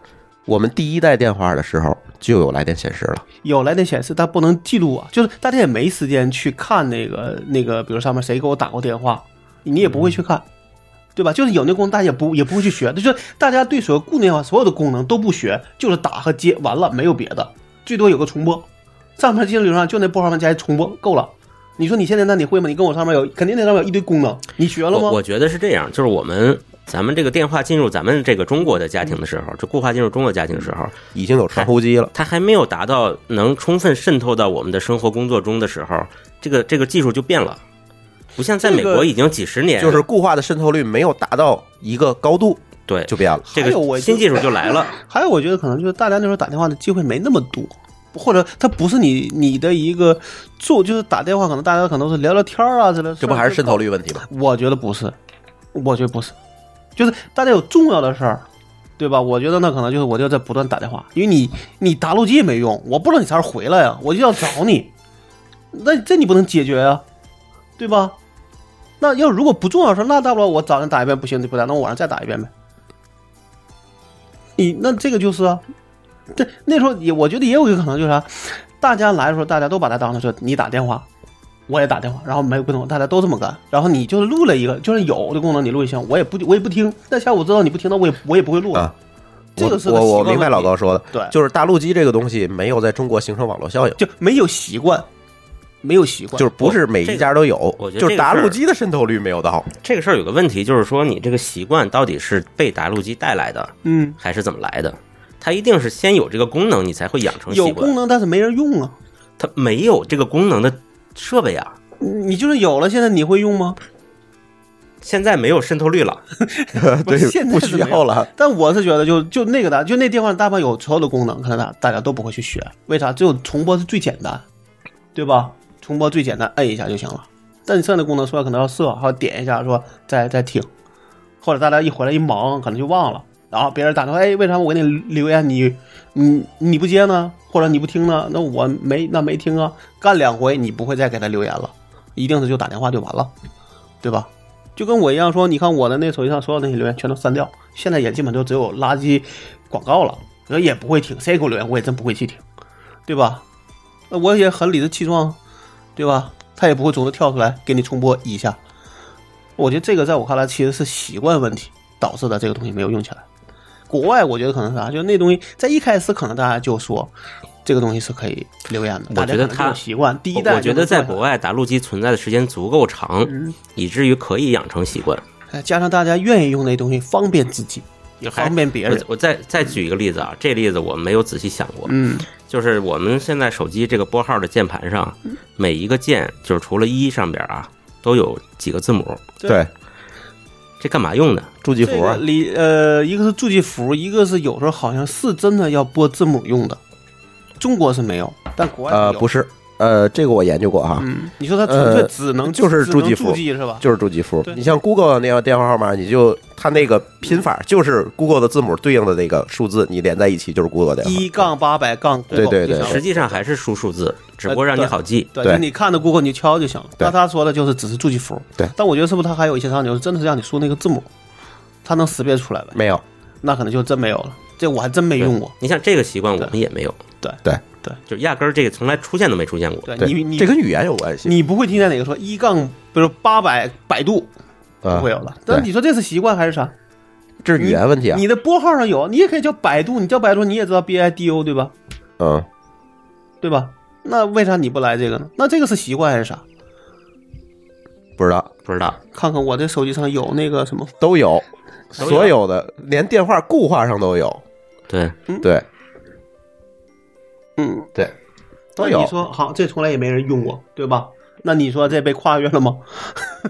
A: 我们第一代电话的时候就有来电显示了，
C: 有来电显示，但不能记录啊，就是大家也没时间去看那个那个，比如上面谁给我打过电话，你也不会去看，对吧？就是有那功能，大家也不也不会去学，就是大家对所有固定电话所有的功能都不学，就是打和接，完了没有别的，最多有个重播，上面记录上就那拨号码加一重播够了。你说你现在那你会吗？你跟我上面有肯定那上面有一堆功能，你学了
B: 我
C: 吗？
B: 我觉得是这样，就是我们咱们这个电话进入咱们这个中国的家庭的时候，这固话进入中国家庭的时候，
A: 已经有传呼机了。
B: 它还没有达到能充分渗透到我们的生活工作中的时候，这个这个技术就变了，不像在
C: 这
B: 美
C: 个
B: 国已经几十
C: 哎
B: 年，
A: 就是固化的渗透率没有达到一个高度，
B: 对
A: 就变了。
B: 这
C: 还有我
B: 个新技术就来了。
C: 还有，我觉得可能就是大家那时候打电话的机会没那么多，或者它不是你你的一个做，就是打电话可能大家可能是聊聊天儿啊之类的。
A: 这不还是渗透？率问题吗？
C: 我觉得不是，我觉得不是，就是大家有重要的事儿，对吧？我觉得那可能就是我就在不断打电话，因为你你打录机也没用，我不知道你啥时候回来呀、我就要找你，那这你不能解决呀、对吧？那要如果不重要的事儿，那大不了我早上打一遍不行就不打，那我晚上再打一遍呗。你那这个就是啊，这那时候也我觉得也有一个可能就是啥、大家来的时候大家都把它当成是你打电话，我也打电话，然后没不同，大家都这么干，然后你就录了一个，就是有的功能你录一下，我也不我也不听，但下午知道你不听，那我也我也不会录
A: 啊。
C: 这个是
A: 我
C: 个习
A: 我我
C: 惯
A: 明白
C: 问
A: 老
C: 题
A: 高说的，
C: 对
A: 就是大陆机这个东西没有在中国形成网络效应，
C: 就没有习惯，没有习惯，
A: 就是不是每一家都有，
B: 我觉得这个
A: 就是大陆机的渗透率没有到。
B: 这个事儿有个问题，就是说你这个习惯到底是被打录机带来的，
C: 嗯，
B: 还是怎么来的？它一定是先有这个功能，你才会养成习
C: 有功
B: 惯。
C: 能但是没人用啊。
B: 它没有这个功能的设备啊，
C: 你就是有了，现在你会用吗？
B: 现在没有渗透率了。
C: 我
A: 对，
C: 现在
A: 不
C: 是
A: 需
C: 没有
A: 要了。
C: 但我是觉得就，就那个的，就那地方，大半有所有的功能，可能大大家都不会去学，为啥？只有重播是最简单，对吧？重播最简单，摁一下就行了。但你剩下的功能，说可能要设，还要点一下，说再再听，或者大家一回来一忙，可能就忘了，然后别人打电话，哎，为啥我给你留言你你你不接呢？或者你不听呢？那我没那没听啊，干两回你不会再给他留言了，一定是就打电话就完了，对吧？就跟我一样说，你看我的那手机上所有那些留言全都删掉，现在也基本就只有垃圾广告了，我也不会听，谁给我留言我也真不会去听，对吧？那我也很理直气壮，对吧？他也不会主动跳出来给你重播一下。我觉得这个在我看来其实是习惯问题导致的，这个东西没有用起来。国外我觉得可能是啥、就是那东西在一开始可能大家就说这个东西是可以留言的，
B: 我
C: 大家
B: 觉得
C: 可能这种
B: 他
C: 习惯第一
B: 我
C: 代
B: 我觉
C: 就嗯
B: 得
C: 能做
B: 在
C: 下
B: 国
C: 来
B: 外打陆机存在的时间足够长，以至于可以养成习惯。
C: 哎加上大家愿意用那东西方便自己，也
B: 还
C: 方便别人
B: 我。我再再举一个例子啊，这例子我没有仔细想过，
C: 嗯
B: 就是我们现在手机这个拨号的键盘上，
C: 嗯
B: 每一个键就是除了一上边啊，都有几个字母，
A: 对，
B: 这干嘛用的？
A: 助记
C: 这
A: 符
C: 个
A: 啊，
C: 里呃，一个是助记符，一个是有时候好像是真的要播字母用的，中国是没有，但国外
A: 呃，
C: 有
A: 不是，呃，这个我研究过哈，
C: 嗯，你说它纯粹只能、
A: 呃就是
C: 只
A: 助
C: 能
A: 记符
C: 助记是吧？
A: 就是助记符
C: 对。
A: 你像 Google 那样电话号码，你就它那个拼法就是 Google 的字母对应的那个数字，你连在一起就是 Google 电话。
C: 一杠八百杠 Google
A: 对对
C: 就行了
B: 实际上还是输数字，只不过让你好记。
C: 呃对，
A: 对
C: 就你看着 Google 你就敲就行了。
A: 对
C: 那他说的就是只是助记符，
A: 对
C: 但我觉得是不是他还有一些场景是真的是让你输那个字母，他能识别出来呗？
A: 没有，
C: 那可能就真没有了。这我还真没用过。
B: 你像这个习惯，我们也没有。
C: 对
A: 对
C: 对，
B: 就压根儿这个从来出现都没出现过。
C: 对
A: 对
C: 你你
A: 这跟语言有关系。
C: 你不会听见哪个说一杠，比如八百百度
A: 啊
C: 不会有了。但你说这是习惯还是啥？
A: 这是语言问题啊。
C: 你的拨号上有，你也可以叫百度，你叫百度你也知道 B I D O 对吧？
A: 嗯，
C: 对吧？那为啥你不来这个呢？那这个是习惯还是啥？
A: 不知道，
B: 不知道，
C: 看看我这手机上有那个什么，
A: 都有，
B: 都有
A: 所有的连电话固话上都有。
B: 对，
A: 对
C: 嗯，
A: 对，都
C: 那
A: 有
C: 你，说好，这从来也没人用过，对吧？那你说这被跨越了吗？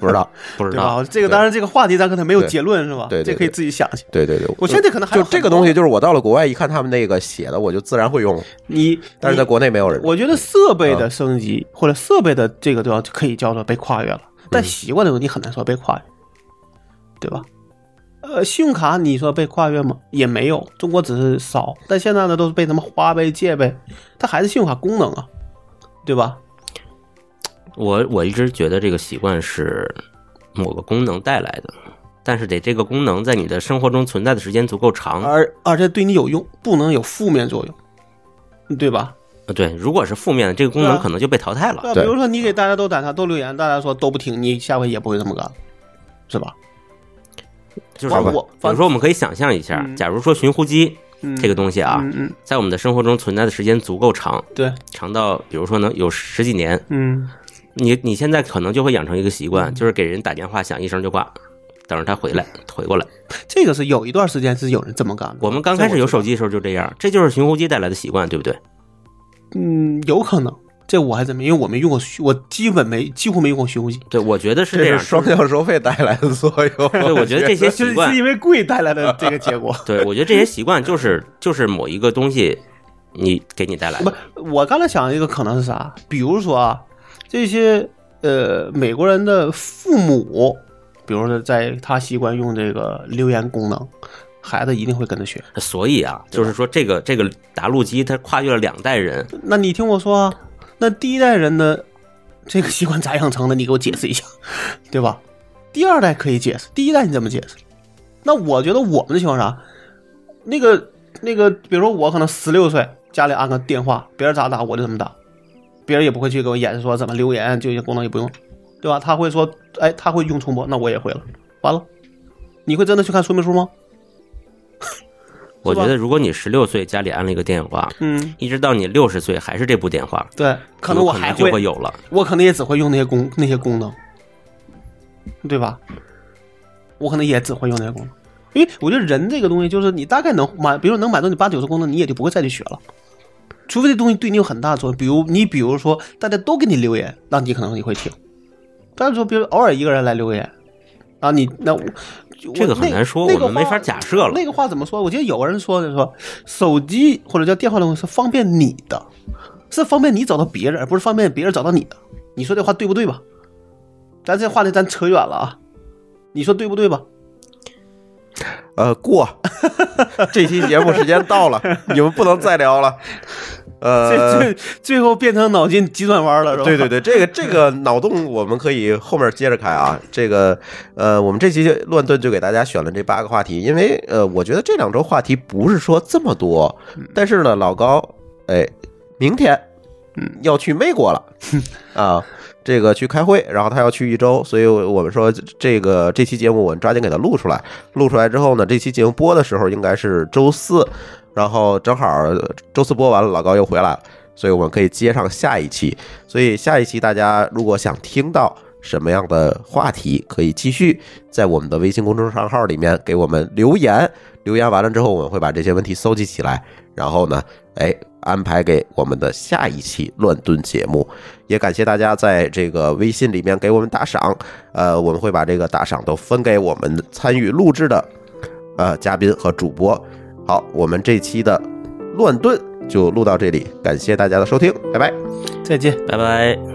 A: 不知道。
B: 不知
C: 对
B: 道。
C: 吧？这个当然，这个话题咱可能没有
A: 对
C: 结论，是吧？
A: 对对对
C: 这可以自己想去。
A: 对对对，
C: 我现在可能还有
A: 就
C: 很
A: 这个
C: 多
A: 东西，就是我到了国外一看他们那个写的，我就自然会用。
C: 你，
A: 但是在
C: 你
A: 国内没有人，
C: 我觉得设备的升级或者设备的这个都要可以叫做被跨越了，但习惯的东西你很难说被跨越，对吧？呃，信用卡你说被跨越吗？也没有，中国只是少，但现在呢都是被什么花呗、借呗，它还是信用卡功能啊，对吧？
B: 我我一直觉得这个习惯是某个功能带来的，但是得这个功能在你的生活中存在的时间足够长。
C: 而而且对你有用，不能有负面作用，对吧？
B: 呃对，如果是负面的，这个功
C: 对
B: 能
C: 啊
B: 可能就被淘汰了。
C: 对啊，比
A: 对
C: 如说你给大家都打他都留言，大家说都不听，你下回也不会这么干了，是吧？
B: 就是
C: 我
B: 我
C: 我
B: 比如说，我们可以想象一下，假如说寻呼机
C: 嗯
B: 这个东西啊，
C: 嗯嗯，
B: 在我们的生活中存在的时间足够长，
C: 对，
B: 长到比如说能有十几年，
C: 嗯，
B: 你你现在可能就会养成一个习惯，就是给人打电话响一声就挂，等着他回来回过来。
C: 这个是有一段时间是有人这么干的。
B: 我们刚开始有手机的时候就这样，这就是寻呼机带来的习惯，对不对？
C: 嗯，有可能，这我还真没，因为我没用过虚，我基本没几乎没用过虚无机。
B: 对，我觉得是
A: 这
B: 这
A: 是
B: 样。
A: 双向收费带来的作用。
B: 对，我觉得这些习
C: 是
B: 惯
C: 是，因为贵带来的这个结果。
B: 对我觉得这些习惯就是就是某一个东西，你给你带来
C: 不
B: 的。，
C: 我刚才想的一个可能是啥？比如说啊，这些呃美国人的父母，比如说在他习惯用这个留言功能，孩子一定会跟着学。
B: 所以啊，就是说这个这个打路机它跨越了两代人，
C: 那你听我说啊，那第一代人的这个习惯咋养成的？你给我解释一下， 对吧？第二代可以解释，第一代你怎么解释？那我觉得我们的情况啥？那个那个，比如说我可能十六岁，家里安个电话，别人咋打我就怎么打，别人也不会去给我演示说怎么留言，这些功能也不用，对吧？他会说，哎，他会用重播，那我也会了，完了，你会真的去看说明书吗？
B: 我觉得如果你十六岁家里安了一个电话，
C: 嗯，
B: 一直到你六十岁还是这部电话，
C: 对，可能我还
B: 就会有了。
C: 我可能也只会用那些功那些功能，对吧？我可能也只会用那些功能，因为我觉得人这个东西就是你大概能满，比如能满足你八九十功能，你也就不会再去学了，除非这东西对你有很大作用。比如你比如说大家都给你留言，那你可能你会听，但是说比如偶尔一个人来留言，啊，你那我
B: 这个很难说
C: 那那个
B: 我们没
C: 话
B: 法假设了
C: 那个话怎么说？我记得有个人说的说，手机或者叫电话的东西是方便你的，是方便你找到别人，而不是方便别人找到你的。你说这话对不对吧？咱这话题咱扯远了啊，你说对不对吧？
A: 呃，过 这期节目时间到了，你们不能再聊了。 呃，
C: 最最最后变成脑筋急转弯了，是吧？
A: 对对对，这个这个脑洞我们可以后面接着开啊。这个呃，我们这期乱炖就给大家选了这八个话题，因为呃，我觉得这两周话题不是说这么多，
C: 嗯
A: 但是呢，老高哎，明天嗯要去美 国了啊。这个去开会，然后他要去一周，所以我们说这个这期节目我们抓紧给他录出来。录出来之后呢，这期节目播的时候应该是周四，然后正好周四播完了，老高又回来了，所以我们可以接上下一期。所以下一期大家如果想听到什么样的话题，可以继续在我们的微信公众账号里面给我们留言。留言完了之后，我们会把这些问题搜集起来，然后呢，哎，安排给我们的下一期乱炖节目。也感谢大家在这个微信里面给我们打赏，呃，我们会把这个打赏都分给我们参与录制的呃嘉宾和主播。好，我们这期的乱炖就录到这里，感谢大家的收听，拜拜。
C: 再见。
B: 拜拜。